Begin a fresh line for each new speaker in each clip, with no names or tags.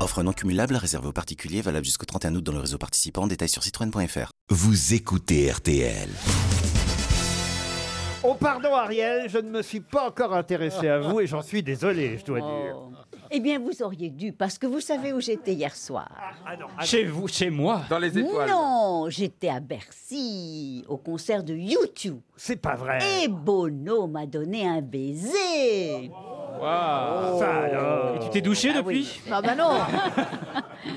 Offre non cumulable réservée aux particuliers valable jusqu'au 31 août dans le réseau participant. Détail sur citroën.fr.
Vous écoutez RTL.
Oh pardon Ariel, je ne me suis pas encore intéressé à vous et j'en suis désolé, je dois dire.
Oh.
Eh bien, vous auriez dû, parce que vous savez où j'étais hier
Ah,
soir.
Ah, Chez vous, chez moi. Dans les
Non, j'étais à Bercy, au concert de YouTube.
C'est pas vrai.
Et Bono m'a donné un baiser.
Ça alors.
Tu t'es douché depuis
Ah bah non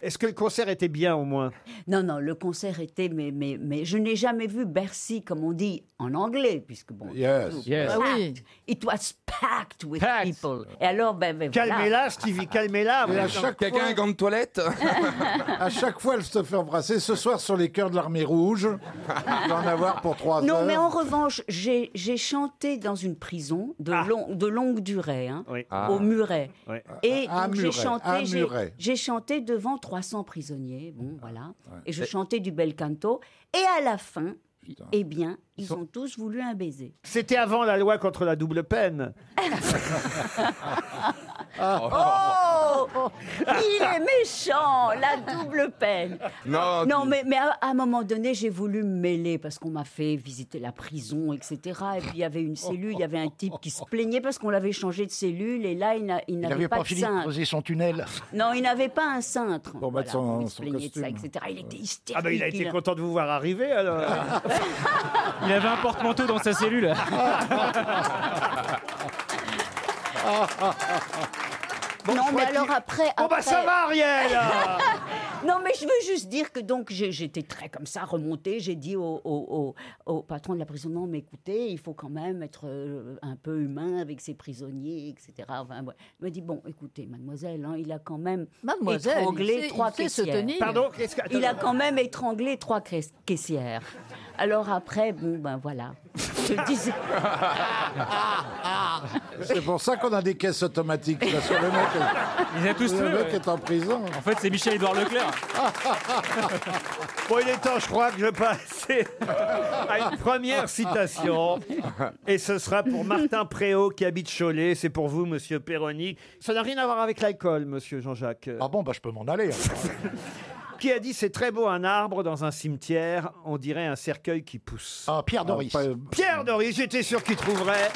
Est-ce que le concert était bien au moins
Non, non, le concert était, mais, mais, mais je n'ai jamais vu Bercy, comme on dit en anglais, puisque bon.
Yes.
Yes.
Ah oui
It was packed with
Packed.
people. Et alors, ben, ben, voilà.
Calmez-la,
Ah.
Stevie, calmez-la.
Et à
Vous-
chaque,
Quelqu'un a un
fois,
gant de toilette
à chaque fois, elle se fait embrasser. Ce soir, sur les cœurs de l'armée rouge, on va en avoir pour trois heures.
Non, mais en revanche, j'ai j'ai chanté dans une prison de,
Ah.
long- de longue durée, hein,
Oui.
Ah.
au Muret.
Ouais.
Et
À
donc, j'ai
Ah. Muret, à
chanté, j'ai-
Muret. Ah,
j'ai chanté devant 300 prisonniers, bon voilà, et je chantais du bel canto. Et à la fin, eh bien, ils ont tous voulu un baiser.
C'était avant la loi contre la double peine.
Oh, il est méchant, la double peine. Ah,
Non,
Non,
tu-
mais, mais à, à un moment donné, j'ai voulu me mêler parce qu'on m'a fait visiter la prison, etc. Et puis il y avait une cellule, il y avait un type qui se plaignait parce qu'on l'avait changé de cellule et là, il n'a- il n'avait pas, de cintre.
creuser son tunnel.
Non, il n'avait pas un cintre.
Pour mettre son-
il se
son
plaignait de ça,
costume.
etc. Il était hystérique.
Ah
bah,
ben il a été
il-
content de vous voir arriver alors.
Il avait un porte-manteau dans sa cellule.
non, mais alors après.
Bon bah ça
après-
va Ariel
Non, mais je veux juste dire que donc j'ai- j'étais très comme ça remontée. J'ai dit au, au- au- au patron de la prison non, mais écoutez, il faut quand même être euh, un peu humain avec ses prisonniers, etc. Enfin, ouais. Il m'a dit bon, écoutez, mademoiselle, hein, il a quand même
Mademoiselle,
étranglé
il sait-
trois
il sait se
caissières.
tenir.
Pardon, qu'est-ce que...
Il a quand même étranglé trois caiss- caissières. Alors après, bon ben voilà. Je disais,
C'est pour ça qu'on a des caisses automatiques. Parce que le mec,
Ils a tous
le
tué.
mec
ouais.
est en prison.
En fait, c'est Michel-Édouard Leclerc.
Bon, il est temps, je crois, que je passe à une première citation. Et ce sera pour Martin Préau qui habite Cholet. C'est pour vous, monsieur Perroni. Ça n'a rien à voir avec l'alcool, monsieur Jean-Jacques.
Ah bon, bah je peux m'en aller. alors.
Qui a dit C'est très beau un arbre dans un cimetière, on dirait un cercueil qui pousse.
Ah, Pierre Doris.
Ah, pas-
Pierre Doris, j'étais sûr qu'il trouverait.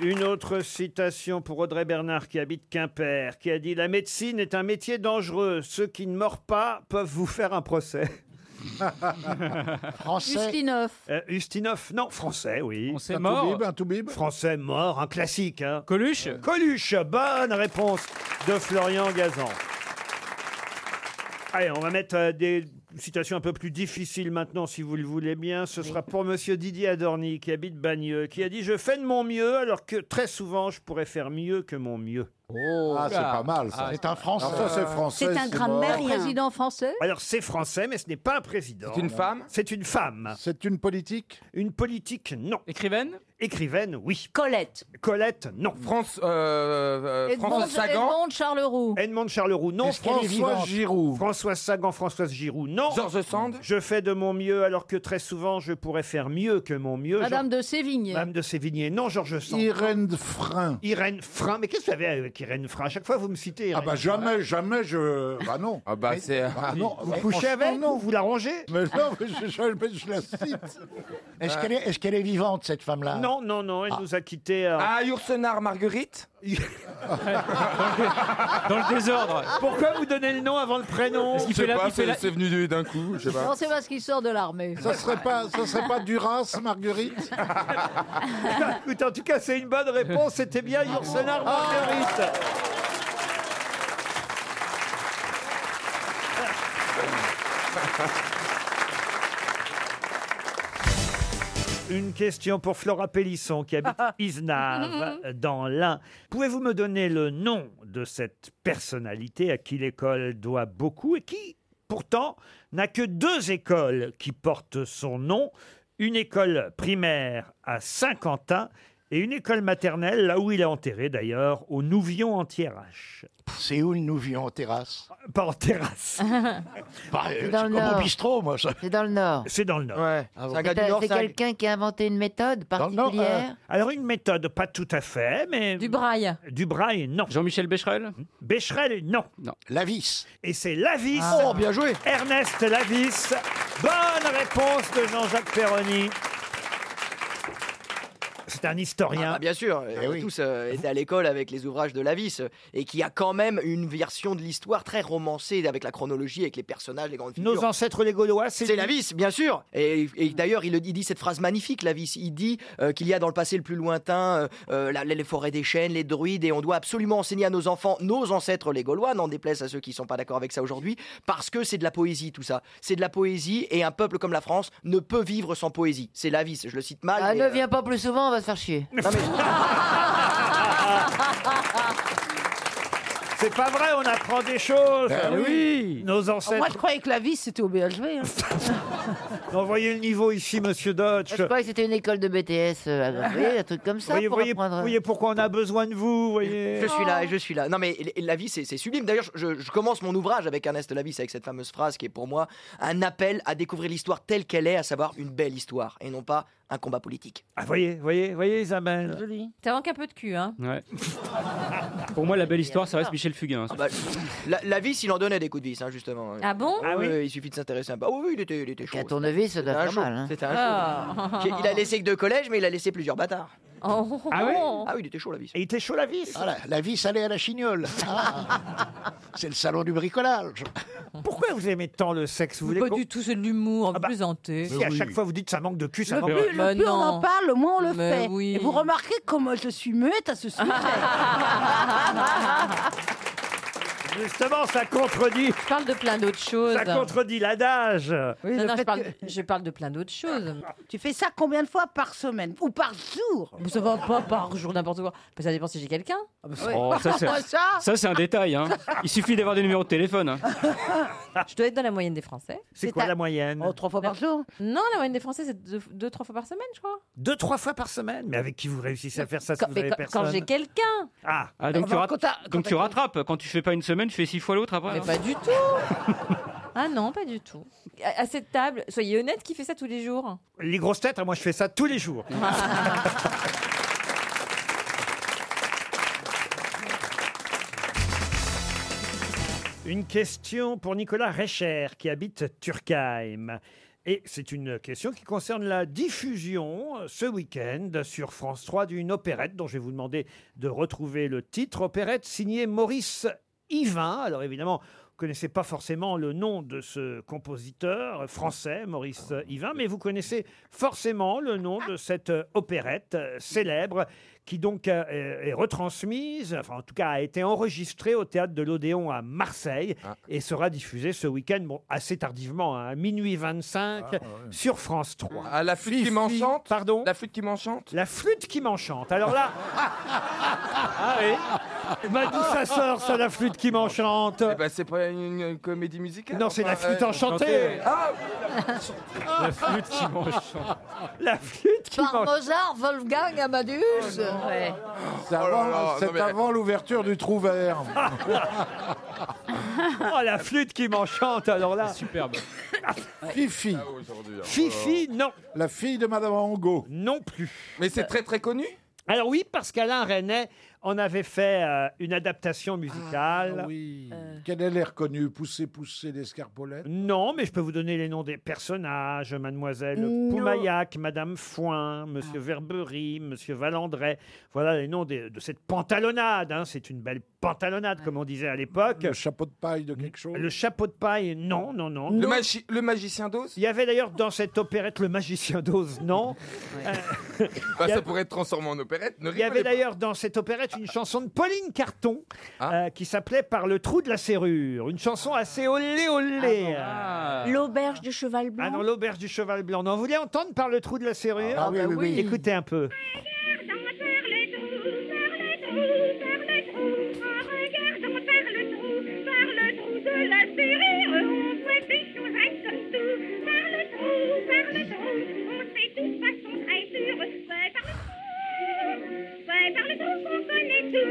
Une autre citation pour Audrey Bernard qui habite Quimper, qui a dit La médecine est un métier dangereux. Ceux qui ne mordent pas peuvent vous faire un procès.
Français.
Ustinov.
Euh, Ustinov, non, français, oui.
On s'est
un
mort.
toubib, un toubib.
Français mort, un classique. Hein.
Coluche
Coluche, bonne réponse de Florian Gazan. Allez, on va mettre euh, des citations un peu plus difficiles maintenant, si vous le voulez bien. Ce sera pour Monsieur Didier Adorni, qui habite Bagneux, qui a dit « Je fais de mon mieux, alors que très souvent, je poururrais faire mieux que mon mieux
Ah, c'est pas mal, ça.
C'est un
Alors
Français.
ça, c'est français.
C'est un
mort.
grammairien.
Président français ».
Alors, c'est français, mais ce n'est pas un président.
C'est une femme
C'est une femme.
C'est une politique
Une politique, non.
Écrivaine
Écrivaine, oui.
Colette,
Colette, non.
France, euh, euh,
Edmond,
François Sagan,
Edmond Charleroux.
Edmond Charleroux, non.
Est-ce qu'elle est
François
vivante
Giroud.
Françoise Sagan, Françoise Giroud, non.
Georges Sand,
Je fais de mon mieux alors que très souvent je pourrais faire mieux que mon mieux.
Madame
Geor-
de Sévigne.
Bah,
Madame de Sévigné, non Georges Sand.
Irène Frein.
Irène Frein, mais qu'est-ce que vous avez avec Irène Frein À chaque fois vous me citez
Ah
Irène.
bah jamais, jamais je... Bah non.
Ah bah,
Mais-
c'est-
Ah non,
vous couchez
franchement,
avec non. vous la rongez
Mais non, mais je, je- mais je la cite. Euh.
Est-ce qu'elle est, est-ce qu'elle est vivante, cette
Ah.
femme-là
Non, non, non, elle nous a quittés. euh,
Ah, Yourcenar, Marguerite
Dans le désordre.
Pourquoi vous donnez le nom avant le prénom
Il fait la- il fait la-
venu d'un coup, je sais
Non, c'est parce qu'il sort de l'armée.
Ça serait pas, ça serait pas Duras, Marguerite
Ah.
Écoute, En tout cas, c'est une bonne réponse. C'était bien Yourcenar Marguerite. Une question pour Flora Pélisson qui habite Isnave dans l'Ain. Pouvez-vous me donner le nom de cette personnalité à qui l'école doit beaucoup et qui, pourtant, n'a que deux écoles qui portent son nom Une école primaire à Saint-Quentin et une école maternelle, là où il est enterré d'ailleurs, au Nouvion en Thiérache.
C'est où le Nouvion en terrasse
Pas en terrasse.
Bah, euh,
C'est
c'est
dans le
comme
Nord.
au bistrot, moi, ça.
C'est dans le Nord.
C'est dans le Nord.
C'est c'est quelqu'un qui a inventé une méthode
hein.
particulière.
Alors une méthode, pas tout à fait, euh, eh, mais... Du braille. Du braille, non. Jean-Michel Becherel Becherel, non. Non. Lavis. Et c'est Lavis.
Ah. Oh, bien joué.
Ernest Lavis. Bonne réponse de Jean-Jacques Perroni. C'est un
Ah,
historien. Ah
bien sûr, on a tous euh, été à l'école avec les ouvrages de Lavis euh, et qui a quand même une version de l'histoire très romancée avec la chronologie, avec les personnages, les grandes figures.
Nos ancêtres les Gaulois, c'est
C'est
lui.
Lavis, bien sûr. Et, et d'ailleurs, il, le- il dit cette phrase magnifique, Lavis. Il dit euh, qu'il y a dans le passé le plus lointain euh, euh, la- les forêts des chênes, les druides, et on doit absolument enseigner à nos enfants, nos ancêtres les Gaulois, n'en déplaise à ceux qui ne sont pas d'accord avec ça aujourd'hui, parce que c'est de la poésie tout ça. C'est de la poésie, et un peuple comme la France ne peut vivre sans poésie. C'est Lavis, je le cite mal.
Ah,
mais,
ne
euh,
viens pas plus souvent, on va se faire chier.
C'est pas vrai, on apprend des choses.
Ben oui.
Ah,
Nos ancêtres.
Ah, Moi, je croyais que la vie, c'était au BHV. hein.
Non, voyez le niveau ici, monsieur Dodge.
Je croyais que c'était une école de BTS euh, à Grenoble, un truc comme ça
Voyez-
pour
voyez-
apprendre. euh,
voyez
pourquoi on a besoin de vous, voyez.
Je suis là, et je suis là. Non, mais l- la vie, c'est c'est sublime. D'ailleurs, je, je commence mon ouvrage avec Ernest Lavis, avec cette fameuse phrase qui est pour moi un appel à découvrir l'histoire telle qu'elle est, à savoir une belle histoire, et non pas un combat politique.
Ah, voyez, voyez, voyez, Isabelle.
T'as manqué un peu de cul, hein
Ouais. Pour moi, la belle histoire, ça reste Michel Fugain. hein.
Ah, bah, La, la vis, il en donnait des coups de vis, hein, justement.
Ah bon Ah oui
oui, Il suffit de s'intéresser un peu. Ah oui, oui, il était, il était chaud.
Qu'à ton avis, ça doit
C'était un
faire
show.
mal. hein.
C'était un
Ah.
show. Il a laissé que deux collèges, mais il a laissé plusieurs bâtards.
Oh.
Ah oui Ah oui, il était chaud, la vis.
Et il était chaud, la vis
Voilà, Ah, la vis allait à la chignole. Ah. c'est le salon du bricolage.
Pourquoi vous aimez tant le sexe vous voulez
Pas
qu'on- Ah bah,
du tout, c'est de l'humour, plaisanter.
Si à chaque fois vous dites ça manque de cul, ça
Le
manque
plus, le
de Bah
plus on en parle, le moins on le
Mais
fait.
oui. Ah.
Et vous remarquez comment je suis muette à ce sujet.
Justement, ça contredit.
Je parle de plein d'autres choses.
Ça contredit l'adage.
Oui,
Non,
le
non, je,
fait
parle,
que-
je parle de plein d'autres choses.
tu fais ça combien de fois par semaine ou par jour
Vous savez pas par jour n'importe quoi. Mais ça dépend si j'ai quelqu'un. Ah, bah,
Oh, ça, c'est- ça, c'est un détail. hein. Il suffit d'avoir des numéros de téléphone. hein.
Je dois être dans la moyenne des Français.
C'est quoi
à-
la moyenne
Oh, trois fois par jour
Non, la moyenne des Français, c'est deux, deux, trois fois par semaine, je crois.
Deux, trois fois par semaine. Mais avec qui vous réussissez à faire ça si
Quand-
vous
mais
avez
quand-
personne
quand j'ai quelqu'un.
Ah,
Ah, donc,
Ah,
tu,
bah,
rat-
quand t'as-
donc
quand
tu rattrapes. Quand tu fais pas une semaine, tu fais six fois l'autre après.
Mais
hein.
pas du tout Ah non, pas du tout. À, à cette table, soyez honnête, qui fait ça tous les jours
Les grosses têtes, moi je fais ça tous les jours.
Ah,
Ah,
Une question pour Nicolas Recher qui habite Turkheim. Et c'est une question qui concerne la diffusion euh, ce week-end sur France 3 d'une opérette dont je vais vous demander de retrouver le titre. Opérette signée Maurice Yvain. Alors évidemment, vous ne connaissez pas forcément le nom de ce compositeur français, Maurice Yvain, mais vous connaissez forcément le nom de cette euh, opérette euh, célèbre qui donc euh, est est retransmise, enfin en tout cas a été enregistrée au théâtre de l'Odéon à Marseille
Ah.
et sera diffusée ce week-end, bon, assez tardivement, hein, à minuit 25 sur France 3.
À Ah, la flûte qui m'enchante
Pardon
La flûte qui m'enchante
La flûte qui m'enchante. Alors là. ah oui Bah, D'où ça sort, ça, la flûte qui m'enchante
Eh ben, c'est pas une, une comédie musicale
Non, c'est la
enfin,
flûte
euh,
enchantée.
Ah
La flûte qui m'enchante. La flûte qui
Par
m'enchante.
Mozart, Wolfgang, Amadeus. Ouais.
C'est avant, c'est avant l'ouverture du trou vert.
Oh, la flûte qui m'enchante, alors là.
Superbe.
Ah
Fifi.
Ah, hein.
hein.
Fifi, non.
La fille de Madame Angot.
Non plus.
Oh. Mais c'est très très connu
Alors oui, parce qu'Alain Renet en avait fait euh, une adaptation musicale.
Ah, oui. Quel est l'air connu Pousser, pousser l'escarpolette
Non, mais je peux vous donner les noms des personnages. Mademoiselle
Non.
Poumayac, Madame Foin, Monsieur Verbery, Monsieur Valandret. Voilà les noms des- de cette pantalonnade. hein. C'est une belle pantalonnade, comme on disait à l'époque.
Le chapeau de paille de quelque chose
Le chapeau de paille, non, non, non.
Le,
Non.
magi- le magicien d'Oz
Il y avait d'ailleurs dans cette opérette le magicien d'Oz, non
bah,
Euh, Il y a-
Ça pourrait être transformé en opérette. Ne
Il y avait
rigolez pas.
d'ailleurs dans cette opérette une chanson de Pauline Carton euh, qui s'appelait Par le trou de la serrure. Une chanson assez olé olé.
L'auberge du cheval blanc.
Ah non, l'auberge du cheval blanc. Non, vous voulez entendre par le trou de la serrure
Ah oui, Ah bah oui, oui. oui.
Écoutez un peu.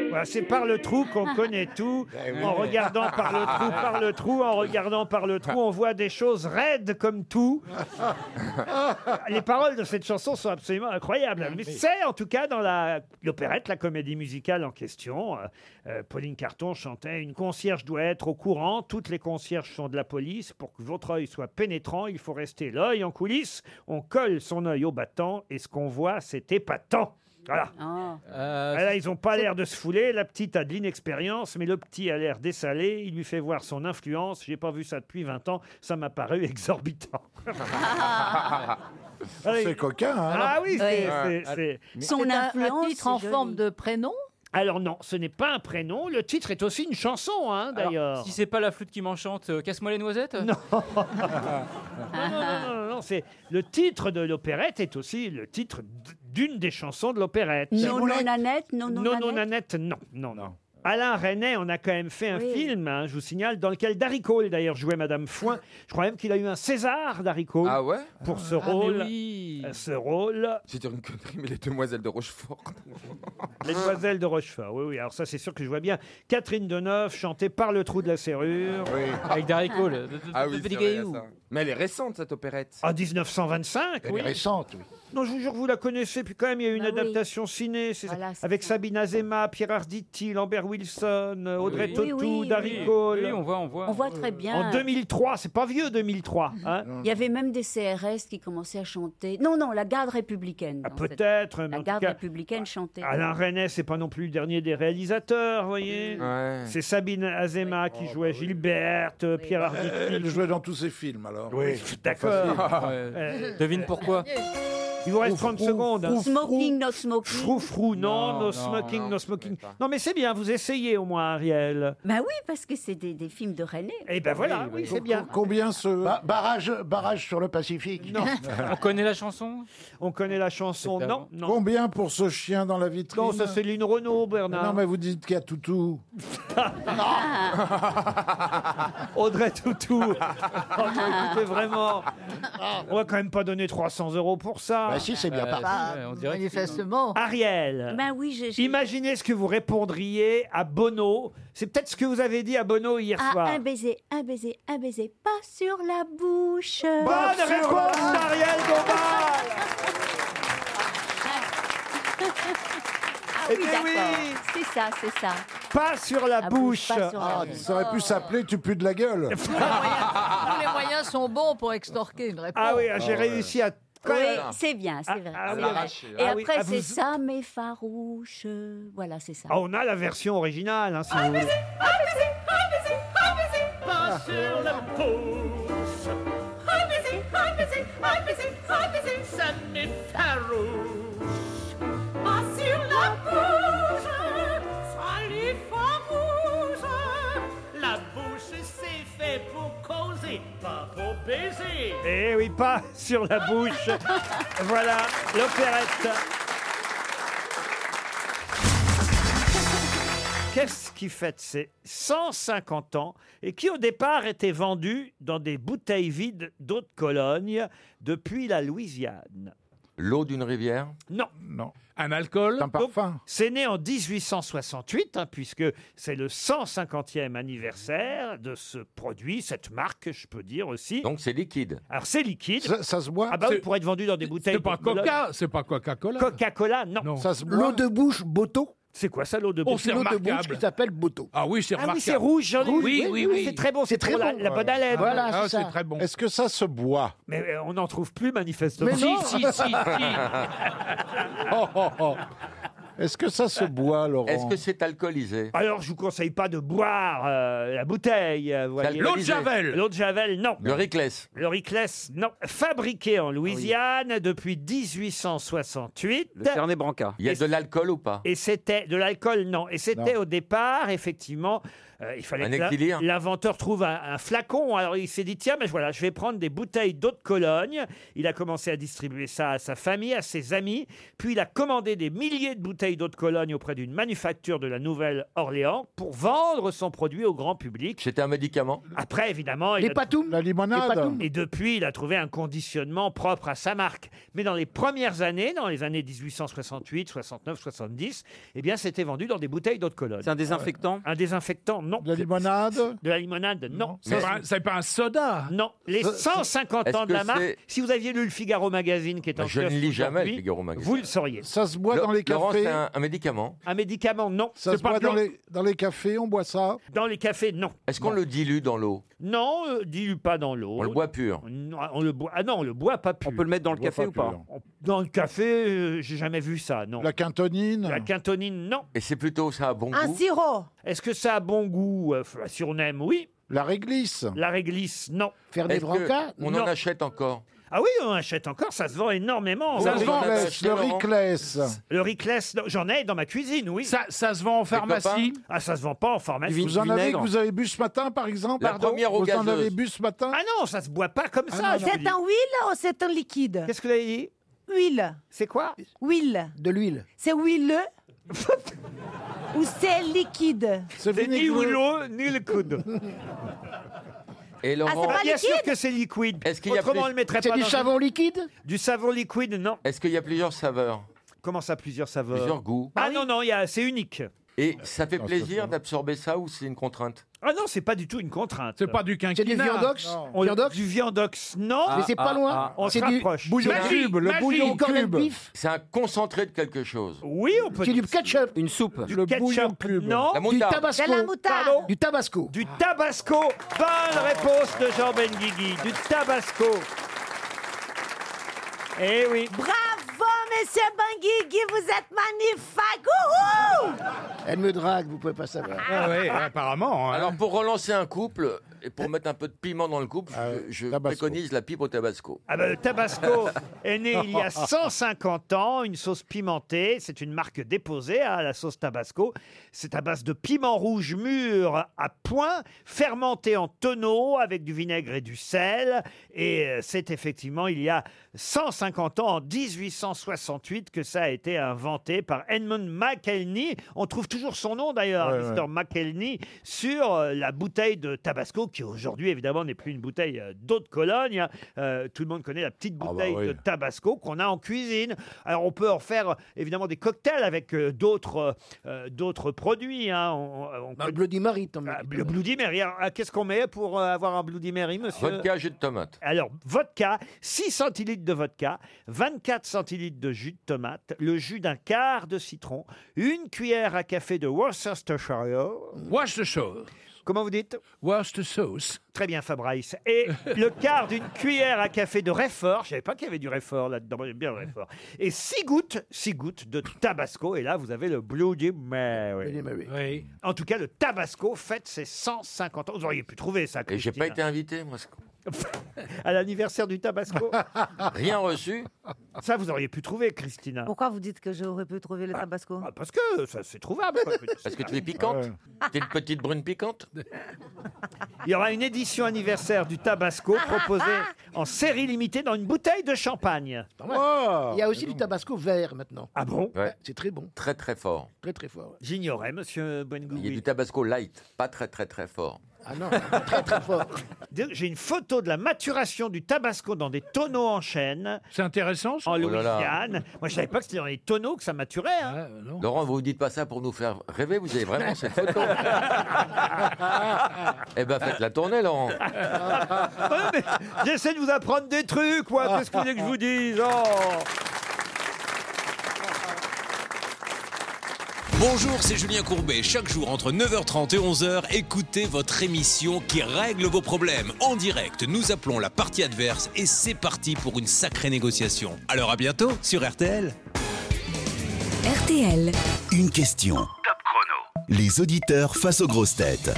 Voilà, c'est par le trou qu'on
Ah.
connaît tout.
oui.
En regardant par le trou, par le trou, en regardant par le trou, on voit des choses raides comme tout.
Ah.
Les paroles de cette chanson sont absolument incroyables. Mais c'est en tout cas dans la- l'opérette, la comédie musicale en question. euh, euh, Pauline Carton chantait Une concierge doit être au courant. Toutes les concierges sont de la police. Pour que votre œil soit pénétrant, il faut rester l'œil en coulisses. On colle son œil au battant et ce qu'on voit, c'est épatant. Voilà. Ah là, ils n'ont pas l'air de se fouler. La petite a de l'inexpérience, mais le petit a l'air dessalé. Il lui fait voir son influence. J'ai pas vu ça depuis 20 ans. Ça m'a paru exorbitant.
Ah. C'est coquin, hein.
Ah oui, c'est.
Ouais.
c'est- c'est-
Son
C'est un- un
influence.
titre en forme
de prénom
Alors non, ce n'est pas un prénom. Le titre est aussi une chanson, hein, d'ailleurs.
Si c'est pas la flûte qui m'enchante, euh, casse-moi les noisettes Non
Non, non, non, non, non, c'est le titre de l'opérette est aussi le titre d- d'une des chansons de l'opérette.
Non, non, Nanette, non, non,
Non, non,
Nanette.
Nanette, non, non, non. Alain René, on a quand même fait un film, hein, je vous signale, dans lequel Darry Cole, d'ailleurs, jouait Madame Foin. Je crois même qu'il a eu un César, Darry Cole, pour ce
Ah, mais
rôle. Euh, Ce rôle.
C'était une connerie, mais les demoiselles de Rochefort.
Les Demoiselles de Rochefort, oui, oui. Alors ça, c'est sûr que je vois bien Catherine Deneuve chantée par le trou de la serrure.
Avec
Darry Cole.
Ah oui, c'est vrai, il y a ça. Mais elle est récente, cette opérette.
En 1925,
Elle est
oui.
récente,
oui. Non, je vous jure, vous la connaissez. Puis quand même, il y a eu une
Bah oui.
adaptation ciné c'est- avec Sabine Azema, Pierre Arditi, Lambert Wilson, euh, Audrey
Oui, oui,
Tautou,
oui,
Darry
oui.
Cole.
Oui, on voit, on voit.
On voit très bien.
En 2003, c'est pas vieux 2003. hein.
Il y avait même des CRS qui commençaient à chanter. Non, non, la garde républicaine. en fait.
Ah, Peut-être, mais
La
en tout
garde
cas,
républicaine chantait.
Alain René, c'est pas non plus le dernier des réalisateurs, vous voyez. C'est Sabine Azema
Oh,
qui jouait
bah
Gilberte, euh, Pierre Arditi.
Elle jouait dans tous ses films, alors.
Oui, d'accord. Euh,
Devine pourquoi
Il vous reste 30 secondes. hein.
Smoking, no smoking.
Frou frou, non,
Non,
no
non,
smoking,
non,
no smoking. Non, mais c'est bien, vous essayez au moins, Ariel.
Bah oui, parce que c'est des, des films de René.
Eh ben voilà, oui, c'est bien.
Combien ce.
barrage, barrage sur le Pacifique.
Non.
On connaît la chanson
On connaît la chanson,
C'est d'avant.
non, non.
Combien pour ce chien dans la vitrine
Non, ça c'est Lune Renault, Bernard.
Non, mais vous dites qu'il y a toutou.
Ah.
Audrey Toutou. Oh, bah, écoutez, vraiment. On va quand même pas donner 300 euros pour ça.
Bah si, c'est bien Euh, parti. si, ouais, on dirait que c'est- Manifestement.
Ariel.
Ben oui, j'ai- j'ai.
Imaginez ce que vous répondriez à Bono. C'est peut-être ce que vous avez dit à Bono hier
Ah,
soir.
un baiser, un baiser, un baiser, pas sur la bouche.
Bonne réponse, Ariel Dombal
Ah
Eh
oui,
bien
d'accord.
oui.
C'est ça, c'est ça.
Pas sur la bouche.
pas sur la Ah, bouche.
Ça aurait pu s'appeler Tu pues de la gueule. Ah,
Tous les moyens sont bons pour extorquer une réponse.
Ah oui, j'ai réussi à.
Oui,
Voilà.
c'est bien, c'est vrai.
ah
c'est
oui,
vrai.
arraché,
Et
hein.
ah oui,
après,
ah,
c'est
vous-
ça, mes farouches. Voilà, c'est ça.
Ah, on a la version originale, hein, si vous voulez.
Pas sur la bouche. Un baiser, un baiser, un baiser, un baiser, ça m'effarouche. Pas sur la bouche, ça les farouche. La bouche, c'est fait pour causer, pas pour baiser.
Eh oui, pas sur la bouche. voilà, l'opérette. Qu'est-ce qui fête ses 150 ans et qui au départ était vendu dans des bouteilles vides d'eau de Cologne depuis la Louisiane
L'eau d'une rivière
Non.
Non.
Un alcool
un parfum.
C'est né en 1868, hein, puisque c'est le 150e anniversaire de ce produit, cette marque, je peux dire aussi.
Donc c'est liquide.
Alors c'est liquide.
Ça- ça se boit
Ah bah oui,
C'est-
pour être vendu dans des bouteilles.
C'est pas
de Cologne.
Coca, c'est pas Coca-Cola.
Coca-Cola, non.
Ça se boit.
L'eau de bouche, Boto.
C'est quoi ça, l'eau de
Oh,
bouche
c'est
L'eau de bouche
remarquable.
qui s'appelle Boto.
Ah oui, c'est
Ah
remarquable.
oui, c'est rouge, j'en ai-
Oui, oui, oui.
C'est très bon, c'est
très
pour la,
bon.
la bonne haleine.
Voilà,
Ah,
c'est
c'est
ça.
très bon.
Est-ce que ça se boit
Mais euh, on n'en trouve plus manifestement.
Mais non. Si, si, si, si.
Oh, oh, oh.
Est-ce que ça se boit, Laurent
Est-ce que c'est alcoolisé
Alors, je vous conseille pas de boire euh, la bouteille. euh, voyez.
L'eau de Javel.
L'eau de Javel, non.
Le Ah Ricless.
Le Ricless, non. Fabriqué en Louisiane depuis 1868. Le Fernet Branca.
Il y a de l'alcool ou pas
Et c'était de l'alcool, non. Et c'était
Non.
au départ, effectivement, euh, il fallait
Un
que la-
équilibre.
l'inventeur trouve un, un flacon. Alors il s'est dit tiens, mais voilà, je vais prendre des bouteilles d'eau de Cologne. Il a commencé à distribuer ça à sa famille, à ses amis. Puis il a commandé des milliers de bouteilles d'eau de Cologne auprès d'une manufacture de la Nouvelle-Orléans pour vendre son produit au grand public.
C'était un médicament.
Après, évidemment,
Les patoums. La limonade. Les patoums.
Et depuis, il a trouvé un conditionnement propre à sa marque. Mais dans les premières années, dans les années 1868, 69, 70, eh bien, c'était vendu dans des bouteilles d'eau de Cologne. Ah
C'est un désinfectant
Un désinfectant, non. De la limonade De la limonade, non.
C'est pas, c'est pas un soda.
Non, les 150 ans de la marque.
c'est-
Si vous aviez lu le Figaro Magazine qui est en
Bah, Je ne
kiosque
lis jamais le
aujourd'hui,
Figaro Magazine.
Vous le sauriez. Ça se
Lo- Laurent, c'est un, un médicament.
Un médicament, non.
Ça se boit dans les, dans les cafés, on boit ça
Dans les cafés, non.
Est-ce qu'on le dilue dans l'eau
Non, euh, dilue pas dans l'eau.
On le boit pur.
Non, on le boit. Ah non, on le boit pas pur. On peut le mettre dans le
café boit pas ou pas pur.
Dans le café, euh, j'ai jamais vu ça, non. La quintonine La quintonine, non.
Et c'est plutôt ça à bon goût.
sirop Est-ce que ça a bon goût Euh, f- Si on aime, oui. La réglisse La réglisse, non. Faire
Est-ce que On en achète encore.
Ah oui, on achète encore, ça se vend énormément.
Ça
Oui.
se vend,
Ah,
Le Ricless, le
Ricless.
Le Ricless, non, j'en ai dans ma cuisine, oui. Ça,
se vend en
pharmacie copains
Ah, ça se vend pas en pharmacie.
Vous en avez que vous avez bu ce matin, par exemple
La
Pardon
première
Vous
eau
en
gazeuse.
avez bu ce matin
Ah non, ça se boit pas comme
Ah
ça. je vous
C'est
dis.
un huile ou c'est un liquide
Qu'est-ce que vous avez dit
Huile.
C'est quoi
Huile.
De l'huile.
C'est huileux ou c'est liquide
C'est ni l'eau, ni le coude.
Et
Ah, c'est
Laurent,
pas
Bien sûr
liquide
que c'est liquide.
Est-ce qu'il y a
Autrement,
plus-
on le mettrait
C'est
pas
du
dans un-
savon
liquide
Du savon liquide, non.
est-ce qu'il y a plusieurs saveurs
Comment ça, plusieurs saveurs
Plusieurs goûts.
Ah non, non, il y a- c'est unique.
Et ça fait plaisir d'absorber ça ou c'est une contrainte
Ah non, c'est pas du tout une contrainte.
C'est pas du quinquina. C'est du viandox Non.
On- Du viandox, non.
Ah, ah, ah.
On se rapproche.
C'est un concentré de quelque chose.
Oui, on peut.
C'est
du
ketchup.
Une soupe.
Du ketchup, non.
La moutarde.
Pardon
Du tabasco.
Du tabasco. Bonne réponse de Jean Benguigui. Du tabasco. Eh oui.
Bravo, monsieur Benguigui, vous êtes magnifique. Ouhou
Ah.
Elle me drague, vous pouvez pas savoir.
Ah ouais,
apparemment.
Alors pour relancer un couple et pour mettre un peu de piment dans le couple, je, je préconise la pipe au tabasco.
Ah ben, le Tabasco est né il y a 150 ans, une sauce pimentée, c'est une marque déposée à la sauce Tabasco. C'est à base de piment rouge mûr à point, fermenté en tonneau avec du vinaigre et du sel. Et euh, c'est effectivement il y a 150 ans, en 1868, que ça a été inventé par Edmund McElney. On trouve toujours son nom d'ailleurs,
Ouais,
Mr.
ouais.
McElney, sur euh, la bouteille de Tabasco, qui aujourd'hui évidemment n'est plus une bouteille euh, d'eau de Cologne. hein. Euh, tout le monde connaît la petite bouteille
oui.
de Tabasco qu'on a en cuisine. Alors on peut en faire euh, évidemment des cocktails avec euh, d'autres euh, euh, d'autres produits. hein. On- on- on
Un
peut-
Bah, Bloody Mary, t'en mets.
Ah, le Bloody Mary. Alors, ah, Qu'est-ce qu'on met pour euh, avoir un Bloody Mary, monsieur
Vodka, jus de tomate.
alors, vodka, 6 centilitres de vodka, 24 centilitres de jus de tomate, le jus d'un quart de citron, une cuillère à café de Worcestershire.
Worcestershire.
Comment vous dites
Worcestershire sauce.
Très bien, Fabrice. Et le quart d'une cuillère à café de Réfort. Je savais pas qu'il y avait du Réfort là-dedans. Moi, J'aime bien le Réfort. Et 6 gouttes, 6 gouttes de Tabasco. Et là, vous avez le Bloody Mary.
Oui.
En tout cas, le Tabasco fête ses 150 ans. Vous auriez pu trouver ça.
Et j'ai pas
Christine.
été invité, moi. ce con.
À l'anniversaire du Tabasco.
Rien reçu.
Ça, vous auriez pu trouver, Christina.
Pourquoi vous dites que j'aurais pu trouver le tabasco
Parce que ça, c'est trouvable. quoi.
Parce que tu es piquante. T'es une petite brune piquante.
Il y aura une édition anniversaire du Tabasco proposée en série limitée dans une bouteille de champagne.
Pas mal. Ah, Il y a aussi du tabasco vert maintenant.
Ah bon
C'est très bon,
Très très fort.
très très fort.
J'ignorais, monsieur Bengou.
Il y a du tabasco light, pas très très très fort.
Ah non, très très fort.
J'ai une photo de la maturation du Tabasco dans des tonneaux en chêne.
C'est intéressant, ça.
En
Oh là là.
Louisiane. Moi, je savais pas que c'était dans les tonneaux que ça maturait. hein.
Laurent, vous ne dites pas ça pour nous faire rêver, vous avez vraiment cette photo. eh ben faites la tournée, Laurent.
Ouais, mais J'essaie de vous apprendre des trucs, moi. Qu'est-ce que vous voulez que je vous dise Oh.
Bonjour, c'est Julien Courbet. Chaque jour entre 9h30 et 11h, écoutez votre émission qui règle vos problèmes. En direct, nous appelons la partie adverse et c'est parti pour une sacrée négociation. Alors à bientôt sur RTL.
RTL.
RTL.
Une question. Top chrono. Les auditeurs face aux grosses têtes.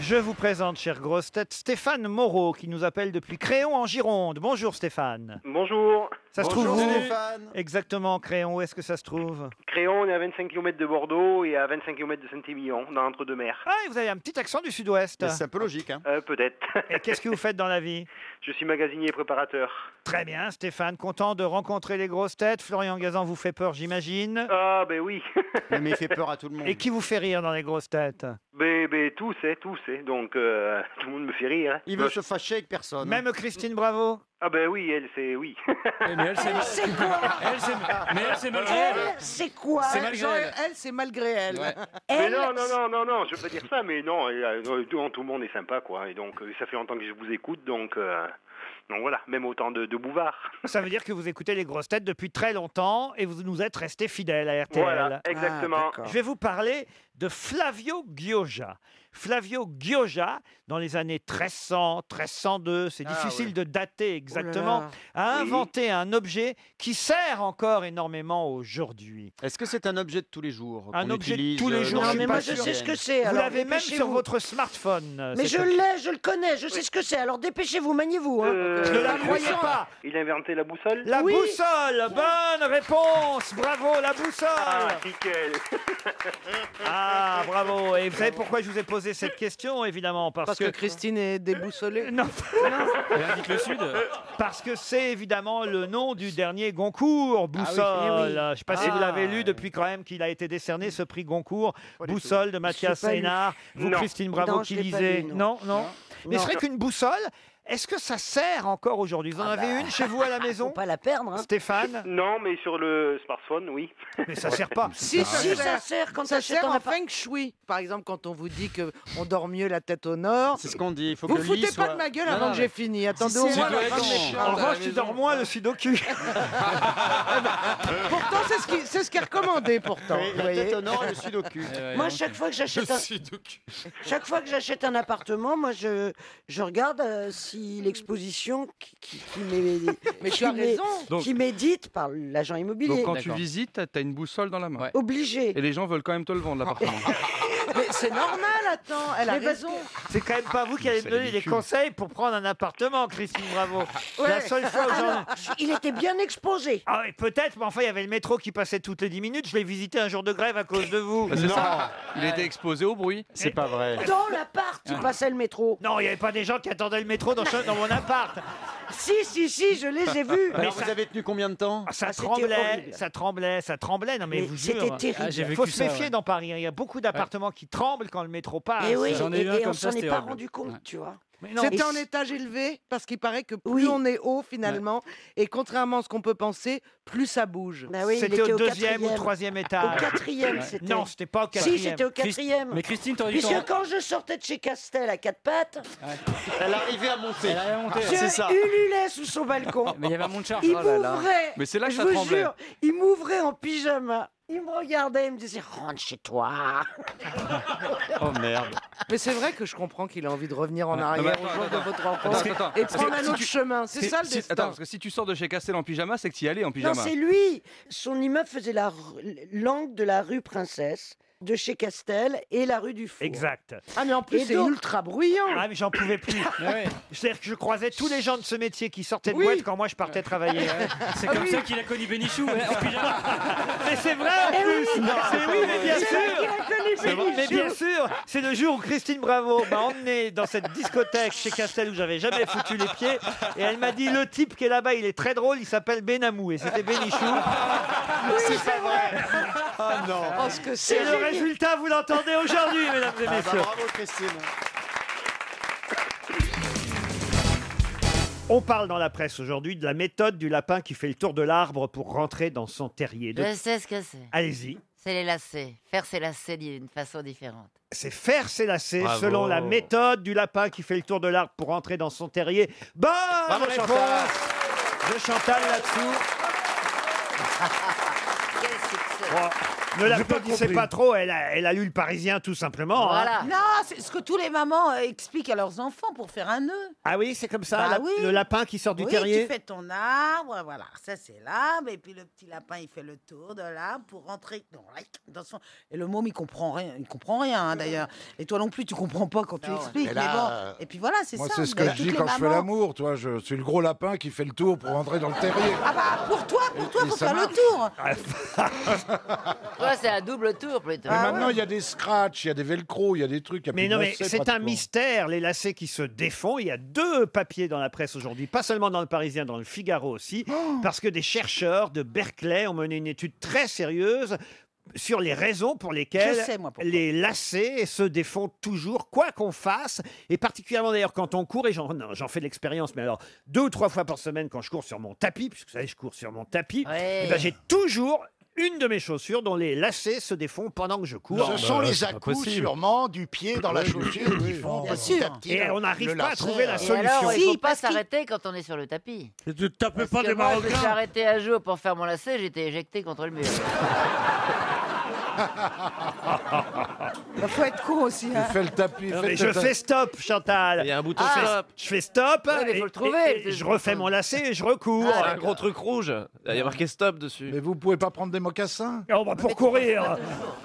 Je vous présente, chère grosse tête, Stéphane Moreau, qui nous appelle depuis Créon en Gironde. Bonjour Stéphane.
Bonjour.
Ça se trouve
Bonjour,
où
Stéphane.
Exactement, Créon, où est-ce que ça se trouve
Créon, on est à 25 km de Bordeaux et à 25 km de Saint-Émilion, dans l'entre-deux-mers.
Ah, et vous avez un petit accent du sud-ouest.
C'est un peu logique, hein euh, Peut-être.
Et qu'est-ce que vous faites dans la vie
Je suis magasinier et préparateur.
Très bien, Stéphane, content de rencontrer les grosses têtes. Florian Gazan vous fait peur, j'imagine.
Ah, ben oui.
Mais il fait peur à tout le monde. Et qui vous fait rire dans les grosses têtes
ben, ben, tous, hein, tous, hein. donc euh, tout le monde me fait rire. hein.
veut
Bah,
se
fâcher avec personne.
Même Christine Bravo
Ah ben oui, elle, c'est oui.
Eh, mais elle, c'est- Elle, c'est quoi Elle, c'est- mais elle, c'est malgré elle.
Elle,
C'est quoi
C'est malgré
Genre,
elle.
Elle, c'est malgré elle.
Mais
Elle,
non, non, non, non, non, je veux pas dire ça, mais non, euh, euh, tout, tout le monde est sympa, quoi. Et donc, euh, ça fait longtemps que je vous écoute, donc, euh, donc voilà, même autant de, de bouvard.
Ça veut dire que vous écoutez les grosses têtes depuis très longtemps et vous nous êtes resté fidèle à RTL.
Voilà, exactement. Ah, d'accord.
Je vais vous parler de Flavio Gioja. Flavio Gioja, dans les années 1300, 1302, c'est
Ah,
difficile de
Oh
dater exactement, a
Oui.
inventé un objet qui sert encore énormément aujourd'hui.
Est-ce que c'est un objet de tous les jours
Un
qu'on
objet de
utilise,
tous
euh,
les jours.
dans
je
une
suis
moi,
pas
je
sûr.
sais ce que c'est,
Vous
alors
l'avez même sur
dépêchez-vous.
votre smartphone. euh,
Mais
cet
je
objet.
l'ai, je le connais, je sais ce que c'est. Alors dépêchez-vous, maniez-vous. hein.
Euh, ne la croyez pas.
Euh, Il a inventé la boussole
La
Oui.
boussole, bonne réponse, bravo la boussole.
Ah, nickel
Ah, bravo. Et vous savez pourquoi je vous ai posé cette question, évidemment Parce,
Parce que Christine est déboussolée.
Non.
Elle indique le sud.
Parce que c'est évidemment le nom du dernier Goncourt, Boussole.
Ah oui. Eh oui.
Je ne sais pas si vous
Ah.
l'avez lu depuis quand même qu'il a été décerné ce prix Goncourt, Boussole de Mathias
Je l'ai pas lu.
Sénard. Vous,
Non.
Christine Bravo,
Non, je
qui
l'ai pas
lisez.
lu, non.
Non, non.
Non.
Mais
Non.
c'est vrai qu'une boussole, est-ce que ça sert encore aujourd'hui Vous
Ah
en
bah.
avez une chez vous à la maison Faut
pas la
hein.
perdre.
Stéphane
Non, mais sur le smartphone, oui.
Mais ça sert pas.
Si, si, ça sert quand ça sert en
appa-
feng shui. Par exemple, quand on vous dit que on dort mieux la tête au nord.
C'est ce qu'on dit. il Faut
vous
que le
foutez
lit
pas
soit-
de ma gueule
Non,
avant
non,
que
mais-
j'ai fini. Attendez, au
Si,
moins
tu dois
la fin
être
de mes
chiant.
choses.
En revanche, tu
dors moins le sudoku.
Pourtant, c'est ce qui, c'est ce qui est recommandé. Pourtant,
Oui,
vous
la tête
voyez.
au nord et le sud au cul.
Moi, chaque fois que j'achète un... chaque fois que j'achète un appartement, moi, je, je regarde euh, si l'exposition qui, qui, qui m'est-
Mais tu
qui
as
m'est-
raison.
qui m'est dite par l'agent immobilier.
Donc quand tu visites, t'as une boussole dans la main.
Obligé.
Et les gens veulent quand même te le vendre l'appartement.
Mais c'est normal, attends. Elle a
Mais parce
raison.
C'est quand même pas vous qui allez me donner les conseils pour prendre un appartement, Christine Bravo. La
Ouais.
seule fois où
Ah
j'en-
non, il était bien exposé.
Ah oui, peut-être, mais enfin, il y avait le métro qui passait toutes les 10 minutes. Je l'ai visité un jour de grève à cause de vous.
Ah, c'est ça.
Il était exposé au bruit.
C'est pas vrai.
Dans l'appart, il passait le métro.
Non, il n'y avait pas des gens qui attendaient le métro dans, dans mon appart.
Si, si, si, je les ai vus.
Alors, vous avez tenu combien de temps
Ça
Ah, c'était
tremblait,
horrible.
ça tremblait, ça tremblait. Non, mais,
Mais
vous
c'était
jure.
terrible. Ah, j'ai
faut
vécu
se
ça,
méfier
ouais.
dans Paris. Il y a beaucoup d'appartements qui tremblent quand le métro passe.
Et Eh oui, et, et on s'en est pas rendu compte, tu vois.
non.
C'était
Et
en
si-
étage élevé parce qu'il paraît que plus on est haut finalement et contrairement à ce qu'on peut penser, plus ça bouge.
Bah Ah
C'était au deuxième ou troisième étage.
Au quatrième, c'était.
Non, c'était pas au quatrième.
Si, c'était au quatrième. Puisque quand je sortais de chez Castel à quatre pattes,
Elle arrivait à monter. Elle arrivait à monter.
je
C'est ça.
ululais sous son balcon.
Mais il y avait un monde
Il m'ouvrait.
Mais c'est là que
je
ça
vous
tremblait.
jure, il m'ouvrait en pyjama. Il me regardait, il me disait oh. rentre chez toi.
Oh merde.
Mais c'est vrai que je comprends qu'il a envie de revenir en arrière
attends,
au jour de
attends,
votre
attends,
rencontre
attends, attends.
et
Parce
prendre
que
un
si
autre
tu-
chemin. C'est
si-
ça le
si-
destin.
Attends, parce que si tu sors de chez Castel en pyjama, c'est que tu y allais en
Non,
pyjama.
c'est lui. Son immeuble faisait la r- l'angle de la rue Princesse, de chez Castel et la rue du Four.
Exact.
Ah, mais en
plus, c'est ultra bruyant.
Ah, mais j'en pouvais plus. C'est-à-dire que je croisais tous les gens de ce métier qui sortaient de
Oui. Ah
boîte quand moi je partais travailler.
C'est comme ça qu'il a connu Bénichou. ouais,
hein,
en pyjama.
Mais c'est vrai en
Eh oui.
plus
Non,
C'est
c'est
oui,
pas
mais
vrai.
bien
C'est vrai qu'il a connu
sûr C'est vrai,
Bénichou.
Mais bien sûr C'est le jour où Christine Bravo m'a emmené dans cette discothèque chez Castel où j'avais jamais foutu les pieds. Et elle m'a dit le type qui est là-bas, il est très drôle, il s'appelle Benamou. Et c'était Bénichou. c'est pas vrai
Ah non.
Et le résultat, vous l'entendez aujourd'hui, mesdames et
Ah bah,
messieurs.
bravo Christine.
On parle dans la presse aujourd'hui de la méthode du lapin qui fait le tour de l'arbre pour rentrer dans son terrier. De-
Je sais ce que c'est.
Allez-y.
C'est les lacets. Faire ses lacets d'une façon différente.
C'est faire ses lacets
Bravo.
selon la méthode du lapin qui fait le tour de l'arbre pour entrer dans son terrier. Bonne
Bravo,
réponse
Chantal.
de Chantal là-dessous.
Quel succès
Ne
J'ai
l'applaudissez
pas
pas trop, elle a, elle a lu le Parisien tout simplement. hein.
Voilà. Non, c'est ce que tous les mamans euh, expliquent à leurs enfants pour faire un nœud.
Ah oui, c'est comme ça,
Bah
la-
oui.
le lapin qui sort du
oui,
terrier.
Tu fais ton arbre, voilà, ça c'est l'arbre, et puis le petit lapin il fait le tour de l'arbre pour rentrer dans, dans son. Et le môme il comprend rien, il comprend rien hein, d'ailleurs. Et toi non plus tu comprends pas quand tu
Non, ouais.
expliques.
Mais
Mais,
là, euh,
bon, et puis voilà, c'est ça.
Moi, c'est ce que
mais
je
toutes
dis
les
quand je fais
mamans-
l'amour, tu vois. Je suis le gros lapin qui fait le tour pour rentrer dans le terrier.
Ah bah pour toi, pour toi,
Et
pour
ça
faire
marche.
le tour.
Ah,
Toi, c'est à double tour plutôt.
Ah
Mais
Ah
maintenant, il y a des scratchs, il y a des velcro, il y a des trucs. il y a
Mais
plus
non,
de
mais
lacets,
c'est un
pratiquement.
mystère, les lacets qui se défont. Il y a deux papiers dans la presse aujourd'hui, pas seulement dans le Parisien, dans le Figaro aussi,
Oh
parce que des chercheurs de Berkeley ont mené une étude très sérieuse sur les raisons pour lesquelles
Je sais, moi, pourquoi.
les lacets se défont toujours, quoi qu'on fasse, et particulièrement d'ailleurs quand on court, et j'en j'en fais de l'expérience, mais alors deux ou trois fois par semaine quand je cours sur mon tapis, puisque vous savez, je cours sur mon tapis, eh ben, j'ai toujours une de mes chaussures dont les lacets se défont pendant que je cours.
Ce sont
bah,
les à sûrement du pied dans la chaussure qui font
Bien
petit à
sûr.
petit
Et
le-
on n'arrive
le
pas à
lacet.
trouver la
Et
Et
solution.
alors, il
Si,
euh, faut pas
parce qu'il-
s'arrêter quand on est sur le tapis.
Et tu tapais
Parce
pas
que
des
moi, je me suis
Marocains
arrêté un jour pour faire mon lacet, j'étais éjecté contre le mur.
Ah, Il faut être con aussi. hein.
fais le tapis.
Non,
fais
mais
le
je
tapis.
fais stop, Chantal. Il y a un bouton
stop.
Je fais stop.
Ouais, mais faut
et-
le
et-
trouver.
et je refais mon lacet et je recours.
Ah,
Un gros
truc rouge. Il y a marqué stop dessus. Mais vous pouvez pas prendre des mocassins
Oh, bah, pour courir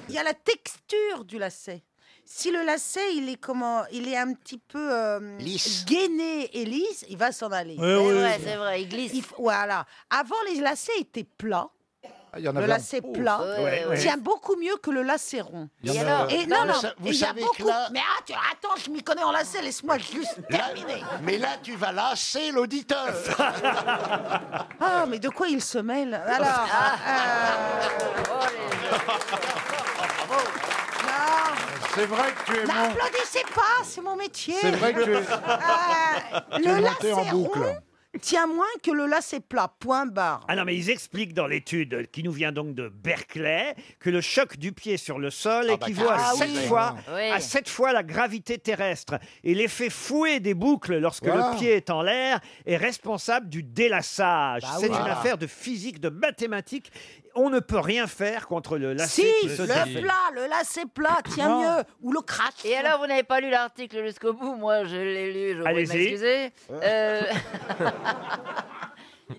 Il y a la texture du lacet. Si le lacet, il est comment Il est un petit peu euh, gainé et lisse, il va s'en aller.
Ouais, C'est ouais. vrai, c'est vrai, il glisse.
f- voilà. Avant, les lacets étaient plats.
il y en
le
avait un
lacet
pot,
plat
ça. Ouais, ouais.
tient beaucoup mieux que le lacet rond.
Il y Et en a- alors
Et non,
Vous
non,
sa- vous
et il y a
savez que
beaucoup.
là-
Mais ah, tu- attends, je m'y connais en lacet, laisse-moi juste
Là-
terminer.
mais là, tu vas lasser l'auditeur.
Ah, mais de quoi il se mêle Alors.
Ah,
euh,
C'est vrai que tu es mon...
N'applaudissez pas, c'est mon métier.
C'est vrai que tu es-
Euh,
tu
le
es monté
lacet
en boucle.
rond tient moins que le lacet plat. Point barre.
Ah non, mais ils expliquent dans l'étude qui nous vient donc de Berkeley que le choc du pied sur le sol équivaut à,
carrément.
sept
Ah oui.
fois,
Oui.
à sept fois la gravité terrestre. Et l'effet fouet des boucles lorsque
Voilà.
le pied est en l'air est responsable du délassage.
Bah
C'est
oui.
une
Voilà.
affaire de physique, de mathématiques. On ne peut rien faire contre le lacet.
Si,
qui se
le
défait.
plat, le lacet plat tient
Non.
mieux. Ou le crack.
Et alors, vous n'avez pas lu l'article jusqu'au bout Moi, je l'ai lu, je vais
Allez-y.
m'excuser. Euh,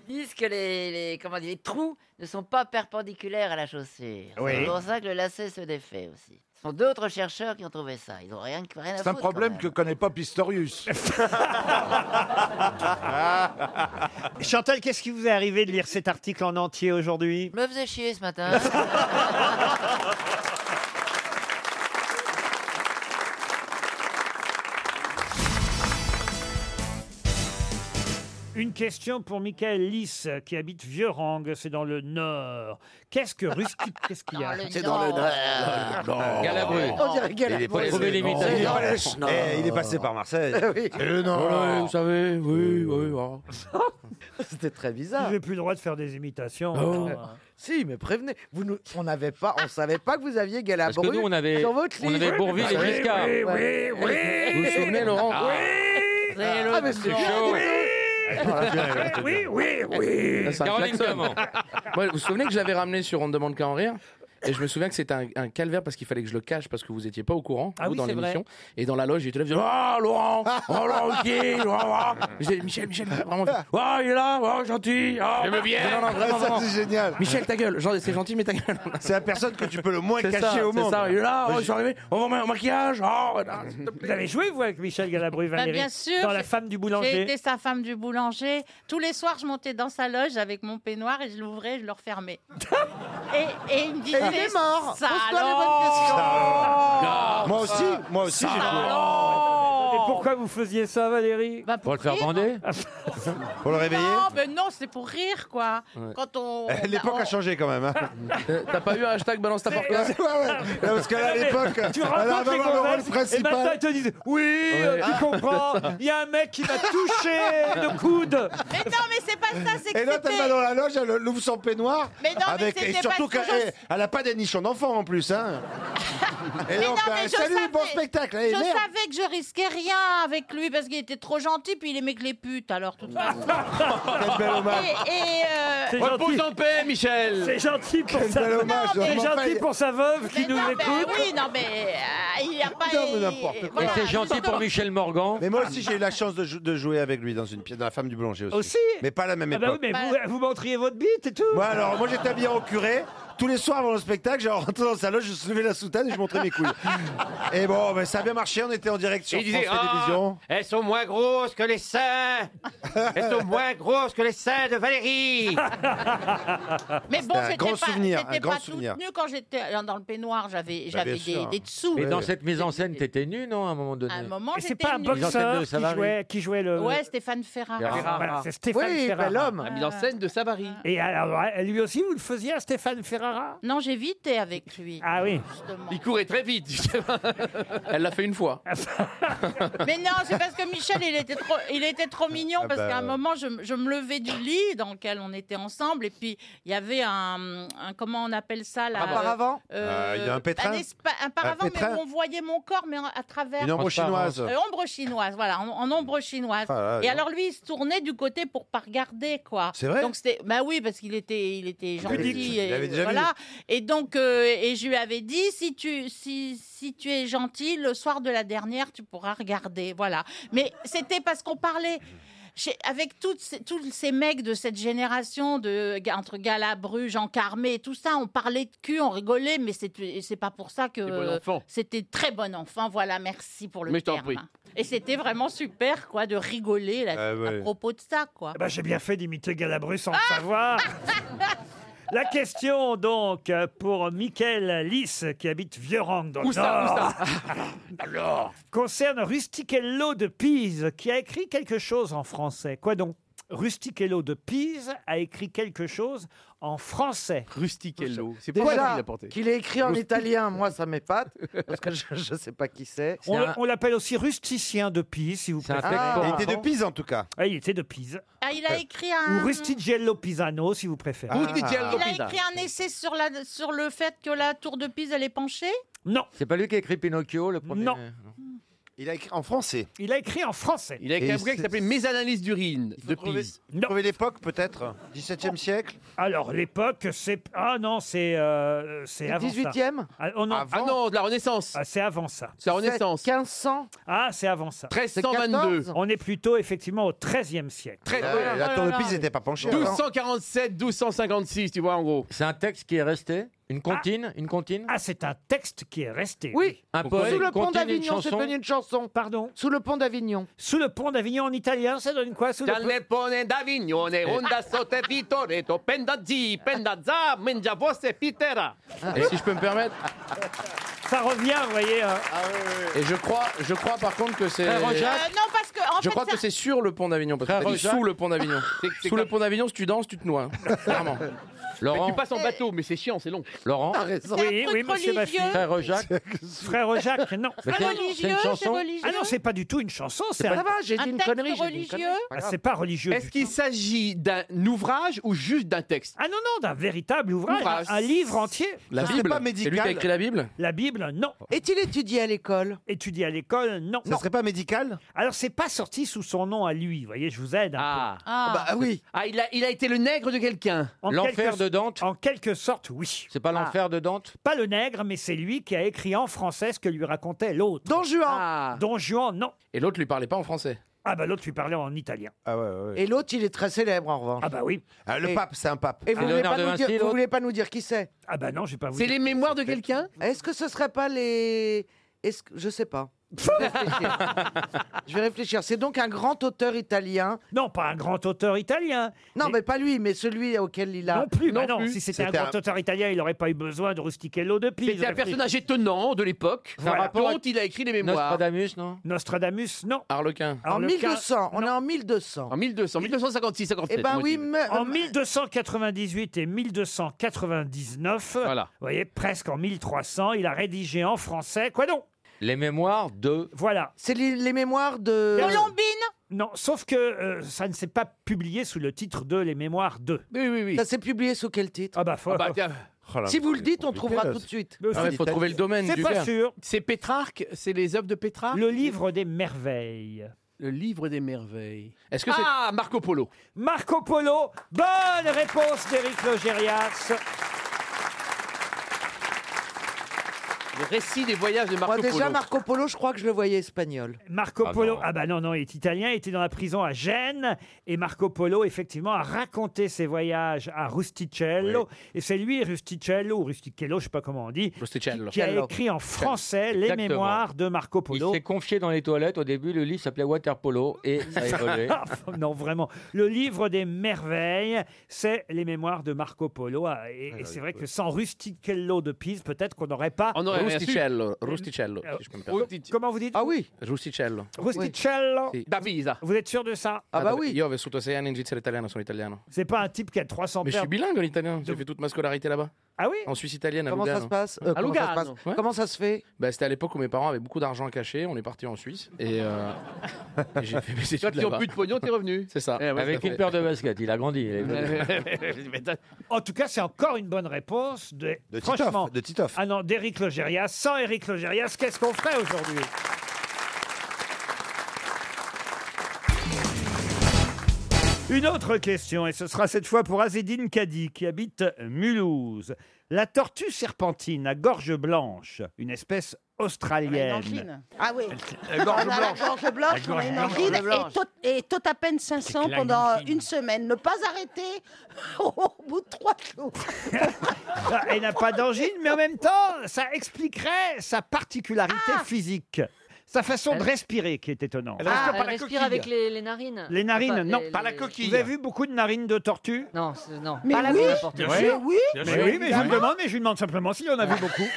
Ils disent que les, les- comment dire, les trous ne sont pas perpendiculaires à la chaussure.
Oui.
C'est pour ça que le lacet se défait aussi. Ce sont d'autres chercheurs qui ont trouvé ça. Ils n'ont rien, rien à
C'est un
foutre, quand
problème
même.
que connaît pas Pistorius.
Chantal, qu'est-ce qui vous est arrivé de lire cet article en entier aujourd'hui
Je me faisais chier ce matin.
Une question pour Michael Lys, qui habite Vieux-Rangue, c'est dans le Nord. Qu'est-ce que Rusty... Qu'est-ce qu'il y a
C'est dans le
Nord. Galabru.
Oh,
On dirait Galabru.
Il est pas trouvé l'imitation.
C'est dans le Nord.
Eh, il est passé par Marseille.
Oui.
C'est le Nord. Euh.
Voilà, vous
savez, oui, oui.
C'était très bizarre.
J'ai plus le droit de faire des imitations.
Euh, si, mais prévenez. Vous nous, on n'avait pas, on savait pas que vous aviez Galabru
Parce que nous, on avait-
sur votre
on
liste.
avait Bourvil
Ah,
et Oui, Giscard. oui,
Ouais.
oui, oui. Vous vous souvenez, Laurent Ah.
Ah, mais c'est chaud.
Oui, oui,
oui.
C'est un
Caroline
klaxon.
Diamant.
Moi, vous vous souvenez que je l'avais ramené sur On ne demande qu'à en rire et je me souviens que c'était un, un calvaire parce qu'il fallait que je le cache parce que vous étiez pas au courant
Ah
vous,
oui,
dans
c'est vrai.
l'émission et dans la loge j'étais là je disais, oh Laurent oh Laurent ok Laurent oh. J'ai- Michel Michel vraiment oh il est là oh gentil oh.
J'aime bien.
non, non, vraiment,
Ça,
vraiment.
c'est génial.
Michel ta gueule Genre, c'est gentil mais ta gueule
C'est la personne que tu peux le moins
C'est
cacher
ça,
au
c'est
monde.
ça. il est là
Moi,
oh, je
j'ai-
suis arrivé on va au maquillage oh, non, s'il te plaît.
Vous avez joué, vous, avec Michel Galabru,
Bah,
Valérie
bien sûr,
Dans La
j'ai-
femme du
J'ai
boulanger
été sa femme du boulanger. Tous les soirs, je montais dans sa loge avec mon peignoir et je l'ouvrais et je le refermais. et, et il me disait
Et il est mort.
Ça
Pose-toi les
alors.
bonnes questions.
Ah,
Moi
aussi,
moi aussi, j'ai joué.
Et pourquoi vous faisiez ça, Valérie
Bah, Pour le faire rire. bander
Pour le
Non,
Ah,
mais non, c'est pour rire, quoi.
Ouais.
Quand on.
Oh, bah,
L'époque a changé quand même.
Euh,
T'as pas eu un hashtag balance ta fortune
Parce qu'à l'époque,
Tu
alors,
racontes
on va
les
voir le rôle
convaincre, et
principal.
maintenant ils te disent Oui, euh, tu
Ah,
comprends,
c'est ça.
il y a un mec qui m'a touché le coude
Mais non, mais c'est pas ça, c'est que.
Et l'autre, elle
c'était-
va dans la loge, elle ouvre son peignoir.
Mais non, mais
avec, et
c'était
surtout
eh,
pas
qu'elle
toujours-
elle a pas des nichons d'enfants en plus. Hein.
Et
Mais
donc,
non,
euh,
mais je
salut,
savais-
bon spectacle. Allez,
je
merde.
savais que je risquais rien avec lui parce qu'il était trop gentil, puis il aimait que les putes, alors tout de façon.
Quel bel hommage.
Et, et, euh,
Repose
en paix, Michel.
C'est gentil pour
Quel
sa
bel hommage,
C'est
vraiment
gentil
pas-
pour sa veuve
mais
qui nous
non, ben
écoute.
oui, non, mais euh, il n'y a pas. il- voilà, justement.
Michel Morgan. Mais moi aussi, j'ai eu la chance de, jou- de jouer avec lui dans une pièce, dans La femme du boulanger aussi.
Aussi
Mais pas à la même
Ah bah
époque.
oui, mais vous, vous montriez votre bite et tout.
Moi, alors, moi, j'étais habillé en curé. Tous les soirs avant le spectacle, j'en rentrais dans le salon, je soulevais la soutane et je montrais mes couilles. Et bon, ben, ça a bien marché, on était en direct sur
Il disait,
France
Ah,
Télévisions.
elles sont moins grosses que les seins. elles sont moins grosses que les seins de Valérie.
Mais bon,
C'était un
j'étais
grand
pas,
souvenir,
j'étais
un grand
pas
souvenir. Bah,
toute nue quand j'étais euh, dans- dans le peignoir, j'avais, j'avais
Bah, bien
des,
sûr.
des dessous.
Mais
Euh,
dans cette mise en scène, t'étais nu, non, à un moment donné
À un moment,
Et c'est
j'étais
pas un
nue.
boxeur qui
Savary.
jouait, qui jouait le.
Ouais, Stéphane Ferrara. Euh.
Ferrara. Voilà, c'est Stéphane Ferrara.
euh, La mise en scène de Savary.
Et alors, ouais, lui aussi, vous le faisiez à Stéphane Ferrara
Non, j'évitais avec lui.
Ah oui.
Il courait très vite. Elle l'a fait une fois.
Mais non, c'est parce que Michel, il était trop, il était trop mignon,
Ah
parce
bah.
qu'à un moment, je, me- je me levais du lit dans lequel on était ensemble, et puis il y avait un, un- comment on appelle ça là
Un paravent
euh,
Euh, il y a un pétrin
espa- un paravent,
Un pétrin.
mais où on voyait mon corps, mais en- à travers.
Une ombre chinoise.
Euh, ombre chinoise, voilà, en, en ombre chinoise.
Ah là là,
et
non.
alors lui, il se tournait du côté pour pas regarder, quoi.
C'est vrai
Donc c'était, bah oui, parce qu'il était, il était
Pudique.
gentil.
Il avait
Et,
déjà vu.
voilà. Et donc, euh, et je lui avais dit, si tu, si, si tu es gentil, le soir de la dernière, tu pourras regarder. Voilà. Mais c'était parce qu'on parlait. chez- avec toutes ces- tous ces mecs de cette génération, de, entre Galabru, Jean Carmé et tout ça, on parlait de cul, on rigolait, mais c'est c'est pas pour ça que.
bon enfant.
C'était très bon enfant, voilà, merci pour le
Mais je t'en
terme.
prie.
Et c'était vraiment super, quoi, de rigoler là,
Ah ouais.
à propos de ça,
Ah.
quoi.
Eh ben, J'ai bien fait d'imiter Galabru sans le savoir. La question, donc, pour Mickaël Lys, qui habite Vieux-Rang, dans
Où
le
ça, où
Nord.
ça Alors
concerne Rustichello de Pise, qui a écrit quelque chose en français. Quoi donc Rustichello de Pise a écrit quelque chose en français.
Rustichello, c'est
Déjà, quoi pourquoi qu'il a
porté
Qu'il est écrit en
Roustic-
italien, moi ça m'épate, parce que je ne sais pas qui c'est.
On l'a- on l'appelle aussi rusticien de Pise, si vous
un
préférez.
texte pour Il était enfants. de
Pise, en tout cas. il était de Pise.
Ah, il a écrit un.
Ou Rustigello Pisano, si vous préférez.
Il a écrit un essai sur, la, sur le fait que la tour de Pise, elle est penchée
Non.
C'est pas lui qui a écrit Pinocchio, le premier
Non.
Il a écrit en français.
Il a écrit en français.
Il a écrit
Et
un bouquin qui
c'est-
s'appelait Mes analyses d'urine de
trouver-
Pise.
Vous trouvez
l'époque peut-être 17e siècle
Alors, l'époque, c'est. Ah non, c'est. euh, c'est
Le
avant ça.
18e?
ah, oh non.
Ah non, de la Renaissance.
Ah, c'est avant ça.
C'est la Renaissance.
1500.
Ah, c'est avant ça.
1322.
On est plutôt effectivement au 13e siècle.
Très- Ah,
euh,
la
tour de Pise n'était pas penchée, alors.
1247, 1256, tu vois, en gros.
C'est un texte qui est resté Une comptine Une comptine
Ah, c'est un texte qui est resté.
Oui,
Un poème,
sous le
une
pont
comptine, une
d'Avignon, c'est
chanson.
devenu une chanson.
Pardon
Sous le pont d'Avignon.
Sous le pont d'Avignon en italien, ça donne quoi sous le
Dal
pont-
Nepone d'Avignone, onda sotte Vitoreto, pendazzi, pendazza, mengiavose e pitera.
Ah.
Et si je peux me permettre.
Ça revient, vous voyez. euh,
Et je crois, je crois par contre que c'est.
Euh, Non, parce que. En fait,
je crois que c'est sur le pont d'Avignon, parce
Frère
que t'as dit
Jacques.
sous le pont d'Avignon.
C'est- c'est
Sous le
comme-
pont d'Avignon, si tu danses, tu te noies. hein. Clairement.
Laurent. tu passes en bateau, mais c'est chiant, c'est long.
Laurent
Oui, oui, monsieur Baffy.
Frère Jacques
Frère Jacques, non.
Mais c'est- Religieux, c'est une c'est chanson religieux
Ah non, c'est pas du tout une chanson.
C'est
C'est
pas-
un-
Ça va, j'ai dit Un une texte connerie, j'ai dit une religieux connerie.
Ah, c'est pas religieux.
Est-ce qu'il s'agit d'un ouvrage ou juste d'un texte
Ah non, non, d'un véritable ouvrage,
Ouvrage.
un livre entier.
La
Ce
Bible.
n'est
C'est lui qui a écrit la Bible
La Bible, non.
Est-il étudié à l'école
Étudié à l'école, non. Ça serait pas médical Alors, c'est pas sorti sous son nom à lui. Vous voyez, je vous aide. ah.
Ah. Bah oui. Ah, il a, il a été le nègre de quelqu'un.
L'enfer de Dante En quelque sorte, oui. C'est
pas l'enfer de Dante
Pas le nègre, mais c'est lui qui a écrit en français ce que lui racontait l'autre. Don Juan Don Juan, non.
Et l'autre lui parlait pas en français.
Ah bah l'autre lui parlait en italien.
Ah ouais, ouais.
Et l'autre, il est très célèbre en revanche.
Ah bah oui.
Ah, le
Et-
pape, c'est un pape.
Et vous voulez, pas nous dire, vous
l'autre
voulez pas nous dire qui c'est
Ah bah non, j'ai pas
C'est
les
mémoires de quelqu'un Est-ce que ce serait pas les... Est-ce que... Je sais pas. Je vais réfléchir. Je vais réfléchir. C'est donc un grand auteur italien.
Non, pas un grand auteur italien.
Non, mais, pas lui, mais celui auquel il a...
Non plus, bah non, si c'était un
C'était
grand
un-
auteur italien, il n'aurait pas eu besoin de Rustichello de Pise.
C'était un personnage étonnant de l'époque.
Ça a rapport
Dont il a écrit les mémoires.
Nostradamus, non
Nostradamus, non.
Harlequin.
En 1200, on est en 1200.
En 1200, 1256,
Eh
57.
ben
moi, je dirais.
euh,
En 1298 et 1299, vous voyez, presque en 1300, il a rédigé en français, quoi donc
Les mémoires de.
Voilà.
C'est les, mémoires de... Euh,
Colombine
Non, sauf que euh, ça ne s'est pas publié sous le titre de Les Mémoires de.
Oui, oui, oui.
Ça s'est publié sous quel titre
Ah bah, faut...
Ah bah, tiens.
Oh là, Si vous le dites, on trouvera
là,
tout de
c'est-
suite.
Mais
Ah,
c'est
il faut
italien.
trouver le domaine
C'est
du
pas
verre.
sûr. C'est Pétrarque, c'est les œuvres de Pétrarque. Le livre des merveilles. Le livre des merveilles.
Est-ce que c'est-
ah Marco Polo Marco Polo. Bonne réponse d'Éric Logérias.
Le récit des voyages de Marco
Moi, déjà,
Polo.
Marco Polo, je crois que je le voyais espagnol.
Marco Polo, ah bah non, non, il est italien, il était dans la prison à Gênes, et Marco Polo, effectivement, a raconté ses voyages à Rusticello, et c'est lui, Rusticello, ou Rustichello, je sais pas comment on dit,
Rusticello.
qui a écrit en français les
Exactement.
mémoires de Marco Polo.
Il s'est confié dans les toilettes. Au début, le livre s'appelait Water Polo et ça a évolué.
Ah, non, vraiment. Le livre des merveilles, c'est les mémoires de Marco Polo. ah, Et, et c'est vrai que sans Rustichello de Pise, peut-être qu'on n'aurait pas.
On aurait rien su. Rusticello, Rusticello,
Euh,
si je peux me permettre.
Comment vous dites Ah oui
Rusticello.
Rusticello
Sì.
Vous êtes sûr de ça
Ah bah
Io ho vissuto sei anni in Svizzera italiana, sono italiano.
C'est pas un type qui a 300
Mais je suis
paires-
bilingue en italien, j'ai fait toute ma scolarité là-bas.
Ah oui
En Suisse italienne, à
Comment ça
Lugano.
se passe Euh,
à
comment ça se
Lugano
passe Comment ça se fait
Bah, C'était à l'époque où mes parents avaient beaucoup d'argent caché, on est parti en Suisse et euh, et j'ai fait mes études
Toi qui ont
là-bas.
plus de pognon, t'es revenu.
C'est ça.
Eh ouais,
Avec
tout à
une
fait.
Peur de basket, il a grandi. il est venu.
En tout cas, c'est encore une bonne réponse de,
De Titoff,
franchement, de Titoff. Ah non, d'Éric Logérias. Sans Éric Logérias, qu'est-ce qu'on ferait aujourd'hui Une autre question, et ce sera cette fois pour Azedine Kadi, qui habite Mulhouse. La tortue serpentine à gorge blanche, une espèce australienne.
Ah oui.
La gorge
on a
blanche.
la gorge
La
blanche,
gorge
on est
blanche.
angine
La gorge
et tot, et tot à peine 500
C'est
pendant une semaine. Ne pas arrêter au bout de trois jours.
Ah, Elle n'a pas d'angine, mais en même temps, ça expliquerait sa particularité physique. Sa façon de respirer qui est étonnante.
Ah, elle respire avec les, les narines.
Les narines,
Enfin,
non.
les- les-
Vous avez vu beaucoup de narines de tortue
Non, non.
Mais
Pas la
oui,
bonne, n'importe
bien
quoi.
sûr, oui.
Bien
Mais
sûr.
oui, mais je me
Évidemment.
demande, mais je lui demande simplement s'il y en a vu beaucoup.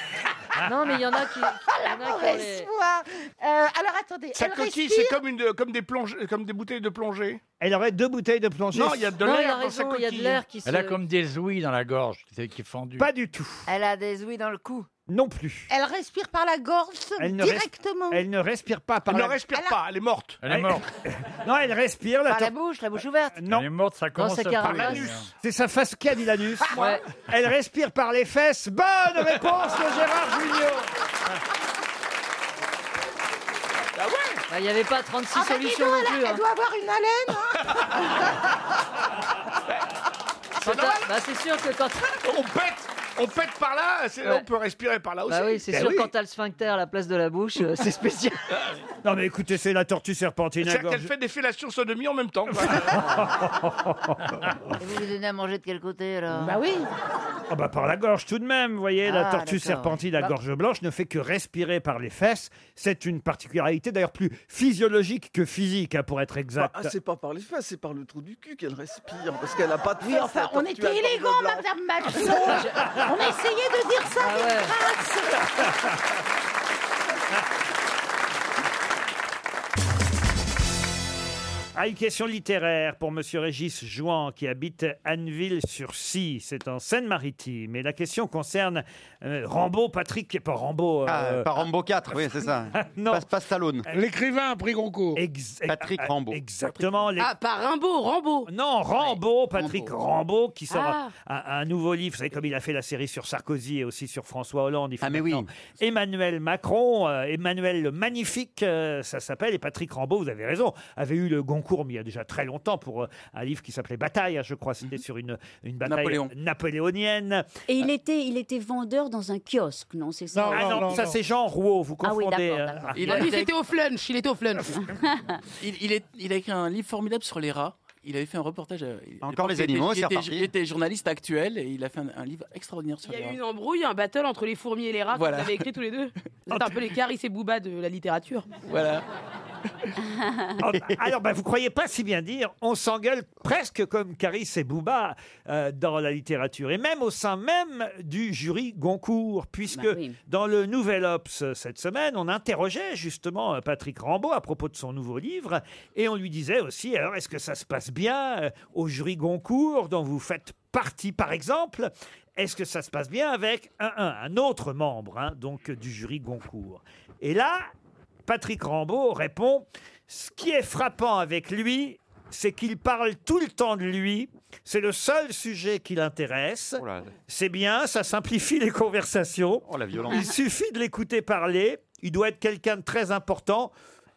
Non, mais il y
Ah.
en a qui.
La mauvaise foi. Euh, alors attendez,
Sa
elle
coquille,
respire.
comme, une, comme, des plonge, comme des bouteilles de plongée.
Elle aurait deux bouteilles de plongée.
Non, il y a de
Non,
l'air
il a
dans sa
raison, il y a de
coquille.
l'air qui se-
Elle a comme des ouïes dans la gorge, tu sais, qui est fendue.
Pas du tout.
Elle a des ouïes dans le cou.
Non plus.
Elle respire par la gorge
Elle ne, res-
directement.
elle ne respire pas par
Elle
la...
ne respire Elle a- pas,
elle est morte.
Elle est morte.
non, elle respire. La
Par la
tor-
bouche, la bouche ouverte.
Non. Elle est morte, ça
commence sa par carapace. l'anus.
C'est sa face qui a dit l'anus. moi.
Ouais.
Elle respire par les fesses.
Ah,
Bonne réponse de Gérard Junior.
Ah ouais Il n'y avait pas 36
Ah bah dis
solutions
donc,
non
elle, a-
plus.
elle
hein.
doit avoir une haleine. hein.
C'est pas- bah, c'est sûr que quand.
On pète, on pète par là, c'est-
Ouais.
on peut respirer par là aussi.
Bah
Ben
oui,
Ben
c'est sûr, quand t'as le sphincter à la place de la bouche, euh, c'est spécial.
Non mais écoutez, c'est la tortue serpentine. à
C'est-à-dire
gorge-
qu'elle fait des fellations sodomie en même temps.
Et vous lui donnez à manger de quel côté alors
Bah oui.
Ah bah par la gorge tout de même, vous voyez, la
Ah,
tortue
d'accord.
serpentine à
Bah-
gorge blanche ne fait que respirer par les fesses. C'est une particularité d'ailleurs plus physiologique que physique, hein, pour être exact.
Bah,
Ah, c'est pas par les fesses, c'est par le trou du cul qu'elle respire, parce qu'elle a pas de
Oui,
fesses,
enfin,
la
on
tortue à
était
gorge
élégants,
blanche.
Madame Maxon. on essayait de dire ça avec grâce.
Ah, une question littéraire pour Monsieur Régis Jouan qui habite Anneville-sur-Scie, c'est en Seine-Maritime. Et la question concerne euh, Rambo, Patrick, qui est pas Rambo. euh,
Par Rambo 4, oui, c'est ça.
non.
Pas Stallone.
L'écrivain a pris Goncourt.
Patrick Rambo.
Exactement. les-
Ah,
pas Rimbaud, Rambo. Non, Rambo, Patrick Rambo, qui sort
Ah.
un, un nouveau livre. Vous savez, comme il a fait la série sur Sarkozy et aussi sur François Hollande. Il fait ah, mais oui. Emmanuel Macron, euh, Emmanuel le Magnifique, euh, ça s'appelle. Et Patrick Rambo, vous avez raison, avait eu le Goncourt, mais il y a déjà très longtemps, pour euh, un livre qui s'appelait Bataille, hein, je crois. C'était sur une, une bataille
Napoléon.
napoléonienne.
Et il était, il était vendeur dans un kiosque, non C'est ça
ah non, ça c'est Jean Rouault, vous
Ah oui,
confondez.
d'accord,
euh,
d'accord.
ah.
Il a-
Il était au flunch, il était au flunch. il, il est- il a écrit un livre formidable sur les rats. Il avait fait un reportage. euh, il-
Encore
il
les
était-
animaux,
il
c'est
était-
reparti.
Il était journaliste actuel et il a fait un, un livre extraordinaire sur
Il y
les
a
rats.
eu une embrouille, un battle entre les fourmis et les rats
Voilà.
que vous avez écrit tous les deux. Vous êtes un peu les Caris et Booba de la littérature.
Voilà.
Ah
Oh, bah, alors, bah, vous croyez pas si bien dire, on s'engueule presque comme Caris et Bouba euh, dans la littérature, et même au sein même du jury Goncourt, puisque
Bah oui.
dans le Nouvel Obs euh, cette semaine, on interrogeait justement euh, Patrick Rambaud à propos de son nouveau livre, et on lui disait aussi, alors est-ce que ça se passe bien euh, au jury Goncourt dont vous faites partie par exemple est-ce que ça se passe bien avec un, un, un autre membre hein, donc euh, du jury Goncourt Et là, Patrick Rambaud répond Ce qui est frappant avec lui, c'est qu'il parle tout le temps de lui. C'est le seul sujet qui l'intéresse. C'est bien, ça simplifie les conversations.
Oh, la violence.
Il suffit de l'écouter parler. Il doit être quelqu'un de très important.